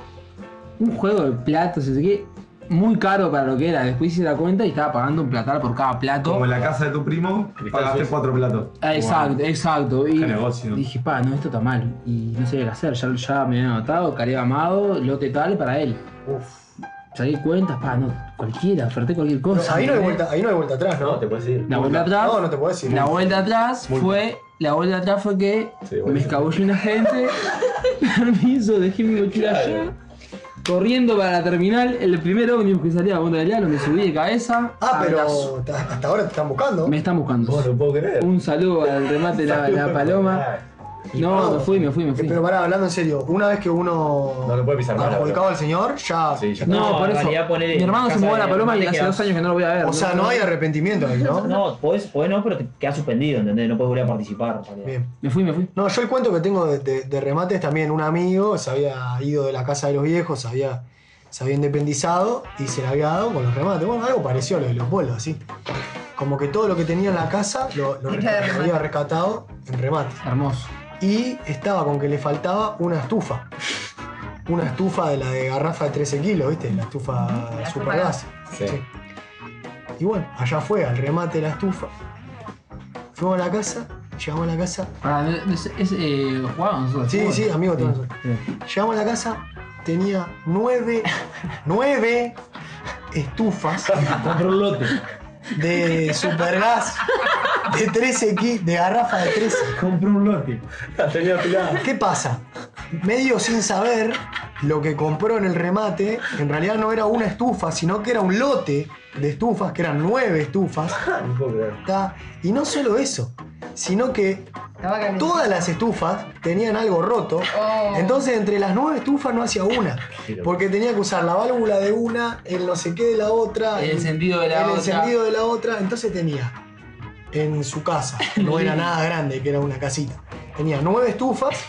S6: un juego de platos, no sé qué. muy caro para lo que era. Después hice la cuenta y estaba pagando un platal por cada plato.
S9: Como en la casa de tu primo, pagaste cuatro platos.
S6: Ah, Exacto, exacto. Y
S9: Qué negocio.
S6: dije, pa, no, esto está mal. Y no sabía qué hacer. Ya, ya me habían anotado, Carea Amado, lote tal para él. Saqué cuentas, pa, no, cualquiera, oferté cualquier
S5: No,
S6: cosa.
S5: ahí, no hay
S6: ¿entendés?
S5: vuelta, ahí no hay vuelta atrás,
S3: No,
S5: ¿no?
S3: te puedes ir.
S6: La vuelta atrás.
S5: No, no te puedes ir.
S6: La vuelta atrás fue. La vuelta atrás fue que
S3: Sí, bueno.
S6: me escabulló una gente. permiso, dejé mi mochila allá. Corriendo para la terminal, el primer ómnibus que salía a Punta del Este, me subí de cabeza.
S5: Ah,
S6: Abrazo.
S5: pero ta- hasta ahora te están buscando.
S6: Me están buscando.
S3: Vos no puedo creer.
S6: Un saludo al remate de la, la paloma. No,
S5: Pablo.
S6: me fui, me fui, me
S5: Eh,
S6: fui.
S5: Pero pará, hablando en serio, una vez que uno
S3: No lo puede pisar más, la
S5: volcado
S3: verdad.
S5: al señor, ya.
S3: Sí, ya está.
S6: No,
S2: No,
S6: por
S2: en
S6: eso.
S2: realidad ponele
S6: Mi hermano
S2: en
S6: se
S2: casa
S6: mudó a la
S2: de mi
S6: paloma y
S2: hermano
S6: hace
S2: queda-
S6: dos años que no lo voy a ver.
S5: O sea, no hay arrepentimiento ahí, ¿no?
S2: No, podés, podés no, pero te quedás suspendido, ¿entendés? No podés volver a participar. en realidad.
S5: Bien.
S6: Me fui, me fui.
S5: No, yo el cuento que tengo de, de- de remates también, un amigo se había ido de la casa de los viejos, se había, se había independizado y se le había dado con los remates. Bueno, algo pareció a lo de los bolos, así. Como que todo lo que tenía en la casa lo, lo
S4: Era de
S5: rescat-
S4: remate.
S5: había rescatado en remate.
S6: Hermoso.
S5: Y estaba con que le faltaba una estufa. Una estufa de la de garrafa de 13 kilos, ¿viste? La estufa
S4: La
S5: supergas.
S3: Sí.
S5: Sí. Y bueno, allá fue, al remate de la estufa. Fuimos a la casa, llegamos a la casa
S6: Para, es, es, eh, jugaban nosotros.
S5: Sí,
S6: jugaban.
S5: sí, amigo, todos
S6: Sí, sí.
S5: Llegamos a la casa, tenía nueve, nueve estufas
S2: Compró un lote.
S5: de supergas de 13 kilos, de garrafa de 13.
S2: Compró un lote.
S3: Tenía pilada.
S5: ¿Qué pasa? Medio sin saber, lo que compró en el remate, en realidad no era una estufa, sino que era un lote de estufas, que eran nueve estufas.
S3: No puedo creer.
S5: ¿tá? Y no solo eso, sino que
S4: Estaba calentando.
S5: todas las estufas tenían algo roto.
S4: Oh.
S5: Entonces, entre las nueve estufas no hacía una. Porque tenía que usar la válvula de una, el no sé qué de la otra,
S6: El encendido de la
S5: el
S6: otra.
S5: encendido de la otra. Entonces tenía en su casa, no era nada grande, que era una casita. Tenía nueve estufas,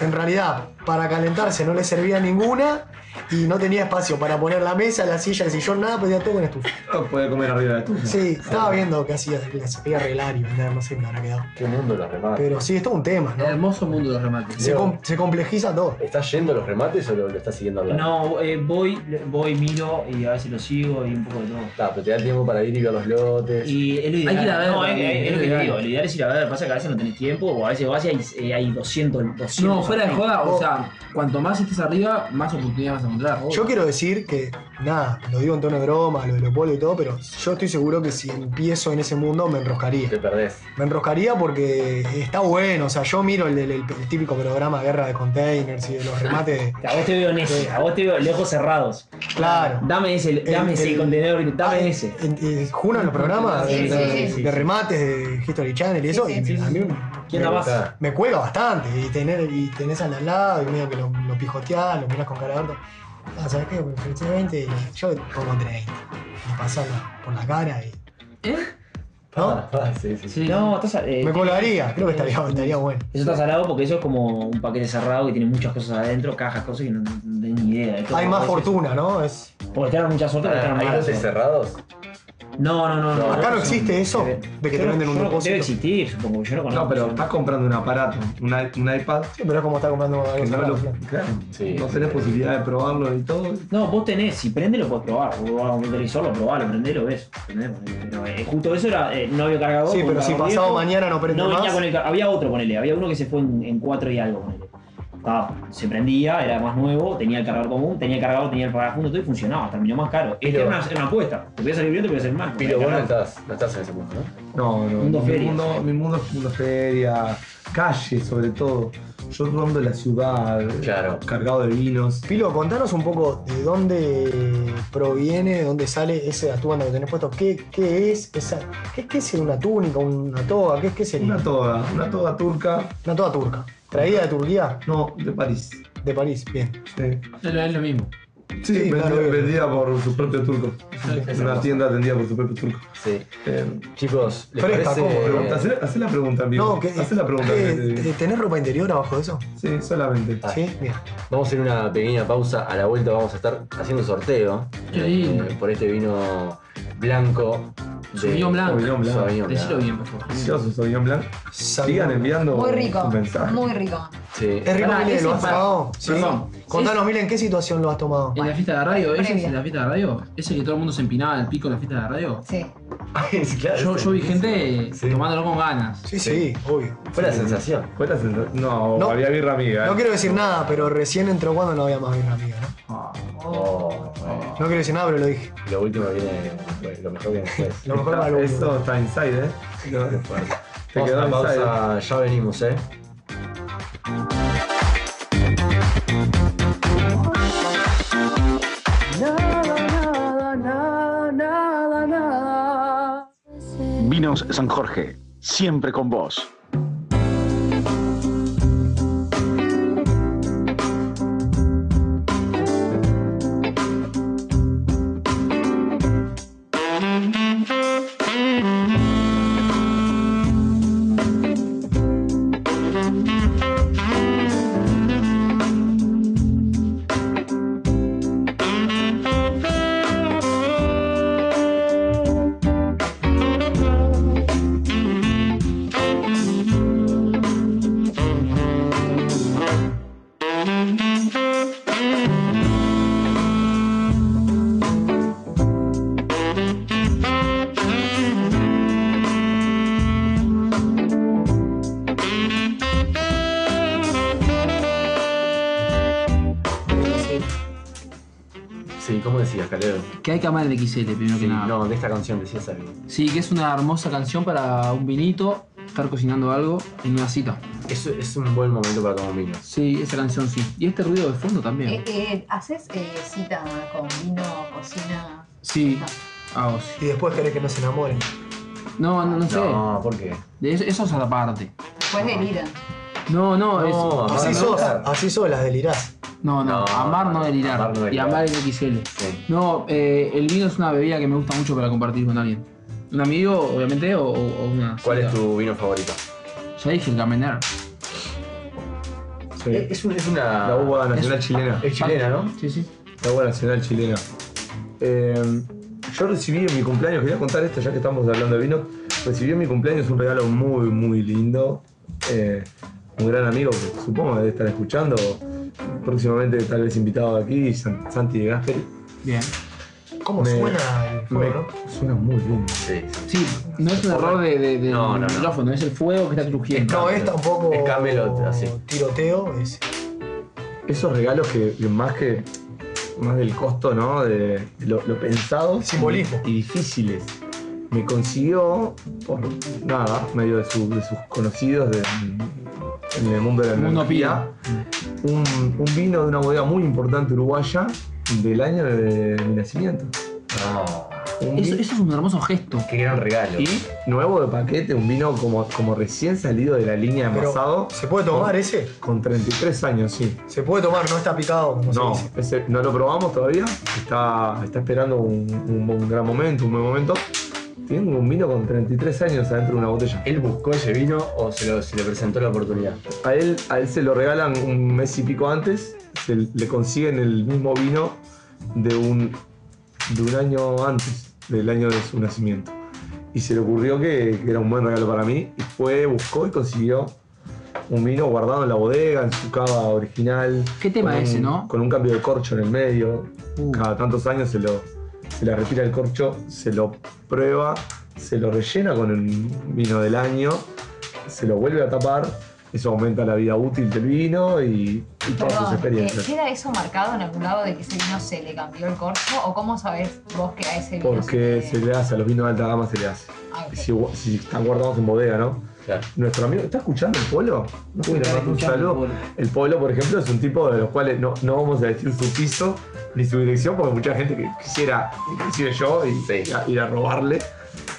S5: en realidad para calentarse no le servía ninguna y no tenía espacio para poner la mesa, la silla, el sillón, nada, tenía todo con estufa.
S9: No podés comer arriba de la estufa.
S5: Sí, estaba viendo que hacía, las quería arreglar y vender, no sé qué me habrá quedado.
S3: Qué mundo los remates.
S5: Pero sí, es todo un tema,
S6: El
S5: ¿no?
S6: hermoso mundo de los remates.
S5: Se, com- se complejiza todo.
S3: ¿Estás yendo a los remates o lo, lo estás siguiendo hablando?
S2: No, eh, voy, voy, miro y a veces lo sigo y un poco de todo.
S3: Está, pero te da el tiempo para ir y ver los lotes.
S2: Y es lo ideal.
S6: Hay que ir a ver
S2: No, es,
S6: también,
S2: es- es
S6: es
S2: lo que
S6: ideal.
S2: digo. Lo ideal es ir a ver. Pasa que a veces no tenés tiempo o a veces vas y hay, eh, hay 200, 200.
S6: No, fuera de
S2: opciones.
S6: joda, o sea, cuanto más estés arriba, más oportunidades vas a encontrar.
S5: Yo quiero decir que, nada, lo digo en tono de broma, lo de Leopoldo y todo, pero yo estoy seguro que si empiezo en ese mundo me enroscaría.
S3: Te perdés.
S5: Me enroscaría porque está bueno, o sea, yo miro el, el- el típico programa Guerra de Containers y
S3: Oh,
S5: de los remates. de-
S2: A vos te veo en ese, a vos te veo lejos cerrados.
S5: Claro.
S2: Dame ese, dame
S5: El-
S2: ese
S5: el-
S2: contenedor,
S5: Ah,
S2: dame ese.
S5: en- en- Juno en los programas
S4: Sí,
S5: de,
S4: sí,
S5: de-
S4: sí, sí,
S5: de
S2: sí.
S5: remates de History Channel y eso,
S4: Sí,
S5: y
S4: sí,
S5: me- a mí
S2: ¿Quién
S3: Me
S2: la vas?
S3: gusta.
S5: me cuelga bastante. Y, tener, y tenés al de al lado y medio que lo, lo pijoteás, lo mirás con cara de orto. Ah, ¿sabes qué? Me ofrecí 20 y yo pongo 30. Y pasarla por la cara y.
S6: ¿Eh?
S5: ¿No?
S3: Ah, sí, sí. sí.
S6: Sí.
S2: No, estás, eh,
S5: Me colgaría, creo que estaría, estaría bueno.
S2: eso está salado porque eso es como un paquete cerrado que tiene muchas cosas adentro, cajas, cosas que no, no tenés ni idea. de todo.
S5: Hay más
S2: A veces-
S5: fortuna, ¿no? Es,
S2: Porque estar muchas otras que
S3: Ah,
S2: están
S3: ¿Hay
S2: mal.
S3: lotes cerrados?
S2: No, no, no, no.
S5: Acá no existe eso,
S2: Debe-
S5: de que te
S2: yo-
S5: venden un
S2: yo-
S5: depósito.
S2: Debe existir, supongo. Yo no conozco.
S7: No, pero
S2: yo-
S7: estás comprando un aparato, una- un iPad,
S5: sí, pero es como está comprando
S7: que
S5: algo.
S7: no
S5: cerrado,
S7: lo.
S5: claro.
S7: Claro,
S3: Sí.
S7: no tenés posibilidad de probarlo y todo.
S2: No, vos tenés, si prende lo podés probar, vos vas a un televisor, lo probás, lo prendés, lo ves. ¿entendés? Pero, eh, justo eso era, eh, no había cargador.
S5: Sí,
S2: con
S5: pero
S2: un
S5: si
S2: cargador
S5: pasado
S2: viejo,
S5: mañana no prende
S2: no venía
S5: más.
S2: con el car- Había otro, ponele, había uno que se fue en, en 4 y algo, ponele. Estaba- se prendía, era más nuevo, tenía el cargador común, tenía el cargador, tenía el pagar junto, todo y funcionaba, terminó más caro. Este
S3: Pero-
S2: era una, era una apuesta, te podía salir bien, te podía salir mal. porque
S3: Piro,
S2: era
S3: vos no
S2: caro.
S3: estás, no estás en ese mundo, ¿no?
S7: No, no.
S2: Mundo
S7: mi,
S2: feria.
S7: Mundo, mi mundo es mundo feria, calle sobre todo. Yo rondo la ciudad,
S3: Claro.
S7: cargado de vinos.
S5: Pilo, contanos un poco de dónde proviene, de dónde sale ese atuendo que tenés puesto. ¿Qué, qué es esa? ¿Qué, qué es una túnica, una toga? ¿Qué, qué sería?
S7: Una
S5: Una,
S7: toga, una toga turca,
S5: toga turca. Traída de Turquía,
S7: no, de París.
S5: de París. Bien.
S7: Sí,
S6: Es lo- es lo mismo.
S7: Sí,
S5: Sí,
S7: vendi-
S5: claro, obvio.
S7: vendida por su propio turco.
S3: Es
S7: Una
S3: hermoso.
S7: tienda atendida por su propio turco.
S3: Sí.
S7: Eh,
S3: Chicos, ¿les
S5: Fresca,
S3: parece...?
S5: cómodo,
S7: pregunta, hacé, hacé la pregunta, amigo.
S5: No, que,
S7: Hacé la pregunta.
S5: eh,
S7: que te-
S5: eh, ¿Tenés ropa interior abajo de eso?
S7: Sí, solamente.
S3: Ah.
S5: Sí, bien.
S3: Vamos a hacer una pequeña pausa. A la vuelta vamos a estar haciendo un sorteo
S6: Qué lindo.
S3: por este vino blanco. de-
S6: Sauvignon Blanc.
S7: Sauvignon Blanc.
S3: Sauvignon Blanc.
S6: Decilo bien, por favor.
S7: Delicioso, Sauvignon Blanc. Sigan enviando
S4: Muy rico.
S7: sus mensajes.
S4: Muy rico.
S3: Sí.
S5: Es rico,
S6: Pará,
S5: Milen,
S6: ese
S5: ¿lo has
S6: para-
S5: tomado? Sí.
S6: perdón.
S5: Contanos, Milen, ¿en qué situación lo has tomado?
S6: En la fiesta de la radio, ese
S4: Previa.
S6: en la fiesta de la radio, ese que todo el mundo se empinaba al pico en la fiesta de la radio.
S4: Sí.
S3: Claro,
S6: Yo,
S3: sí.
S6: yo vi gente tomándolo con ganas.
S5: Sí, sí, obvio.
S3: Fue la sensación.
S7: ¿Cuál es el- No,
S5: No.
S7: había birra amiga.
S5: No
S7: eh.
S5: quiero decir nada, pero recién entró cuando no había más birra amiga, ¿no?
S6: Ah,
S3: Oh, bueno.
S5: No quiero decir nada, pero lo dije.
S3: Lo último viene. bueno, Lo mejor viene después.
S5: Lo mejor
S7: Está-
S5: para lo último.
S7: Eso está inside, ¿eh? No, te
S3: Vamos a
S7: quedó
S3: la
S7: inside.
S3: pausa, ya venimos, ¿eh?
S8: Vinos San Jorge, siempre con vos.
S3: Sí, ¿cómo decías, Calero?
S6: Que hay que amar el XL, primero que
S3: Sí,
S6: nada.
S3: no, de esta canción decías algo.
S6: Sí, que es una hermosa canción para un vinito, estar cocinando algo en una cita.
S3: Es, es un buen momento para tomar vino.
S6: Sí, esa canción sí. Y este ruido de fondo
S4: Eh,
S6: también.
S4: eh, ¿Haces eh, cita con vino, cocina?
S6: Sí. Ah, vos.
S5: Y después querés que no se enamoren.
S6: No, no, no sé.
S3: No, ¿por qué?
S6: De eso, eso es aparte.
S4: Después deliran.
S6: No, no, es.
S3: No, amar
S5: Así
S3: no,
S5: sos,
S3: claro.
S5: así sos, las delirás.
S6: No, no,
S3: No,
S6: amar no delirar.
S3: amar no
S6: y
S3: delirar.
S6: amar el XL.
S3: Sí.
S6: No, eh, el vino es una bebida que me gusta mucho para compartir con alguien. Un amigo, obviamente, o, o- o una.
S3: ¿Cuál
S6: cita.
S3: es tu vino favorito?
S6: Ya dije el Gamener.
S7: Sí.
S3: Eh, Es, un- es una.
S7: La uva nacional chilena.
S3: Es chilena, ¿no?
S6: Sí, sí.
S7: La uva nacional chilena. Eh, yo recibí en mi cumpleaños, quería contar esto ya que estamos hablando de vino. Recibí en mi cumpleaños un regalo muy, muy lindo. Eh, un gran amigo que supongo debe estar escuchando. Próximamente, tal vez invitado aquí, San- Santi de Gasperi.
S6: Bien.
S5: ¿Cómo
S7: Me-
S5: Oh, suena el
S7: Me-
S5: fuego, no?
S7: Suena muy lindo.
S3: Sí. sí.
S6: Sí, no es un error de, de, de-
S3: No, no,
S6: del
S3: no.
S6: micrófono, es el fuego que está crujiendo.
S5: No, es tampoco
S3: Es Camelot, así.
S5: tiroteo, es
S7: Esos regalos que, que más que. Más del costo, ¿no? De lo, lo pensado.
S5: Simbolismo.
S7: Y difíciles. Me consiguió, por nada, medio de, su- de sus conocidos de- en el mundo de la
S6: Mundo
S7: energía, un, un vino de una bodega muy importante uruguaya del año de mi nacimiento.
S3: No.
S7: Un
S6: Eso,
S7: vi-
S6: eso es un hermoso gesto.
S3: Ah. Qué gran regalo.
S7: y nuevo de paquete, un vino como, como recién salido de la línea de
S5: Pero,
S7: envasado.
S5: ¿Se puede tomar
S7: con,
S5: ese?
S7: Con 33 años, sí.
S5: Se puede tomar, no está picado, como
S7: No,
S5: se dice.
S7: ese no lo probamos todavía. Está, está esperando un, un- un gran momento, un buen momento. Tiene un vino con 33 años adentro de una botella.
S3: ¿Él buscó ese vino o se, lo- se le presentó la oportunidad?
S7: A él, a él se lo regalan un mes y pico antes. Se le consiguen el mismo vino de un, de un año antes, del año de su nacimiento. Y se le ocurrió que, que era un buen regalo para mí. Y fue, buscó y consiguió un vino guardado en la bodega, en su cava original.
S6: ¿Qué tema
S7: con un-
S6: ese, no? Uh.
S7: Con un cambio de corcho en el medio. Cada tantos años se lo se le retira el corcho, se lo prueba, se lo rellena con el vino del año, se lo vuelve a tapar. Eso aumenta la vida útil del vino y, y todas sus
S4: Perdón, eh,
S7: experiencias.
S4: ¿queda eso marcado en algún lado de que ese vino se le cambió el corcho? ¿O cómo sabés vos que a ese vino
S7: Porque se le hace, a los vinos de alta gama se le hace.
S4: Ah, ok.
S7: Si, si están guardados en bodega, ¿no?
S3: Claro.
S7: Nuestro amigo, ¿está escuchando el polo? No sé,
S6: Uy,
S7: le
S6: está
S7: mando un
S6: escuchando
S7: saludo.
S6: el Polo.
S7: El polo, por ejemplo, es un tipo de los cuales no, no vamos a decir su piso ni su dirección, porque mucha gente que quisiera, inclusive yo, y,
S3: Sí.
S7: ir, a, ir a robarle.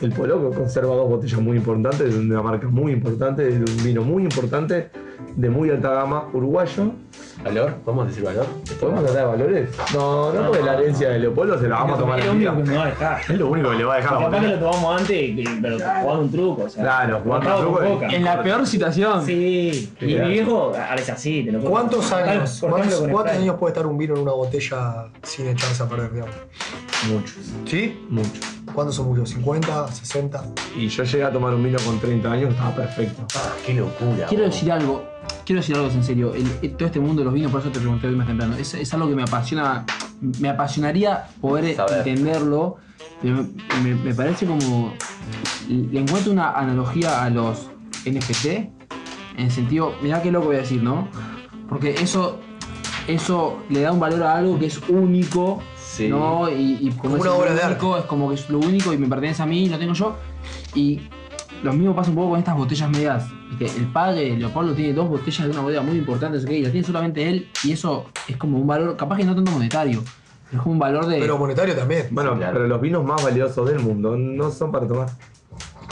S7: El polo conserva dos botellas muy importantes, de una marca muy importante, de un vino muy importante, de muy alta gama, uruguayo.
S3: ¿Valor? ¿Podemos decir valor?
S7: ¿Podemos tratar de valores? No, no, porque la herencia de Leopoldo se la vamos a tomar
S2: es lo
S7: en vida.
S2: único que me va a dejar.
S7: Es lo único que le va a dejar a
S2: Capaz que
S7: Leopoldo.
S2: lo tomamos antes, que- pero jugando un truco. O sea,
S7: Claro, jugando
S2: Cortado
S7: un truco
S2: con
S7: y-
S2: boca.
S6: En la peor situación.
S2: Sí, y
S7: Claro.
S2: mi viejo a veces así, te lo corto.
S5: ¿Cuántos
S2: Cortalo-
S5: años,
S2: cortalo
S5: cuántos,
S2: con el
S5: cuántos
S2: spray.
S5: años puede estar un vino en una botella sin echarse a perder, digamos?
S7: Muchos,
S5: ¿Sí?
S7: muchos.
S5: ¿Cuándo se murió? ¿50? ¿60?
S7: Y yo llegué a tomar un vino con 30 años, estaba perfecto.
S3: Qué locura.
S6: Quiero
S3: boludo.
S6: decir algo, quiero decir algo en serio. El- el- todo este mundo de los vinos, por eso te pregunté hoy más temprano. Es, es algo que me apasiona, me apasionaría poder
S3: Saber.
S6: entenderlo. pero me- Me, me parece como. Le encuentro una analogía a los NFT. En el sentido, mirá qué loco voy a decir, ¿no? Porque eso. Eso le da un valor a algo que es único,
S3: Sí.
S6: ¿no? Y, y como
S5: Como
S6: es
S5: una
S6: algo
S5: obra de
S6: único, es como que es lo único y me pertenece a mí y lo tengo yo. Y lo mismo pasa un poco con estas botellas medias. ¿viste? El padre, Leopoldo, tiene dos botellas de una bodega muy importante, no sé qué, y las tiene solamente él, y eso es como un valor, capaz que no tanto monetario, pero es como un valor de.
S5: Pero monetario también.
S7: Bueno,
S3: Claro.
S7: pero los vinos más valiosos del mundo no son para tomar,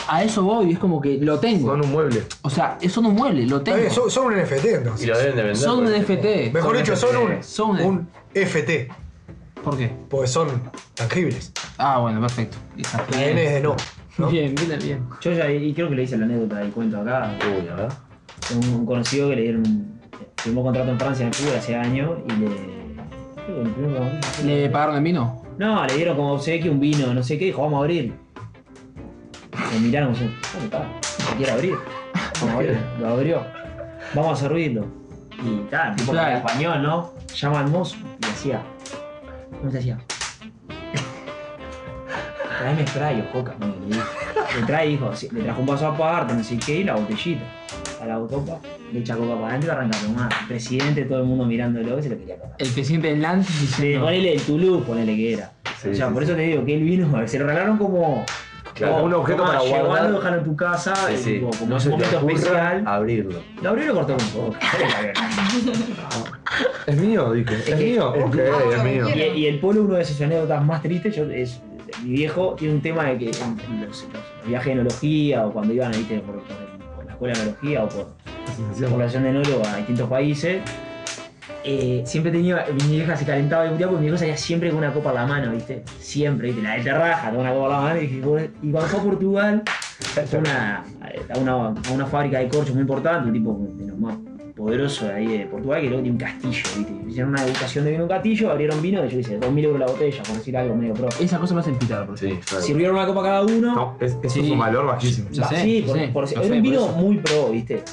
S6: A eso voy, es como que lo tengo.
S7: son un mueble.
S6: O sea, eso no muele, lo
S5: Está
S6: tengo.
S5: bien, son, son un NFT
S3: Y
S5: entonces.
S3: lo deben de vender.
S6: son un
S3: porque-
S6: NFT.
S5: Mejor
S3: son
S5: dicho, son un,
S3: NFT.
S6: Son
S5: un FT,
S6: ¿Por qué?
S5: porque son tangibles.
S6: Ah, bueno, perfecto. Exacto.
S5: La N es de no. ¿no?
S6: Bien, bien, bien.
S2: Yo ya, y creo que le hice la anécdota del cuento acá.
S3: Uy, a ver.
S2: un, un conocido que le dieron un- firmó contrato en Francia en Cuba hace años y le creo que firmó como-
S6: ¿Le pagaron en vino?
S2: no le dieron como obsequio un vino no sé qué dijo vamos a abrir lo miraron como diciendo, "Ah, está, se quiere abrir vamos a abrir lo abrió vamos a servirlo y tal tipo que era
S6: Claro.
S2: español no llama al mozo y hacía ¿cómo se hacía? Traeme spray o coca, no, le dije. Le trae, hijo, sí, le trajo un vaso aparte, no sé qué, y la botellita. A la autopa, le echa coca para adentro y arranca a tomar. El presidente, todo el mundo mirándolo, y se lo quería tomar.
S6: El presidente del Land
S2: Sí,
S6: diciendo.
S2: ponele el Toulouse, ponele que era.
S7: Sí,
S2: o sea,
S7: sí,
S2: por eso te digo que él vino, se lo regalaron como.
S3: Claro,
S2: como,
S7: un objeto para
S2: llevalo,
S7: guardar.
S2: déjalo en tu casa,
S3: Sí,
S2: y,
S3: sí.
S2: tipo, como
S3: No
S2: un
S3: se te
S2: momento
S3: ocurra
S2: especial.
S3: abrirlo.
S2: Lo abrió y lo cortó con coca.
S7: Es mío, dije. Es,
S2: que-
S7: mío.
S2: es
S7: Ok,
S4: mío.
S7: es mío.
S2: Y, y el polo, uno de sus anécdotas más tristes, yo, es, mi viejo tiene un tema de que en, en los, los viajes de enología o cuando iban ¿viste? Por, por el- por la escuela de enología o por la población de enólogo a distintos países, eh, siempre tenía, mi vieja se calentaba de puteado porque mi viejo salía siempre con una copa en la mano, ¿viste? Siempre, ¿viste? La de terraja, con una copa en la mano y, dije, "Joder". y cuando fue a Portugal, fue a una, a, una, a una fábrica de corchos muy importante, un tipo de los más poderosos de ahí de Portugal, que luego tiene un castillo, ¿viste? Hicieron una educación de vino en un castillo, abrieron vino, y yo hice 2.000 euros la botella, por decir algo medio pro.
S6: Esa cosa me hace pitar, por
S3: Sí, claro.
S2: Sirvieron una copa cada uno.
S7: No, es, eso es
S6: Sí.
S7: un valor bajísimo.
S6: Ya
S2: Va,
S6: sé,
S2: sí,
S6: ya
S2: por,
S6: sé,
S2: por-
S6: ya
S2: era
S6: sé,
S2: un
S6: por
S2: vino
S6: eso.
S2: muy pro, ¿viste?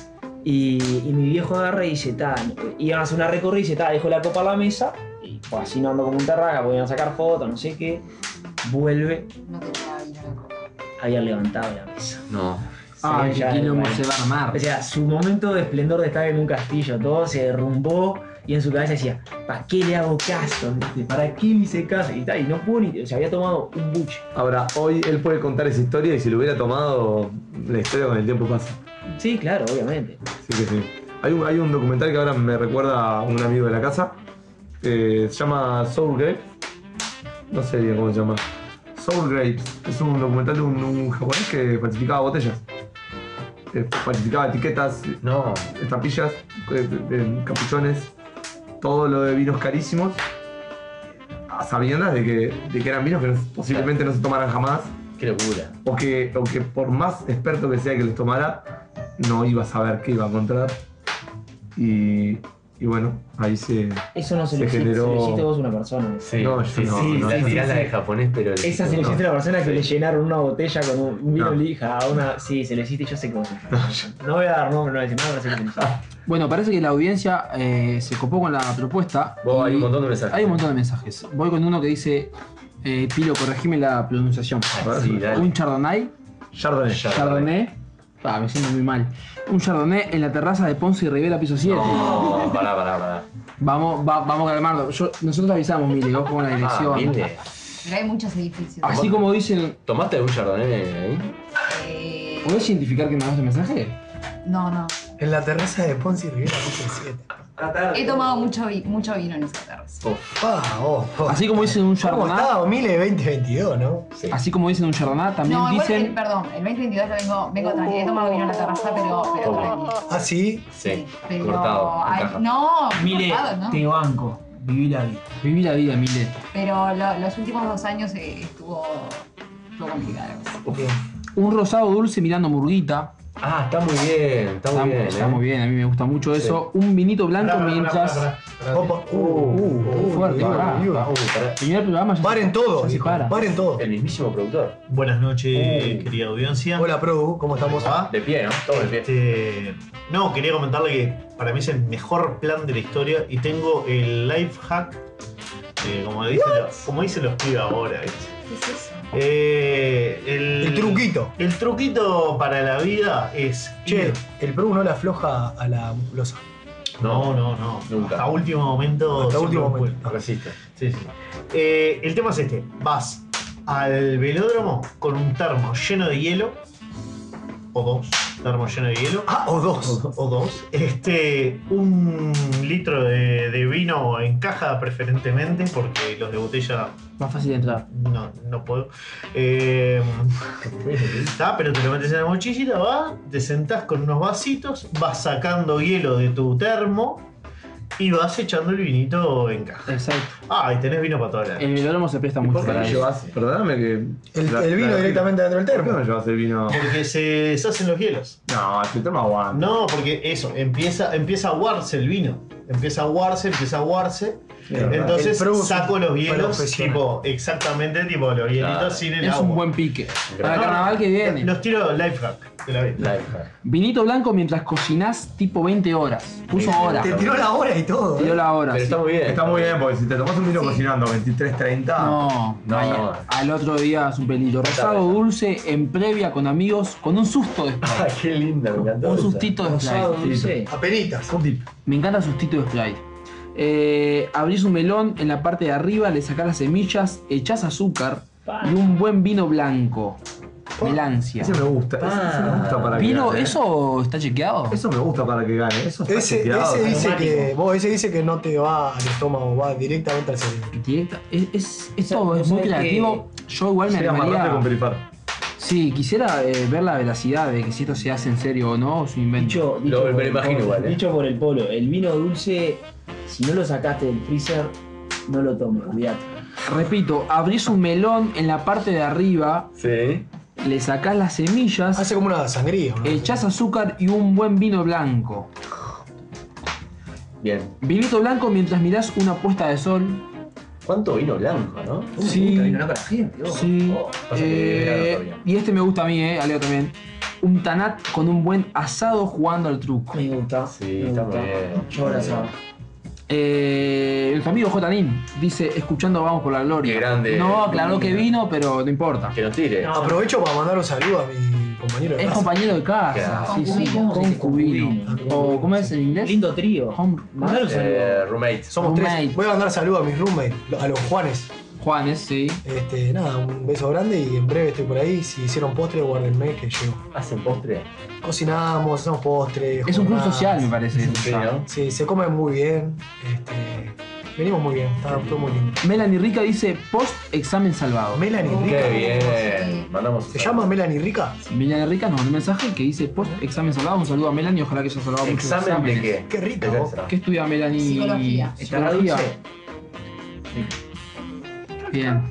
S2: Y, y mi viejo agarra y dice, ta, iban a hacer una recorrida y dice, ta, dejó la copa a la mesa, y fue así no ando como un terraca, podían sacar fotos, no sé qué. Vuelve,
S4: No te queda bien la copa.
S2: habían levantado la mesa.
S3: No.
S6: Ah,
S2: Sí, ya,
S6: qué quilombo
S2: bueno.
S6: se va a armar.
S2: O sea, su momento de esplendor de estar en un castillo, todo se derrumbó y en su cabeza decía, ¿para qué le hago caso? ¿Viste? ¿Para qué le hice caso? Y tal, y no pudo ni, se había tomado un buche.
S7: Ahora, hoy él puede contar esa historia y si lo hubiera tomado, la historia con el tiempo pasa.
S2: Sí, claro, obviamente.
S7: Sí que sí. Hay un, hay un documental que ahora me recuerda a un amigo de la casa. eh, se llama Soul Grapes. No sé bien cómo se llama. Soul Grapes. Es un documental de un, un japonés que falsificaba botellas. Eh, falsificaba etiquetas,
S3: No.
S7: estampillas, eh, eh, capuchones, todo lo de vinos carísimos. A sabiendas de que, de que eran vinos que no- posiblemente no se tomaran jamás.
S3: Qué locura.
S7: O que, o que por más experto que sea que los tomara, no iba a saber qué iba a encontrar. Y, y bueno, ahí se...
S2: Eso no se,
S7: Se
S2: lo, hiciste,
S7: generó-
S2: se lo hiciste vos a una persona.
S3: Sí.
S7: No, yo no, no.
S3: la,
S2: Sí, sí,
S3: tirás la
S2: sí.
S3: de japonés, pero. el-
S2: Esa se
S7: No.
S2: le hiciste a la persona que le llenaron una botella con un vino
S7: No.
S2: lija a una. Sí, se le hiciste, yo sé cómo se llama. No voy a dar nombre, no voy a decir nada, pero sé que se le hiciste.
S6: Bueno, parece que la audiencia eh, se copó con la propuesta.
S3: Vos,
S6: y
S3: hay un montón de mensajes.
S6: Hay un montón de mensajes. Voy con uno que dice, eh, Pilo, corregime la pronunciación.
S3: Sí,
S6: Un
S3: dale.
S6: chardonnay,
S7: Chardonnay.
S3: Ya,
S6: chardonnay, Ah, me siento muy mal. Un chardonnay en la terraza de Ponce y Rivera, piso 7.
S3: No, pará, pará, pará.
S6: Vamos, va- vamos a calmarlo. Yo- nosotros avisamos, mire, ojo con la dirección.
S3: Ah, mire.
S4: Pero hay muchos edificios.
S6: Así como dicen,
S3: ¿Tomaste un chardonnay ahí?
S4: Eh,
S6: ¿podés identificar que mandaste mensaje?
S4: no, no.
S5: En la terraza de Ponzi Rivera, piso 7.
S4: He tomado mucho, vi- mucho vino en esa tarde.
S5: Ah, oh, oh.
S6: Así como dicen un
S5: ¿Cómo
S6: chardonnay,
S5: está? Mile 2022, ¿no?
S3: Sí.
S6: así como dicen un chardonnay, también
S4: no, igual, el-
S6: dicen...
S4: perdón, el 2022 lo vengo, vengo tranquila. He tomado vino en la terraza, pero, pero
S3: Ok.
S4: tranqui.
S5: Ah, sí.
S3: Sí.
S4: pero
S3: Cortado. en
S4: hay-
S3: caja.
S4: no,
S2: Mire,
S4: cortado, ¿no?
S2: te banco, viví la vida.
S6: Viví la vida, mire.
S4: Pero lo- los últimos dos años eh, estuvo, estuvo complicado.
S5: Bien.
S6: Un rosado dulce mirando murguita.
S3: Ah, está muy bien. Está
S6: Está,
S3: muy bien.
S6: está
S3: eh.
S6: muy bien, a mí me gusta mucho eso. Un vinito blanco mientras.
S5: Opa. Uh,
S3: Uh,
S5: uh,
S3: uh,
S5: uh,
S6: fuerte.
S5: boludo,
S6: pará.
S5: boludo.
S3: Ah, uy, pará.
S6: Primer programa ya se-
S5: Paren todo,
S6: ya se
S5: dijo,
S6: para.
S5: paren todo.
S3: El mismísimo productor.
S10: Buenas noches,
S3: Uh.
S10: querida audiencia.
S5: Hola, Produ, ¿cómo estamos?
S3: Ah, De pie, ¿no? Todo de pie.
S10: Este, no, quería comentarle que para mí es el mejor plan de la historia y tengo el life hack, eh, como, dicen los, como dicen los pibes ahora. ¿viste?
S4: ¿Qué es eso?
S10: Eh, el,
S5: El truquito.
S10: El truquito para la vida es
S5: Che,
S10: ir-
S5: el Produ no le afloja a la musculosa.
S10: No, no, no.
S3: Nunca.
S10: Hasta último momento.
S5: Hasta
S10: siempre
S5: último
S10: lo
S5: momento.
S10: encuentro.
S3: No resiste.
S10: Sí, sí. Eh, el tema es este. Vas al velódromo con un termo lleno de hielo. O dos. Termo lleno de hielo.
S5: Ah, o dos.
S10: o dos. Este, un litro de, de vino en caja preferentemente, porque los de botella
S6: Más fácil de entrar.
S10: no, no puedo. Eh, está, pero te lo metes en la mochilita, va, te sentás con unos vasitos, vas sacando hielo de tu termo y vas echando el vinito en caja.
S6: Exacto.
S10: Ah, y tenés vino para toda la...
S6: El velódromo se presta
S7: ¿Y
S6: mucho
S7: por qué
S6: para
S7: no
S6: eso.
S7: llevas? Perdóname que.
S5: El,
S7: la-
S5: el vino
S7: la-
S5: directamente dentro del
S7: ¿Por qué
S5: termo.
S7: no llevas el vino?
S10: Porque se deshacen los hielos.
S7: No, el termo aguanta.
S10: No, porque eso, empieza, empieza a aguarse el vino. Empieza a aguarse, empieza a aguarse. Entonces
S5: El pro-
S10: saco los hielos,
S5: profesional.
S10: tipo, exactamente tipo los hielitos
S3: Claro.
S10: sin el
S6: Es
S10: agua.
S6: un buen pique. Para
S10: No,
S6: el carnaval que viene.
S10: Los tiro life hack de la vida.
S3: Lifehack.
S6: Vinito blanco mientras cocinás tipo 20 horas. Puso horas.
S5: Te tiró la hora y todo.
S6: Tiró
S5: ¿eh?
S6: la hora.
S3: Pero
S6: sí.
S3: está muy bien.
S7: Está muy bien, porque si te tomas un vino
S4: Sí.
S7: cocinando 23.30.
S6: No,
S3: No,
S6: mañana.
S3: no.
S6: Al otro día es un pelito rosado,
S3: bien.
S6: dulce, en previa, con amigos, con un susto de
S3: Ah, qué linda, me encantó.
S6: Un
S3: esa.
S6: sustito de Sprite.
S2: dulce.
S5: Apenitas.
S6: Me encanta el sustito de Sprite. Eh, abrís un melón en la parte de arriba, le sacás las semillas, echás azúcar y un buen vino blanco. Melancia.
S7: Ese me gusta. ese- Ese, me gusta para que
S6: ¿Vino,
S7: gane.
S6: eso está chequeado?
S7: Eso me gusta para que gane. Eso está
S5: Ese,
S7: chequeado.
S5: ese dice que. Vos, ese dice que no te va al estómago, va directamente al cerebro.
S6: Directa- Es, es, es
S2: O sea,
S6: todo, es
S2: vos
S6: muy
S2: sabés que-
S6: creativo. Yo igual me
S7: Llega más rápido con
S6: animaría.
S7: Perifar.
S6: Sí, quisiera eh, ver la veracidad de que si esto se hace en serio o no, o es un invento.
S2: Dicho, dicho
S3: Lo-
S2: por
S3: me
S2: el
S3: imagino
S2: polo,
S3: igual, eh.
S2: dicho por el polo, el vino dulce, si no lo sacaste del freezer, no lo tomes, cuidate.
S6: Repito, abrís un melón en la parte de arriba,
S3: Sí.
S6: le sacás las semillas.
S5: Hace como una sangría, ¿no?
S6: Echás azúcar y un buen vino blanco.
S3: Bien.
S6: Vinito blanco mientras mirás una puesta de sol.
S3: ¿Cuánto vino blanco, no?
S6: Sí.
S2: Puta, vino loco la gente, vos.
S6: Sí.
S2: Oh.
S3: Pasa que
S6: Eh,
S3: era otro vino.
S6: y este me gusta a mí, eh, a Leo también. Un tanat con un buen asado jugando al truco.
S2: Me gusta.
S3: Sí,
S2: me
S3: está
S2: gusta.
S3: muy bien.
S2: Yo ahora sabo.
S6: Eh, nuestro amigo J. Nin dice, escuchando Vamos por la Gloria.
S3: Qué grande. Mm.
S6: No, aclaró que vino, pero no importa.
S3: Que nos tire.
S2: No,
S5: Aprovecho para mandar un saludo a mi compañero de
S6: Es
S5: casa.
S6: compañero de casa.
S3: Claro.
S6: Sí, sí,
S4: Concubino.
S6: concubino.
S2: Concubino.
S6: O, ¿cómo es en inglés?
S2: Lindo trío.
S6: Home-
S2: Mandar un
S3: Eh,
S2: saludo.
S3: roommate.
S5: Somos
S6: Roommate.
S5: tres. Voy a mandar saludos a mis roommates, a los Juanes.
S6: Juanes, sí.
S5: Este, nada, un beso grande y en breve estoy por ahí. Si hicieron postre, guárdenme que llego.
S3: ¿Hacen postre?
S5: Cocinamos, hacemos postre.
S6: Es un club
S5: jornadas.
S6: social, me parece.
S3: Sí, ¿no?
S5: Sí, se come muy bien. Este, venimos muy bien, está todo muy lindo.
S6: Melanie Rica dice, post examen salvado.
S5: Melanie
S3: Qué
S5: Rica.
S3: bien. Mandamos. un
S5: ¿Se
S3: saludo.
S5: llama Melanie Rica?
S6: Melanie Rica nos mandó un mensaje que dice post examen salvado. Un saludo a Melanie, ojalá que haya salvado muchos
S3: ¿Examen de
S6: exámenes.
S3: qué?
S5: Qué rica,
S3: ¿De
S5: vos.
S3: qué?
S6: ¿Qué estudia Melanie?
S4: Psicología.
S2: ¿Estará
S6: Psicología.
S2: dulce?
S6: Bien.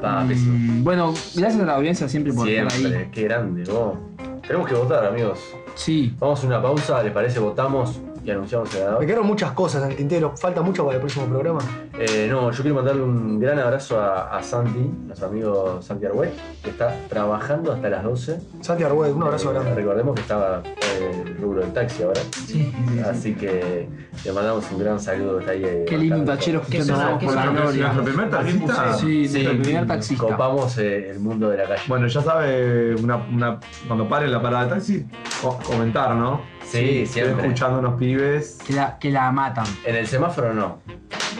S3: Pa,
S6: Mm,
S3: pésimo.
S6: bueno, gracias a la audiencia siempre por estar ahí.
S3: Siempre. Qué grande, vos. Tenemos que votar, amigos.
S6: Sí.
S3: Vamos a una pausa, ¿les parece? Votamos y anunciamos el
S5: Me
S3: ganador.
S5: quedaron muchas cosas en el tintero. Falta mucho para el próximo programa.
S3: Eh, no, yo quiero mandarle un gran abrazo a, a Santi, nuestro amigo Santi Argüez, que está trabajando hasta las 12.
S5: Santi Arguez, un abrazo
S3: Eh,
S5: grande.
S3: Recordemos que estaba eh, en el rubro del taxi ahora.
S6: sí.
S3: Así que le mandamos un gran saludo que está ahí. eh,
S6: Qué lindo un
S3: bastante.
S6: tachero escuchando
S2: suena-
S6: Vamos
S2: qué
S6: por la
S2: suena-
S6: gloria.
S7: Nuestro primer taxista.
S6: Sí,
S3: Sí.
S6: nuestro primer taxista.
S3: Copamos eh, el mundo de la calle.
S7: Bueno, ya sabe, una, una- cuando pare la parada de taxi, co- comentar, ¿no?
S3: sí,
S7: Estoy
S3: siempre.
S7: escuchando unos pibes.
S6: Que la, que la matan.
S3: En el semáforo no.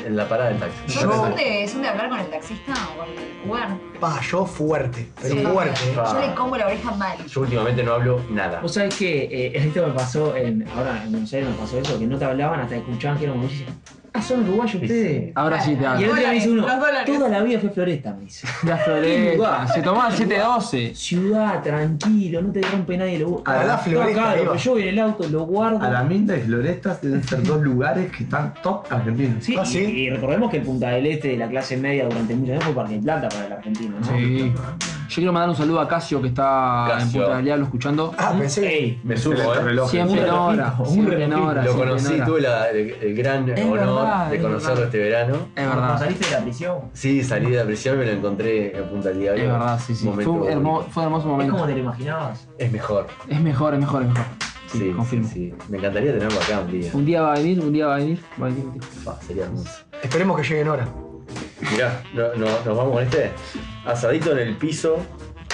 S3: En la parada del taxi.
S4: ¿Son, son de, ¿Son de hablar con el taxista o con el cubano?
S5: Pa, yo fuerte, pero
S4: Sí.
S5: fuerte. eh.
S4: Yo le como la oreja mal.
S3: Yo últimamente no hablo nada.
S2: Vos sabés que eh, esto me pasó, en, ahora en Buenos Aires me pasó eso, que no te hablaban hasta que escuchaban que eran uruguayos. Ah, son uruguayos ustedes.
S6: Ahora sí te
S2: Y
S6: hablo.
S2: el otro día me dice uno,
S4: Los dólares.
S2: toda la vida fue Floresta, me dice.
S6: La floresta. Se tomaba el 7-12.
S2: Ciudad, "Ah, tranquilo, no te rompe nadie lo
S7: A la
S2: Está
S5: Floresta,
S2: caro,
S5: ahí va.
S2: pero Ah, yo voy en el auto, lo guardo.
S7: A la Minda y Florestas deben ser dos lugares que están top argentinos.
S2: Sí,
S5: Ah,
S2: y-
S5: sí.
S2: Y, recordemos que el Punta del Este de la clase media durante muchos años fue Parque del Plata para el argentino, ¿no?
S6: Sí. Yo quiero mandar un saludo a Casio que está en
S3: Casio.
S6: Punta del Diablo escuchando.
S5: Ah, pensé que.
S2: Ey,
S3: Me subo, ¿eh?
S9: reloj.
S6: Siempre en hora,
S2: relojito, un
S6: siempre en
S2: relojito.
S6: hora.
S3: Lo
S6: siempre en
S3: conocí,
S6: hora.
S3: tuve la- el, el gran
S6: Es
S3: honor
S6: verdad,
S3: de
S6: es
S3: conocerlo
S6: verdad.
S3: este verano.
S6: Es
S2: Cuando
S6: verdad.
S2: saliste de la prisión.
S3: Sí, salí de la prisión y me lo encontré en Punta del Diablo.
S6: Es verdad, sí, sí. Fue
S3: Momento
S6: un, hermo-
S3: único.
S6: fue un hermoso
S2: Es como
S6: momento.
S2: te lo imaginabas.
S3: Es mejor.
S6: Es mejor, es mejor, es mejor. Sí,
S3: Sí,
S6: confirmo.
S3: sí, sí. Me encantaría tenerlo acá un día.
S6: Un día va a venir, un día va a venir, va a venir. un día.
S3: Ah, sería hermoso.
S5: Esperemos que lleguen ahora.
S3: Mirá, no- no- nos vamos con este. Asadito en el piso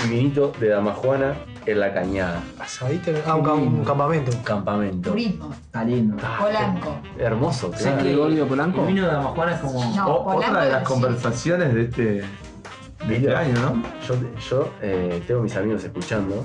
S3: y vinito de Damajuana en la cañada.
S5: Asadito. Ah, un, ca- un campamento.
S3: Campamento.
S4: Turismo,
S2: Está lindo.
S4: Polanco.
S3: Hermoso,
S2: Sé
S3: claro.
S2: que
S6: Gregorio Polanco.
S2: El vino de Damajuana es como.
S4: No,
S7: O-
S4: Polanco
S7: otra de las
S4: sí.
S7: conversaciones de este, de este
S3: Mira.
S7: año, ¿no?
S3: Yo, yo, eh, tengo mis amigos escuchando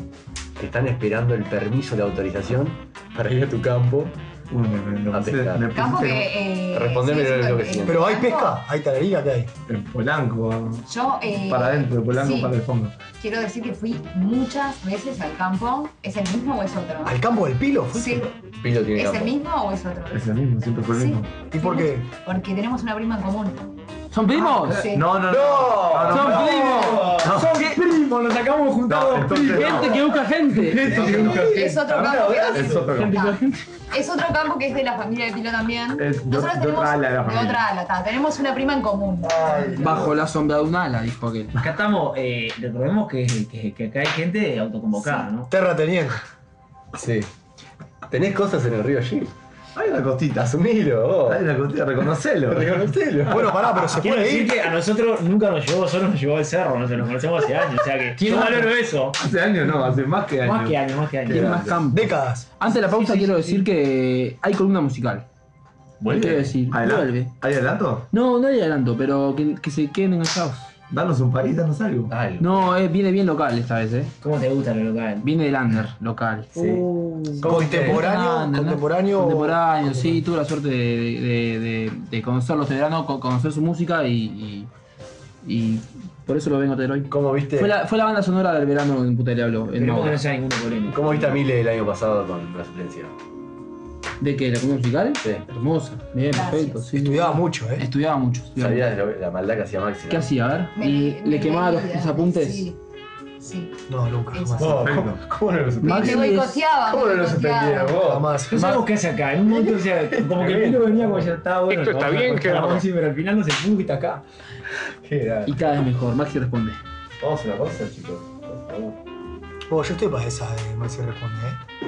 S3: que están esperando el permiso, la autorización para ir a tu campo.
S7: Uy, me, me- me
S3: A
S7: puse-
S3: pescar.
S7: me
S4: Campo
S7: puse
S4: que. Eh,
S3: Respondeme
S4: sigue
S3: lo
S4: siendo
S3: que
S4: el-
S3: siento.
S5: Pero hay
S4: Polanco.
S5: pesca, hay tarería que hay.
S7: en
S5: ah,
S7: Polanco
S4: Yo. eh,
S7: para adentro, Polanco
S4: sí,
S7: para el fondo.
S4: Quiero decir que fui muchas veces al campo. ¿Es el mismo o es otro?
S5: ¿Al campo del pilo?
S4: Sí.
S3: Pilo tiene
S4: ¿Es
S3: campo.
S4: el mismo o es otro?
S7: Es el mismo, siempre fue el
S4: Sí.
S7: mismo.
S5: ¿Y por qué?
S4: Porque tenemos una prima en común.
S6: ¿Son primos?
S4: Ah, Sí.
S7: No, no, no.
S3: ¡No!
S7: No, no,
S6: ¡Son
S7: no.
S6: primos! ¡Son primos! ¡Nos acabamos
S7: No, entonces no.
S6: Gente que busca gente.
S4: Es otro
S7: Ahora,
S4: campo que
S7: ahora
S4: hace-
S7: es otro campo.
S4: Ah, es otro campo que es de la familia de Pilo también.
S7: Es de-
S4: Nosotros
S7: de
S4: tenemos
S7: otra ala de la familia.
S4: otra ala, ta. Tenemos una prima en común.
S6: Bajo la sombra de un ala, dijo aquel.
S2: Acá estamos, eh, recordemos que, que, que acá hay gente autoconvocada, ¿no?
S5: Terra teniente.
S3: Sí. ¿Tenés cosas en el río allí?
S7: Hay una costita.
S3: Asumilo, vos.
S7: Hay una costita, reconocelo.
S3: Reconocelo.
S5: Bueno, pará, pero se
S2: Quiero
S5: puede
S2: decir
S5: ir.
S2: que a nosotros nunca nos llevó, solo nos llevó al cerro, no sé, nos conocemos hace años, o sea que
S6: ¿Quién
S2: yo
S6: más?
S2: valoro eso.
S7: Hace años no, hace más que años.
S2: Más que años, más que años.
S6: Tiene más campo.
S5: Décadas.
S6: Antes de la pausa
S2: Sí, sí,
S6: quiero
S2: sí,
S6: decir
S2: sí.
S6: que hay columna musical.
S7: ¿Vuelve?
S6: Quiero decir,
S7: Adela-
S6: vuelve.
S7: ¿Hay adelanto?
S6: No, no hay adelanto, pero que, que se queden enganchados.
S7: Danos un parís, danos algo.
S3: Algo.
S6: No, eh, viene bien local esta vez, eh.
S2: ¿Cómo te gusta lo local? Uh.
S6: Viene del under, local.
S3: Sí.
S5: Contemporáneo.
S6: Under, ¿no?
S5: Contemporáneo.
S6: Contemporáneo, sí, tuve la suerte de, de- de- de conocerlo este verano, co- conocer su música y, y, y por eso lo vengo a tener hoy.
S3: ¿Cómo viste?
S6: Fue la, fue la banda sonora del verano en Puta del Diablo. en
S2: Esperemos que
S6: Nova.
S2: no sea ninguno polémico.
S3: ¿Cómo viste a Mile el año pasado con la suplencia?
S6: ¿De qué? ¿La comida musical?
S3: Sí.
S6: Hermosa, bien,
S4: Gracias.
S6: perfecto. sí.
S5: Estudiaba mucho, ¿eh?
S6: Estudiaba mucho. estudiaba
S3: ¿Sabías lo- la maldad que hacía Maxi?
S6: mucho. ¿Qué hacía? A ver,
S4: Me-
S6: ¿y
S4: me
S6: le quemaba los,
S4: reía,
S6: los apuntes?
S4: Sí. sí.
S5: No, nunca.
S4: Eso.
S5: Jamás.
S3: Oh, ¿cómo,
S7: Perfecto.
S3: ¿Cómo no lo supieron?
S4: Me,
S6: Maxi
S4: me
S6: es-
S4: boicoteaba.
S3: ¿Cómo
S4: me
S3: no lo
S4: boicoteaba.
S3: supieron vos?
S5: Jamás.
S2: No sabemos qué hace acá, en un momento, o sea, como que el pilo venía como ya estaba bueno.
S8: Esto está
S2: vamos a
S8: bien,
S2: cortar,
S8: Gerardo.
S2: vamos a decir, Pero al final no se pudo y está acá.
S3: Qué grande.
S6: Y cada vez mejor, Maxi responde.
S3: Vamos a una cosa, chicos. Por favor.
S5: Oh, yo estoy para esa de Maxi Responde, ¿eh?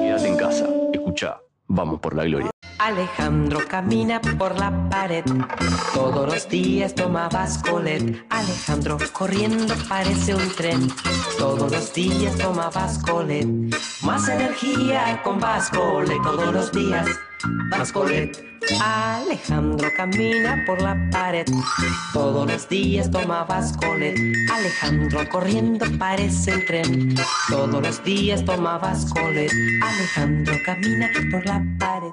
S3: Quédate en casa. Escucha. Vamos por la gloria.
S11: Alejandro camina por la pared. Todos los días toma Vascolet. Alejandro corriendo parece un tren. Todos los días toma Vascolet. Más energía con Vascolet. Todos los días Vascolet. Alejandro camina por la pared. Todos los días toma Vascolet. Alejandro corriendo parece un tren. Todos los días toma Vascolet. Alejandro camina por la pared.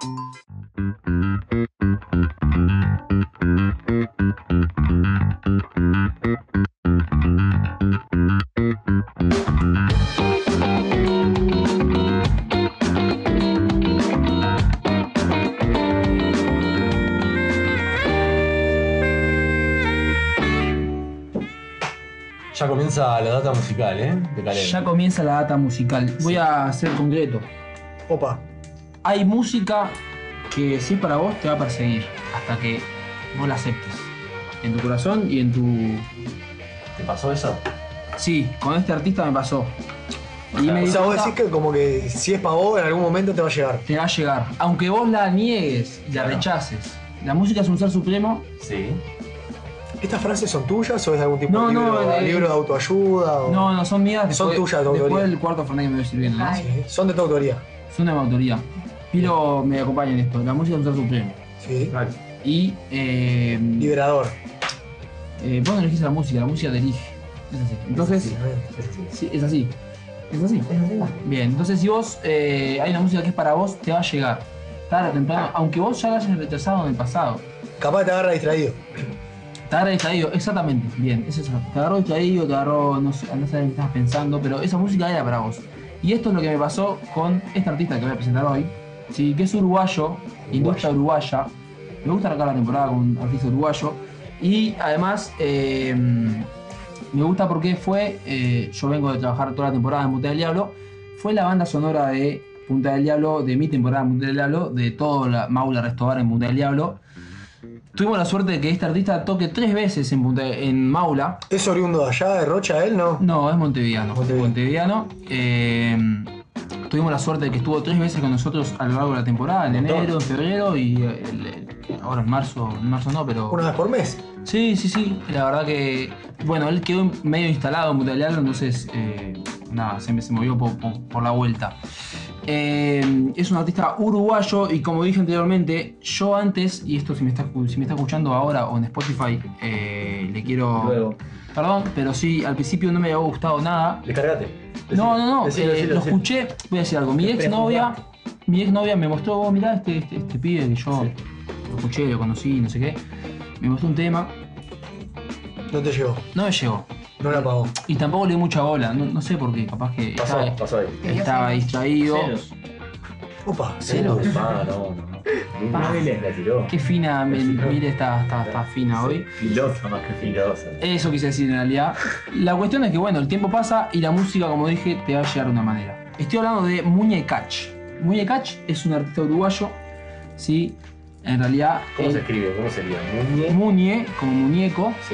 S3: Ya comienza la data musical, ¿eh? De Caleb.
S6: Ya comienza la data musical. Voy a ser concreto.
S5: Opa.
S6: Hay música que si es para vos te va a perseguir hasta que vos la aceptes. En tu corazón y en tu...
S3: ¿Te pasó eso?
S6: Sí, con este artista me pasó. Y me
S5: O
S6: di
S5: sea, vos
S6: cuenta-
S5: decís que como que si es para vos, en algún momento te va a llegar.
S6: te va a llegar. Aunque vos la niegues y la
S3: Claro.
S6: rechaces. La música es un ser supremo.
S3: Sí.
S5: ¿Estas frases son tuyas o es de algún tipo
S6: No,
S5: de, libro,
S6: no, eh,
S5: libro de autoayuda? o-
S6: No, no son mías.
S5: Son
S6: después-
S5: tuyas, tu autoría.
S6: Después del cuarto Fernández que me voy sirviendo, ¿no?
S5: Sí,
S4: Ay.
S5: Son de tu autoría.
S6: Son de mi autoría. Pilo me acompaña en esto. La música es un ser supremo.
S5: Sí.
S7: Dale.
S6: Y eh,
S5: Liberador.
S6: Eh, vos no elegís la música, la música te elige. Es así. Entonces, sí, es así. Es así. Bien, entonces si vos eh, hay una música que es para vos, te va a llegar. Tarde o temprano, aunque vos ya la hayas retrasado en el pasado.
S5: Capaz te agarra distraído.
S6: Te agarra distraído, exactamente. Bien, es eso. Te agarró distraído, te agarró, no sé, no sabes qué estabas pensando, pero esa música era para vos. Y esto es lo que me pasó con este artista que voy a presentar hoy, sí, que es uruguayo, industria uruguaya. Me gusta arrancar la temporada con un artista uruguayo. Y además, eh, me gusta porque fue, eh, yo vengo de trabajar toda la temporada en Punta del Diablo, fue la banda sonora de Punta del Diablo, de mi temporada en Punta del Diablo, de todo la Maula Restobar en Punta del Diablo. Tuvimos la suerte de que este artista toque tres veces en, Punta- en Maula.
S5: ¿Es oriundo de allá, de Rocha, él, no?
S6: No, es montevideano. Montevideano. Eh, tuvimos la suerte de que estuvo tres veces con nosotros a lo largo de la temporada, en enero, en febrero y el- el- ahora en marzo, en marzo no, pero...
S5: ¿Una vez por mes?
S6: Sí, sí, sí. La verdad que, bueno, él quedó medio instalado en Butaleal, entonces, eh, nada, se, se movió por, por- por la vuelta. Eh, es un artista uruguayo y como dije anteriormente, yo antes, y esto si me está, escu- si me está escuchando ahora o en Spotify, eh, le quiero...
S3: Luego.
S6: Perdón, pero sí, al principio no me había gustado nada.
S3: ¿Le cargaste?
S6: no, no, no,
S3: decilo,
S6: eh,
S3: decilo,
S6: lo
S3: decilo.
S6: escuché, voy a decir algo, mi
S3: Espera,
S6: ex novia, mi ex novia me mostró, "Oh, mirá este, este, este pibe que yo lo escuché, lo conocí, no sé qué, me mostró un tema,
S5: No te llegó.
S6: no me llegó.
S5: No la pagó.
S6: Y tampoco le di mucha bola, no, no sé por qué, capaz que eh.
S3: Pasó,
S6: estaba,
S3: pasó ahí.
S6: estaba distraído.
S5: Opa,
S6: Celos.
S3: Ah, no, no. no.
S6: Ah.
S3: La tiró.
S6: Qué fina, me- mire, está, está, está fina Ah, hoy.
S3: Filosa más que filosa.
S6: Eso quise decir en realidad. La cuestión es que, bueno, el tiempo pasa y la música, como dije, te va a llegar de una manera. Estoy hablando de Muñecach. Muñecach es un artista uruguayo, ¿sí? En realidad,
S3: ¿Cómo
S6: él-
S3: se escribe? ¿Cómo sería? Muñe.
S6: Muñe como muñeco
S3: Sí,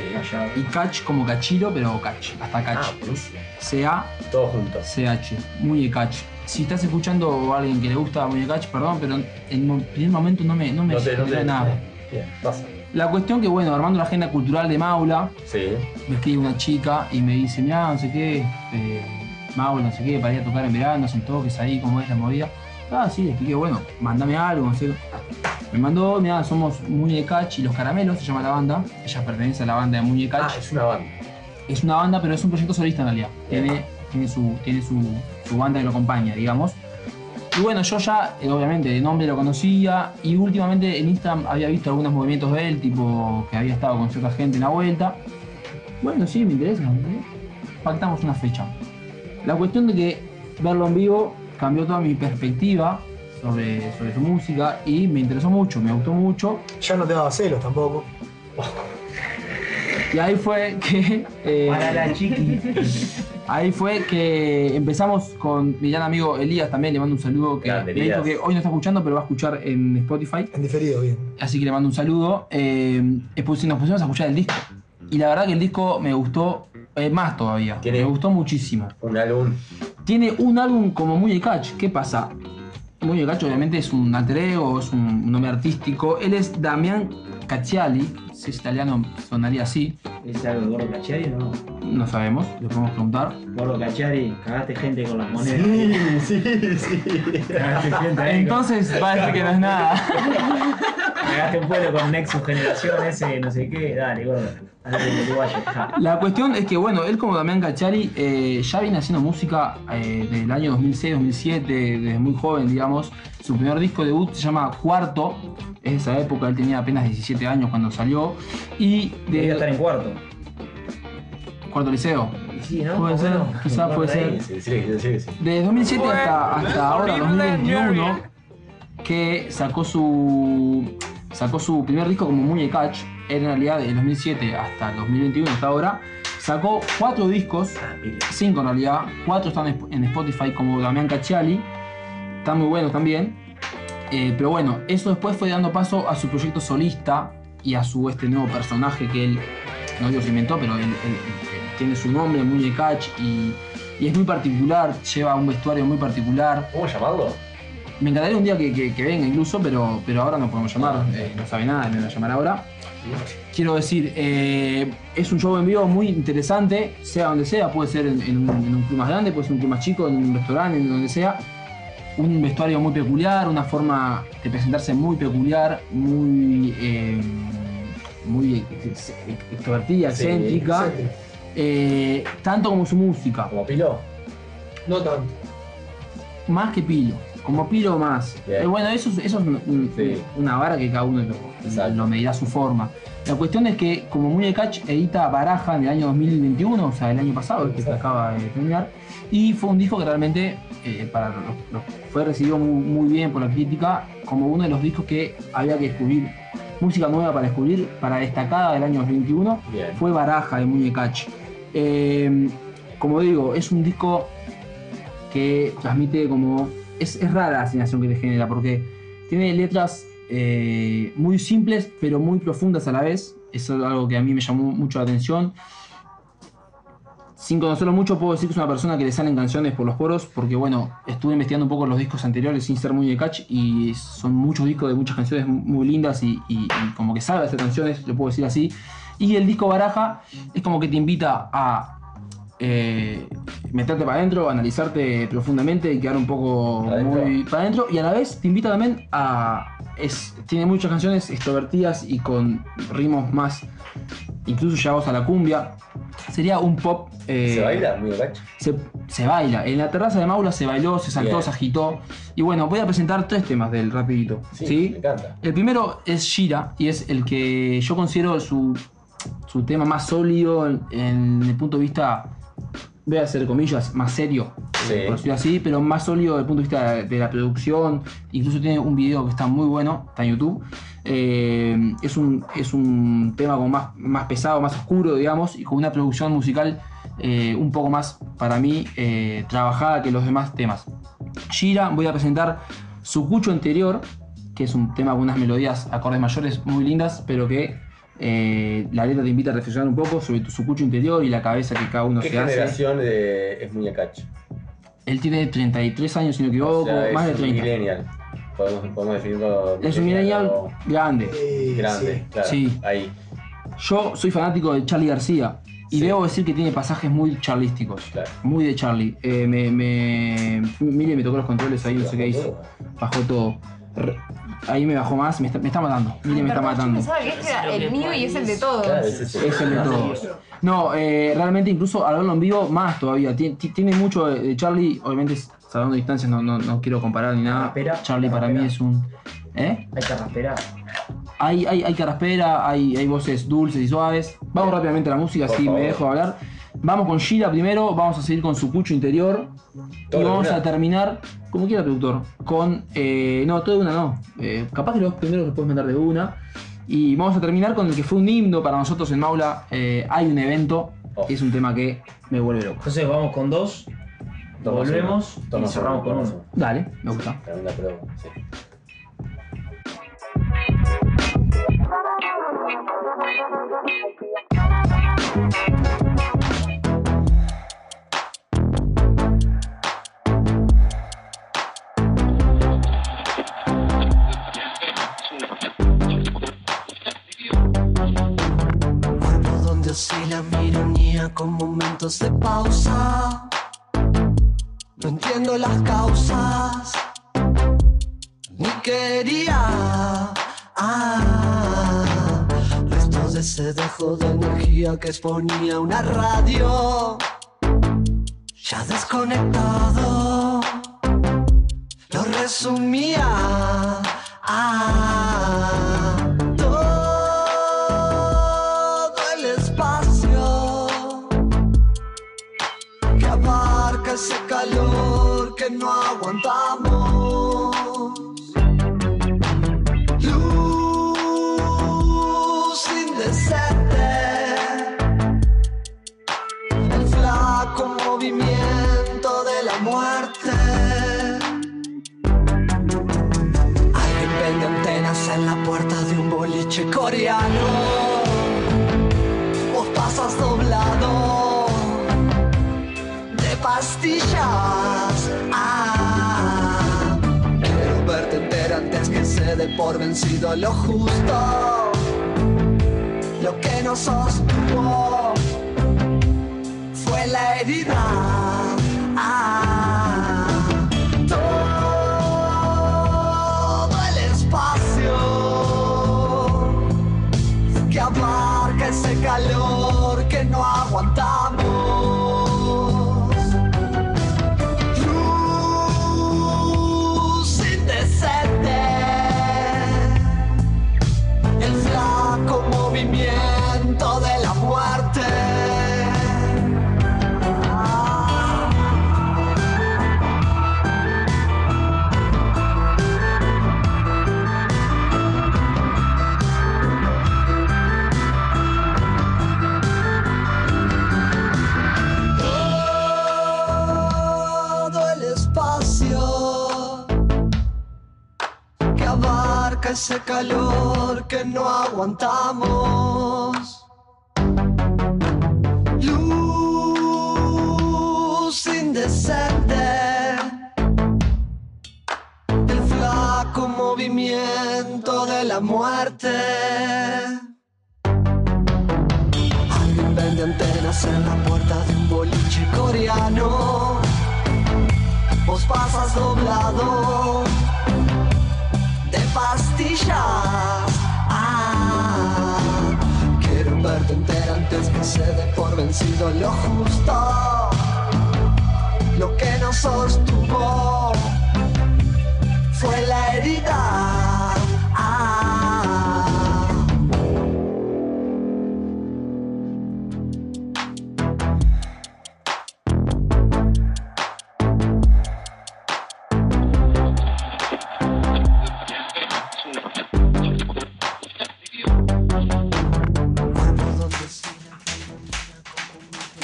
S6: y Cach como cachilo, pero Cach, hasta Cach.
S3: Ah, buenísimo.
S6: C-A
S3: Todos juntos.
S6: CH, Muñecach. Si estás escuchando o alguien que le gusta Muñecach, perdón, pero en el primer momento no me, no me
S3: No te, no
S6: generó
S3: te.
S6: nada.
S3: Bien, pasa.
S6: La cuestión que, bueno, armando la agenda cultural de Maula,
S3: Sí.
S6: me escribe una chica y me dice, mirá, no sé qué, eh, Maula, no sé qué, para ir a tocar en verano, hacen toques ahí, cómo es la movida. Ah, sí, le expliqué, bueno, mandame algo, no sé. Me mandó, mirá, somos Muñecach y Los Caramelos, se llama la banda. Ella pertenece a la banda de Muñecach.
S3: Ah, es una banda.
S6: es una banda, pero es un proyecto solista en realidad. Tiene, tiene, su, tiene su, su banda que lo acompaña, digamos. Y bueno, yo ya, eh, obviamente, de nombre lo conocía y últimamente en Instagram había visto algunos movimientos de él, tipo que había estado con cierta gente en la vuelta. Bueno, sí, me interesa. me interesa. Pactamos una fecha. La cuestión de que verlo en vivo cambió toda mi perspectiva sobre, sobre su música y me interesó mucho, me gustó mucho.
S5: Ya no te daba celos tampoco.
S6: Y ahí fue que. eh,
S2: Para la chiqui.
S6: Ahí fue que empezamos con mi gran amigo Elías también, le mando un saludo que
S3: Grande,
S6: me dijo
S3: Elías.
S6: que hoy no está escuchando, pero va a escuchar en Spotify.
S5: En diferido, bien.
S6: Así que le mando un saludo. Eh, y pus- nos pusimos a escuchar el disco. Y la verdad que el disco me gustó eh, más todavía.
S3: Tiene-
S6: Me gustó muchísimo.
S3: Un álbum.
S6: Tiene un álbum como Muy de Catch. ¿Qué pasa? Muy de Catch obviamente es un alter ego, es un, un nombre artístico. Él es Damián Cacciali. Si es italiano sonaría así.
S2: ¿Es algo de Gordo Cachari o no?
S6: No sabemos, lo podemos preguntar.
S2: Gordo Cachari, cagaste gente con las monedas.
S3: Sí, sí, sí.
S2: Cagaste gente ahí.
S6: Entonces va a decir que no es nada.
S2: con- Cagaste un pueblo con Nexus Generación ese, no sé qué. Dale, gordo. Dale, el uruguayo. ja.
S6: La cuestión es que, bueno, él como Damián Cachari eh, ya viene haciendo música eh, del año 2006-2007, desde muy joven, digamos. Su primer disco debut se llama Cuarto. Es de esa época, él tenía apenas 17 años cuando salió. Y
S2: Debería estar
S6: de
S2: en cuarto.
S6: Cuarto Liceo.
S2: Y sí, ¿no?
S6: Puede
S2: Más o
S6: ser,
S2: menos.
S6: quizá puede ser.
S3: Sí, sí, sí, sí, sí.
S6: Desde 2007 hasta, hasta ahora, 2021, que sacó su sacó su primer disco como Muñe Catch, en realidad del 2007 hasta el 2021, hasta ahora, sacó cuatro discos, cinco en realidad, cuatro están en Sp- en Spotify como Damián Cacciali, están muy buenos también, Eh, pero bueno, eso después fue dando paso a su proyecto solista y a su este nuevo personaje que él, no digo se inventó, pero él, él- él tiene su nombre, Muñe Catch, y, y es muy particular, lleva un vestuario muy particular,
S3: ¿Cómo llamarlo?
S6: me encantaría un día que, que- que venga incluso, pero, pero ahora no podemos
S5: Ah.
S6: llamar, eh, no sabe nada, me va a llamar ahora. Quiero decir, eh, es un show en vivo muy interesante, sea donde sea, puede ser en, en un, en un club más grande, puede ser un club más chico, en un restaurante, en donde sea. Un vestuario muy peculiar, una forma de presentarse muy peculiar, muy eh, muy ex- ex- extrovertida,
S5: Sí,
S6: excéntrica,
S5: excéntrica.
S6: eh, tanto como su música.
S3: ¿Como Pilo?
S5: No tanto.
S6: Más que Pilo, como Pilo más.
S3: Bien.
S6: Eh, bueno, eso, es- eso es un- un-
S3: Sí.
S6: una vara que cada uno lo, lo medirá a su forma. La cuestión es que como Muñe Catch edita Baraja en el año 2021, o sea, el año pasado, el que se acaba de terminar, y fue un disco que realmente eh, para los- los- fue recibido muy, muy bien por la crítica como uno de los discos que había que descubrir, música nueva para descubrir, para destacada del año 2021,
S3: Bien.
S6: fue Baraja de Muñe Catch. Eh, como digo, es un disco que transmite como... Es, es rara la sensación que te genera, porque tiene letras eh, muy simples, pero muy profundas a la vez. Eso es algo que a mí me llamó mucho la atención. Sin conocerlo mucho, puedo decir que es una persona que le salen canciones por los poros, porque bueno, estuve investigando un poco los discos anteriores sin ser muy de catch, y son muchos discos de muchas canciones muy lindas y, y- y como que sabe hacer canciones, lo puedo decir así. Y el disco Baraja es como que te invita a eh, meterte para adentro, analizarte profundamente y quedar un poco muy para adentro. Y a la vez te invita también a. Es, tiene muchas canciones extrovertidas y con ritmos más. incluso llegados a la cumbia. Sería un pop. eh,
S3: ¿Se baila, amigo Cacho?
S6: Se, se baila. En la terraza de Maula se bailó, se saltó,
S3: Bien.
S6: se agitó. Y bueno, voy a presentar tres temas del rapidito. Sí,
S3: me encanta.
S6: El primero es Shira y es el que yo considero su, su tema más sólido en, en el punto de vista, voy a hacer comillas, más serio, eh,
S3: Sí.
S6: por decirlo así, pero más sólido desde el punto de vista de, de la producción. Incluso tiene un video que está muy bueno, está en YouTube. Eh, es, un, es un tema como más, más pesado, más oscuro, digamos, y con una producción musical eh, un poco más, para mí, eh, trabajada que los demás temas. Shira, voy a presentar su cucho anterior, que es un tema con unas melodías, acordes mayores muy lindas, pero que eh, la letra te invita a reflexionar un poco sobre tu- su cucho interior y la cabeza que cada uno
S3: ¿Qué
S6: se hace.
S3: generación de- es Muñe Cacho?
S6: Él tiene 33 años, si no me equivoco,
S3: O sea,
S6: más
S3: es
S6: de
S3: un
S6: 30.
S3: millennial. Podemos, podemos definirlo.
S6: Es un millennial grande.
S3: grande, claro.
S6: Sí.
S3: Ahí.
S6: Yo soy fanático de Charlie García y debo decir que tiene pasajes muy charlísticos. Muy de Charlie. Eh, me, me, mire, me tocó los controles ahí, no sé qué hizo. Bajó todo. Re- Ahí me bajó más, me está, me está matando. Mire, me está
S1: Perdón, yo
S6: matando.
S1: Pensaba que este era el mío y es el de todos.
S6: Es el de todos. No, eh, realmente incluso al verlo en vivo, más todavía. Tien- ti- Tiene, mucho de de Charlie, obviamente salvando distancias, no, no, no quiero comparar ni nada. Charlie para mí es un... ¿Eh?
S2: Hay que rasperar.
S6: Hay, hay, hay carraspera, hay, hay voces dulces y suaves. Vamos rápidamente a la música,
S2: Por
S6: así
S2: favor.
S6: me dejo hablar. Vamos con Shira primero, vamos a seguir con su cucho interior.
S3: ¿Todo
S6: Y
S3: de
S6: vamos
S3: una?
S6: a terminar, como quiera, productor, con. eh, no, todo de una no. Eh, capaz que los primeros los puedes mandar de una. Y vamos a terminar con el que fue un himno para nosotros en Maula. Eh, hay un evento,
S2: Oh.
S6: que es un tema que me vuelve loco.
S2: Entonces vamos con dos,
S6: Tomás
S2: volvemos
S6: uno.
S2: y
S6: Tomás
S2: cerramos
S6: uno,
S2: con
S6: tomás
S2: uno.
S6: Dale, me gusta.
S3: Tremenda prueba, sí.
S12: Cuerpo donde oscila mi ironía con momentos de pausa. No entiendo las causas, ni quería. Ah, restos de ese dejo de energía que exponía una radio. Ya desconectado, lo resumía. Ah, todo el espacio que abarca ese calor que no aguantamos. Luz indecente, el flaco movimiento de la muerte. Alguien vende antenas en la puerta de un boliche coreano. Vos pasas doblado de pastillas. Ah, quiero verte entera antes que se dé por vencido lo justo. Lo que no sostuvo fue la herida. Ah, todo el espacio que abarca Ah. hace calor que no aguantamos. Luz indecente del flaco movimiento de la muerte. Alguien vende antenas en la puerta de un boliche coreano. Vos pasas doblado de pastillas. Ah, quiero verte entera antes que se dé por vencido lo justo, lo que nos sostuvo fue la herida. Ah.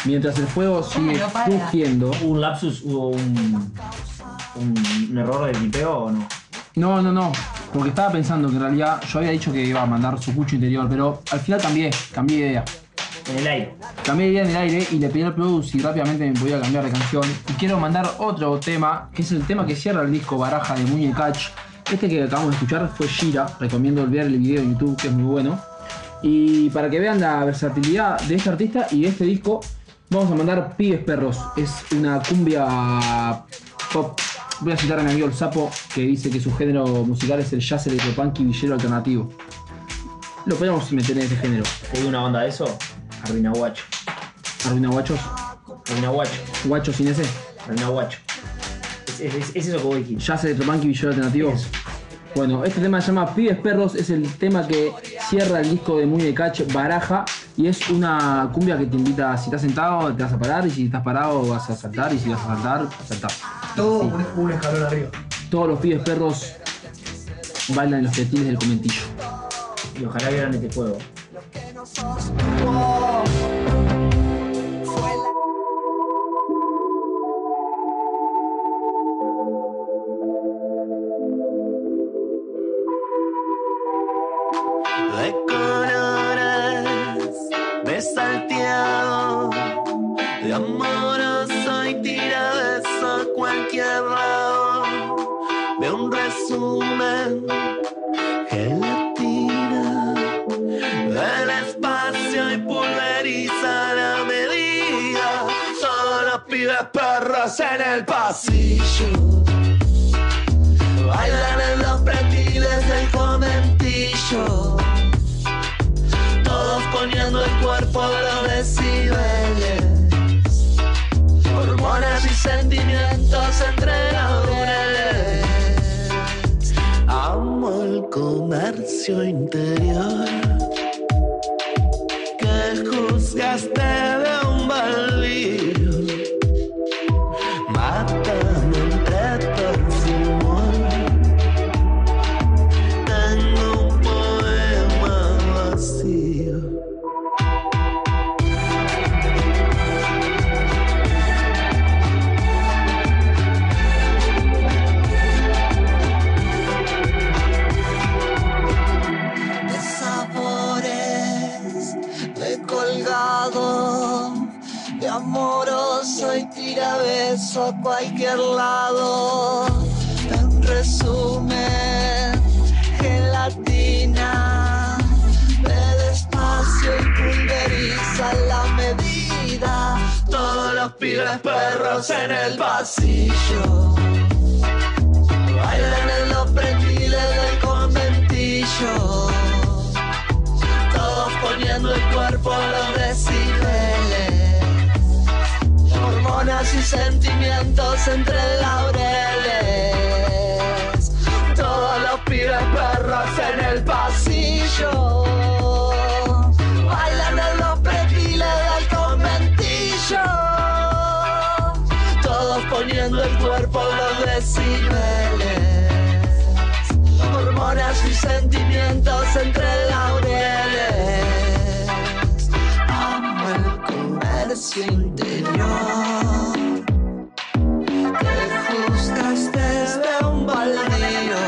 S6: Mientras el fuego sigue
S4: Claro, para.
S6: surgiendo.
S2: ¿Hubo un lapsus? ¿Hubo un, un, un error de pipeo o no?
S6: No, no, no. Porque estaba pensando que en realidad yo había dicho que iba a mandar su cucho interior, pero al final cambié, cambié de idea.
S2: En el aire.
S6: Cambié de idea en el aire y le pedí al Produ si rápidamente me podía cambiar de canción. Y quiero mandar otro tema, que es el tema que cierra el disco Baraja de Muñecach. Este que acabamos de escuchar fue Shira. Recomiendo ver el video en YouTube, que es muy bueno. Y para que vean la versatilidad de este artista y de este disco, vamos a mandar Pibes Perros. Es una cumbia pop. Voy a citar a mi amigo el Sapo, que dice que su género musical es el jazz electropunk y villero alternativo. Lo podemos meter en este género.
S2: ¿Hubo una banda de eso? Arruina Guacho.
S6: ¿Arruina Guachos?
S2: Arruina Guacho.
S6: ¿Guacho sin ese?
S2: Arruina Guacho. Es, es- es- es eso que voy a decir.
S6: Jazz electropunk y villero alternativo. Bueno, este tema se llama Pibes Perros, es el tema que cierra el disco de Muy de Catch Baraja y es una cumbia que te invita, si estás sentado te vas a parar y si estás parado vas a saltar y si vas a saltar, saltás.
S5: Todo un, un escalón arriba.
S6: Todos los pibes perros bailan en los fetines del comentillo.
S2: Y ojalá vieran este juego.
S12: de colores, de salteado, de amoroso y tirabeso a cualquier lado, de un resumen, gelatina, del espacio y pulveriza la medida, solo pibes perros en el pasillo. Bailan en los pretiles del comentillo Todos poniendo el cuerpo a los decibeles Hormonas y sentimientos entre laureles Amo el comercio interior Que juzgaste de un baldío Mátame entre perfumón Tengo un poema vacío De sabores de colgado de amoroso y tirabeso a cualquier lado. En resumen, gelatina, de despacio y pulveriza la medida. Todos los pibes perros en el pasillo. Bailan en los pretiles del conventillo. Todos poniendo el cuerpo a los decibeles hormonas y sentimientos entre laureles. Todos los pibes perros en el pasillo. Bailan en los pretiles del conventillo. Todos poniendo el cuerpo a los decibeles. Hormonas y sentimientos entre laureles. Amo el comercio interior Te juzgas desde un baldío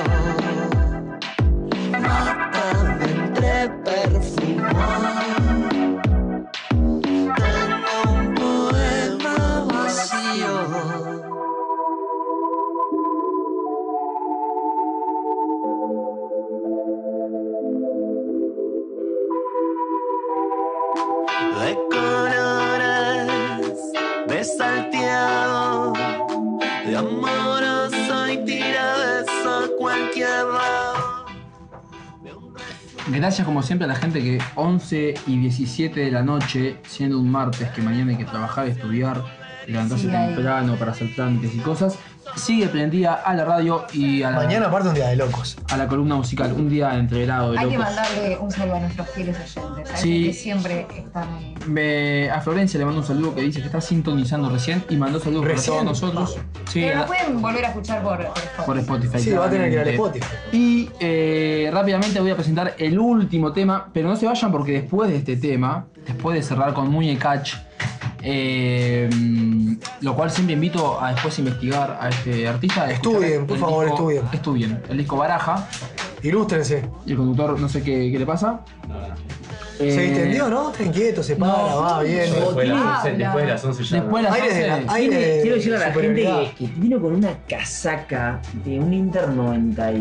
S12: de colores, de salteado, de amoroso y tira de eso a cualquier lado.
S6: Gracias como siempre a la gente que 11 y 17 de la noche, siendo un martes que mañana hay que trabajar, estudiar, levantarse
S5: Sigue ahí.
S6: temprano para hacer trámites y cosas, sigue prendida a la radio y a la...
S5: Mañana aparte un día de locos.
S6: A la columna musical, un día entregado de
S4: Hay que
S6: locos.
S4: mandarle un saludo a nuestros fieles oyentes, a
S6: Sí.
S4: que siempre están.
S6: Me- a Florencia le mando un saludo que dice que está sintonizando recién y mandó saludos
S4: Recién.
S6: para todos nosotros.
S5: Ah.
S6: Sí,
S4: Pero lo
S6: a-
S4: pueden volver a escuchar por, por Spotify.
S6: por Spotify.
S5: Sí, va a tener que ir al
S6: claramente. Y eh, rápidamente voy a presentar el último tema, pero no se vayan porque después de este tema, después de cerrar con Muñecach, eh, lo cual siempre invito a después investigar a este artista. Estudien,
S5: por favor, estudien.
S6: Estudien. El disco Baraja.
S5: Ilústrense.
S6: Y el conductor, no sé qué, qué le pasa.
S5: Se
S6: Eh,
S5: distendió, ¿no? Está inquieto, se para, va, bien.
S3: Después de las 11, después de las 11 ya.
S6: Pues Después de las
S5: Aire de la-
S6: 11.
S5: aire
S2: Quiero-
S5: de
S2: Quiero decir a la gente
S5: superioridad.
S2: que, que vino con una casaca de un Inter 90 y...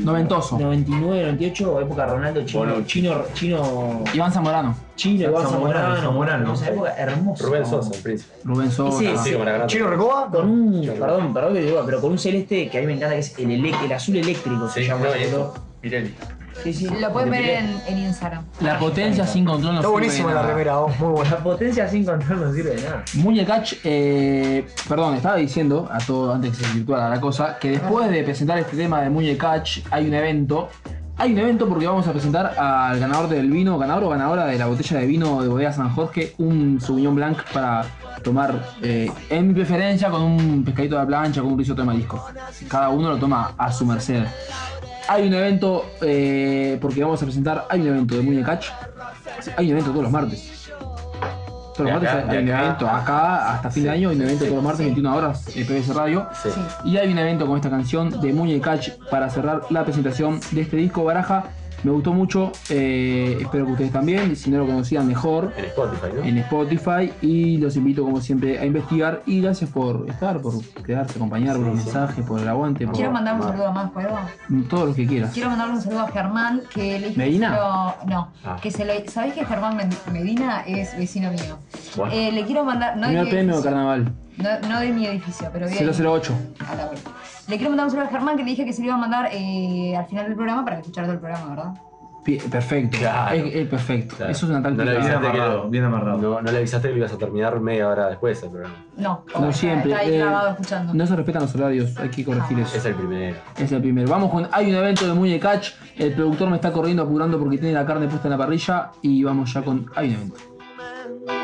S6: Noventoso.
S2: 99, 98, época Ronaldo Chino.
S6: Bonucci.
S2: Chino, chino...
S6: Iván Zamorano.
S2: Chino, Iván
S6: Zamorano,
S2: Zamorano.
S6: Zamorano.
S2: Esa época hermosa.
S3: Rubén Sosa, el príncipe.
S6: Rubén Sosa.
S2: Ese-
S5: ¿Chino Recoba?
S2: Con un, perdón, perdón que digo, pero con un celeste que a mí me encanta, que es el, ele- el azul eléctrico. se llama
S3: no,
S2: ese
S3: y eso,
S2: color. Sí, sí.
S4: Lo pueden ver en, en Instagram.
S6: La potencia sin control no
S2: Está
S6: sirve
S2: buenísima
S6: de
S2: la
S6: nada.
S2: remera,
S5: muy
S2: buena. La potencia sin control no sirve de nada.
S6: Muñecach, eh, perdón, estaba diciendo a todo antes que se virtuara la cosa, que después de presentar este tema de Muñecach hay un evento. Hay un evento porque vamos a presentar al ganador del vino, ganador o ganadora de la botella de vino de Bodega San Jorge, un Sauvignon Blanc para tomar eh, en mi preferencia con un pescadito de plancha, con un risotto de marisco. Cada uno lo toma a su merced. Hay un evento, eh, porque vamos a presentar, hay un evento de Muñecach. Hay un evento todos los martes. Todos los
S3: De acá,
S6: martes hay
S3: de
S6: un
S3: acá.
S6: evento acá hasta fin de año, hay un evento todos los martes, 21 horas, eh, PBS Radio. Y hay un evento con esta canción de Muñe Catch para cerrar la presentación de este disco Baraja. Me gustó mucho, eh, espero que ustedes también, si no lo conocían mejor.
S3: En Spotify, ¿no?
S6: En Spotify y los invito como siempre a investigar y gracias por estar, por quedarse, acompañar, por el mensaje, por el aguante, por
S4: Quiero mandar un saludo a más, ¿puedo?
S6: todo lo que quieras.
S4: Quiero mandarle un saludo a Germán, que le
S6: ¿Medina?
S4: quiero- No,
S6: Ah.
S4: que se le. ¿Sabés que Germán Men- Medina es vecino mío?
S6: Bueno.
S4: Eh, le quiero mandar. No de, mi
S6: Primer premio de
S4: edificio,
S6: carnaval,
S4: no, no de mi edificio, pero bien.
S6: 008.
S4: A la vuelta. Le quiero mandar un saludo a Germán que le dije que se lo iba a mandar eh, al final del programa para que escuchara todo el programa, ¿verdad?
S6: Pi- Perfecto, es, es perfecto. Eso es una
S3: No le
S6: táctica.
S3: avisaste que lo- No, no le avisaste que lo ibas a terminar media hora después del programa.
S4: No,
S6: Como
S4: está-
S6: siempre,
S4: Está ahí
S6: eh,
S4: clavado escuchando.
S6: No se respetan los horarios, hay que corregir eso.
S3: Es el primero.
S6: Es el primero. Vamos con. Hay un evento de Muñe Catch. El productor me está corriendo apurando porque tiene la carne puesta en la parrilla. Y vamos ya con. Hay un evento.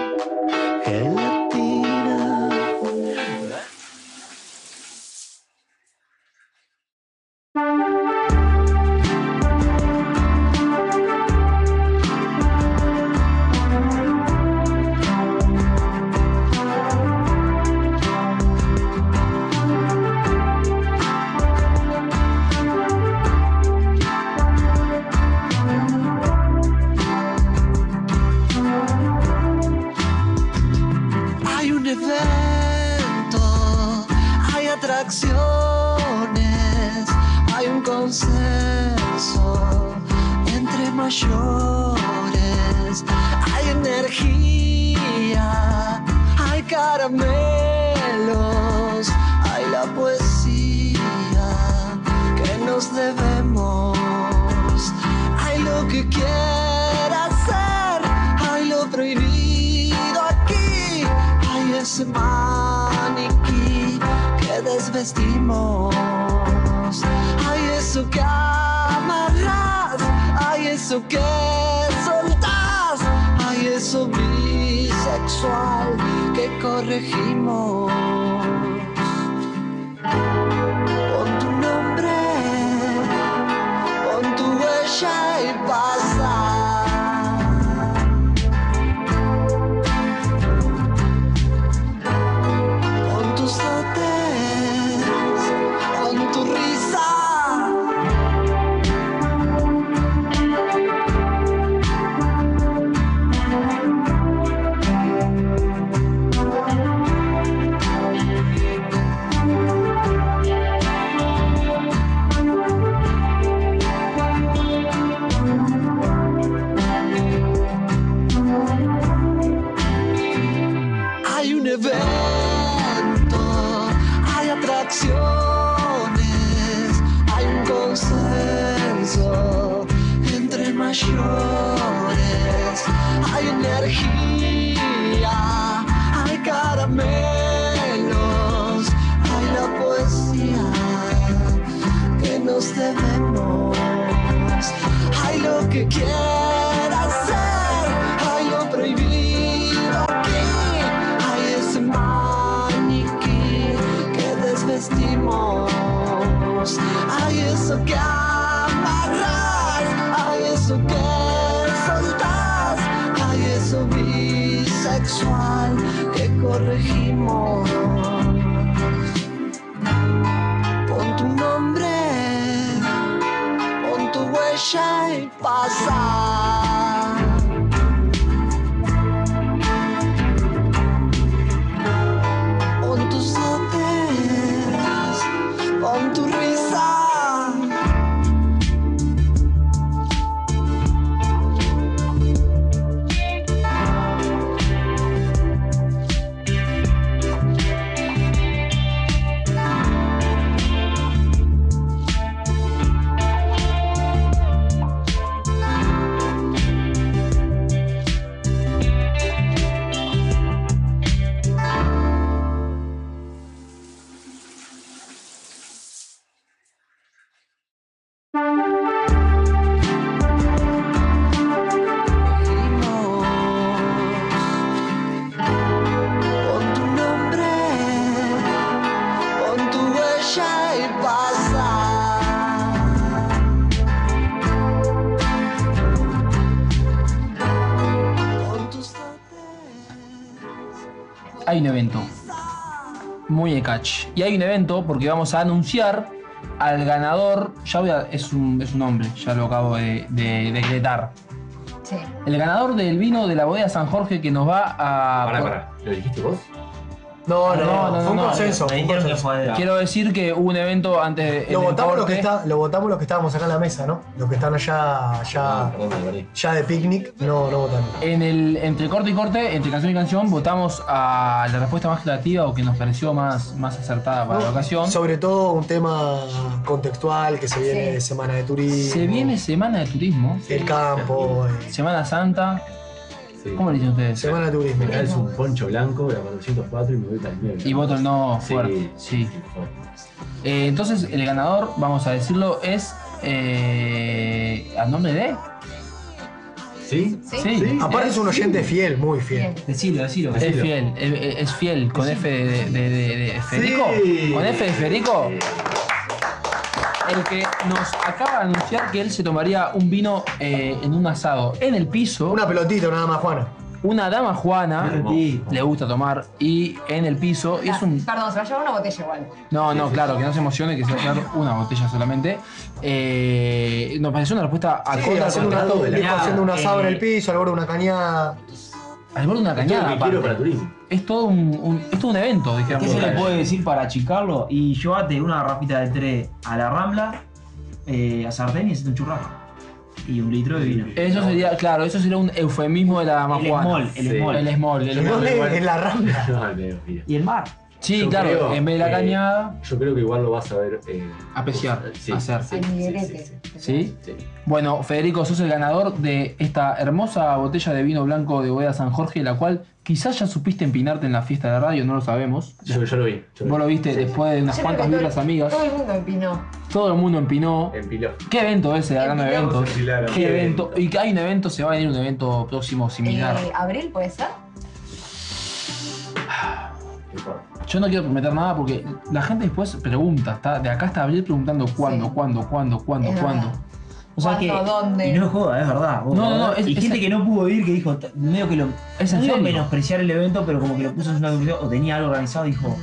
S12: Hay un evento, hay atracciones, hay un consenso entre mayores, hay energía, hay caramelos, hay la poesía que nos debemos. Hay lo que quiera hacer, hay lo prohibido aquí, hay ese maniquí que desvestimos, hay eso que amarras, hay eso que soltas, hay eso bisexual que corregimos. Pon tu nombre, pon tu huella y pasa. Pon tus dotes, pon tu risa. llores. Hay energía, hay caramelos, hay la poesía que nos debemos. Hay lo que quieras ser, hay lo prohibido aquí, hay ese maniquí que desvestimos, hay eso que amarras, hay eso que soltas, hay eso bisexual que corregimos. Pon tu nombre pon tu huella y pasa. Pon tus dotes, pon tu risa. Pon tu nombre, pon tu huella y pasa.
S6: hay un evento. Muñecach. Y hay un evento porque vamos a anunciar al ganador. Ya voy a- es, un, es un hombre, ya lo acabo de, de decretar.
S4: Sí.
S6: El ganador del vino de la bodega San Jorge que nos va a.
S3: Pará, pará. ¿Lo dijiste vos?
S5: No, no, no, fue un consenso, fue un consenso.
S6: Quiero decir que hubo un evento antes.
S5: Lo
S6: en el
S5: votamos, los que
S6: corte.
S5: está- lo votamos los que estábamos acá en la mesa, ¿no? Los que están allá, ya, ya de picnic, no, no votaron.
S6: En el entre corte y corte, entre canción y canción, votamos a la respuesta más creativa o que nos pareció más, más acertada para la ocasión.
S5: Sobre todo un tema contextual que se viene
S6: Sí.
S5: de Semana de Turismo.
S6: Se viene Semana de Turismo.
S5: El campo. eh.
S6: Semana Santa. ¿Cómo le dicen ustedes?
S5: Semana de Turismo.
S3: Me calzo un poncho blanco, la 404 y me voy tan bien.
S6: Y voto el no fuerte. Sí. Eh, entonces, el ganador, vamos a decirlo, es. eh, ¿A nombre de?
S3: ¿Sí?
S6: Sí.
S5: Aparte es un oyente fiel, muy fiel.
S6: Decilo, decilo. Es
S5: Decilo.
S6: fiel, es, es fiel, con F de, de- de- de Federico.
S5: Sí.
S6: Con F de Federico. El que nos acaba de anunciar que él se tomaría un vino eh, en un asado en el piso. Una
S5: pelotita, nada más Juana.
S6: Una dama Juana y le gusta tomar y en el piso. Y es un
S4: Ah, Perdón, se va a llevar una botella igual.
S6: no, no, claro, que no se emocione, que se va a llevar una botella solamente. Eh, nos pareció una respuesta
S5: Sí,
S6: acorde al
S5: haciendo, una,
S6: contrato.
S5: un viejo haciendo un asado en
S6: Eh,
S5: el piso, al borde de una cañada.
S6: Al borde de una
S5: Es todo lo
S6: cañada.
S5: que quiero
S6: Ah, aparte.
S5: para turismo.
S6: Es todo un, un- es todo un evento, dijéramos.
S2: ¿Qué se le puede decir para achicarlo? Y llévate una garrafita de tres a la Rambla, eh, a Sartén y hacete un churrasco. Y un litro de vino.
S6: Eso sería, claro, eso sería un eufemismo de la dama
S2: El
S6: Juana.
S2: small, el small.
S6: El small, el
S2: El
S6: small.
S2: small en la
S3: rambla. No, al medio, mira.
S2: Y el mar.
S6: Sí,
S3: Yo
S6: claro, eh,
S3: creo
S6: en vez de la
S3: que-
S6: cañada.
S3: Eh, Yo creo que igual lo vas a ver. Eh,
S6: Apreciar,
S3: sí,
S6: hacer.
S3: sí,
S4: Al
S3: sí,
S4: nivelete.
S3: sí, sí.
S6: ¿Sí?
S3: Sí.
S6: Bueno, Federico, sos el ganador de esta hermosa botella de vino blanco de Bodega San Jorge, la cual quizás ya supiste empinarte en la fiesta de radio, no lo sabemos.
S3: Yo, yo lo vi. yo
S6: Vos lo viste después de unas
S4: Yo creo
S6: cuantas
S4: que todo-
S6: vibras amigas.
S4: Todo el mundo opinó.
S6: Todo el mundo empinó.
S3: Empiló.
S6: ¿Qué evento ese? Hablando de
S4: Empiló.
S6: eventos.
S4: Se empilaron.
S6: ¿Qué evento? Y que hay un evento, se va a venir un evento próximo similar.
S4: Eh, ¿Abril puede ser?
S6: Yo no quiero prometer nada porque la gente después pregunta, está de acá hasta abril preguntando cuándo, cuándo, cuándo, cuándo,
S4: Es
S6: cuándo.
S4: verdad.
S2: O sea que.
S4: ¿Cuándo? ¿Dónde?
S2: Y no es joda, es verdad. vos,
S6: No, no, no,
S2: ¿verdad?
S6: es-
S2: y
S6: es-
S2: gente que no pudo ir que dijo, t- medio que lo.
S6: Es en
S2: no digo
S6: serio.
S2: menospreciar el evento, pero como que lo puso en una curiosidad o tenía algo organizado, dijo.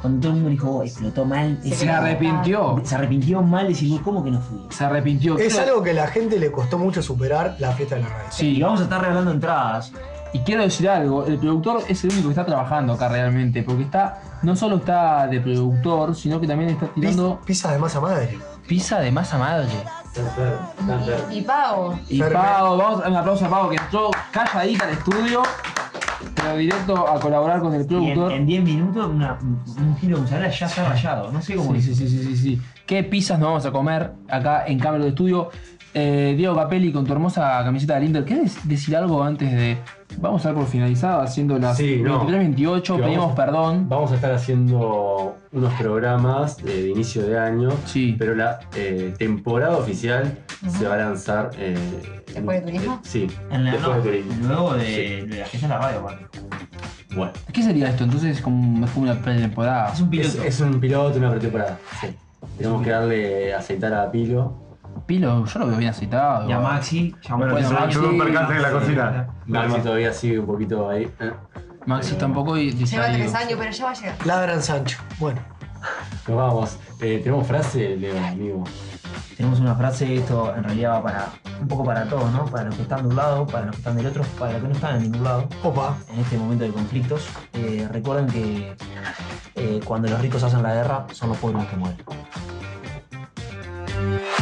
S2: Cuando todo el mundo dijo, "Oh, explotó mal.
S6: Se
S2: ese-
S6: arrepintió.
S2: Se arrepintió mal, decimos, ¿cómo que no fui?
S6: Se arrepintió.
S5: Es algo que a la gente le costó mucho superar la fiesta de la radio.
S6: Sí,
S2: vamos a estar regalando entradas.
S6: Y quiero decir algo, el productor es el único que está trabajando acá realmente, porque está, no solo está de productor, sino que también está tirando...
S5: Pizza de masa madre.
S6: Pizza de masa madre.
S4: Y Pau.
S6: Y Pau, vamos a dar un aplauso a Pau que entró calladita al estudio, pero directo a colaborar con el
S2: Y en-
S6: productor.
S2: en 10 minutos, una- un giro de mozzarella ya está rayado. No sé cómo
S6: Sí,
S2: hizo.
S6: sí, sí, sí, sí, sí. ¿Qué pizzas nos vamos a comer acá en Cámara de Estudio? Eh, Diego Capelli con tu hermosa camiseta del Inter. ¿Quieres decir algo antes de.? Vamos a dar por finalizado haciendo las
S3: Sí, no.
S6: 23-28.
S3: Que vamos
S6: Pedimos
S3: a-
S6: perdón.
S3: Vamos a estar haciendo unos programas de, de inicio de año, pero la eh, temporada oficial
S4: Ujú.
S3: se va a lanzar. eh, en-
S4: ¿Después de turismo?
S3: Sí,
S2: En la-
S3: después
S2: no,
S3: de turismo.
S2: luego de, de la gestión de la radio, aparte.
S3: Bueno.
S6: ¿Qué sería esto? Entonces, como, es como una pretemporada.
S2: Es un
S3: Es, es un piloto, una pretemporada. Sí. Tenemos que darle aceitar a Pilo.
S6: Pilo, yo lo veo bien aceitado.
S3: Y a
S2: Maxi.
S3: Bueno,
S6: Bueno,
S3: se va-
S6: Maxi-
S3: tuvo un percance en la
S6: Sí.
S3: cocina. Maxi todavía sigue un poquito ahí. ¿eh?
S6: Maxi tampoco y
S4: Lleva tres años, pero ya va a llegar.
S5: Ladran Sancho. Bueno.
S3: Nos vamos. Eh, tenemos frase, Leo, amigo.
S2: Tenemos una frase, esto en realidad va para un poco para todos, ¿no? Para los que están de un lado, para los que están del otro, para los que no están en ningún lado.
S5: Opa.
S2: En este momento de conflictos, eh, recuerden que eh, cuando los ricos hacen la guerra, son los pueblos los que mueren.
S12: Thank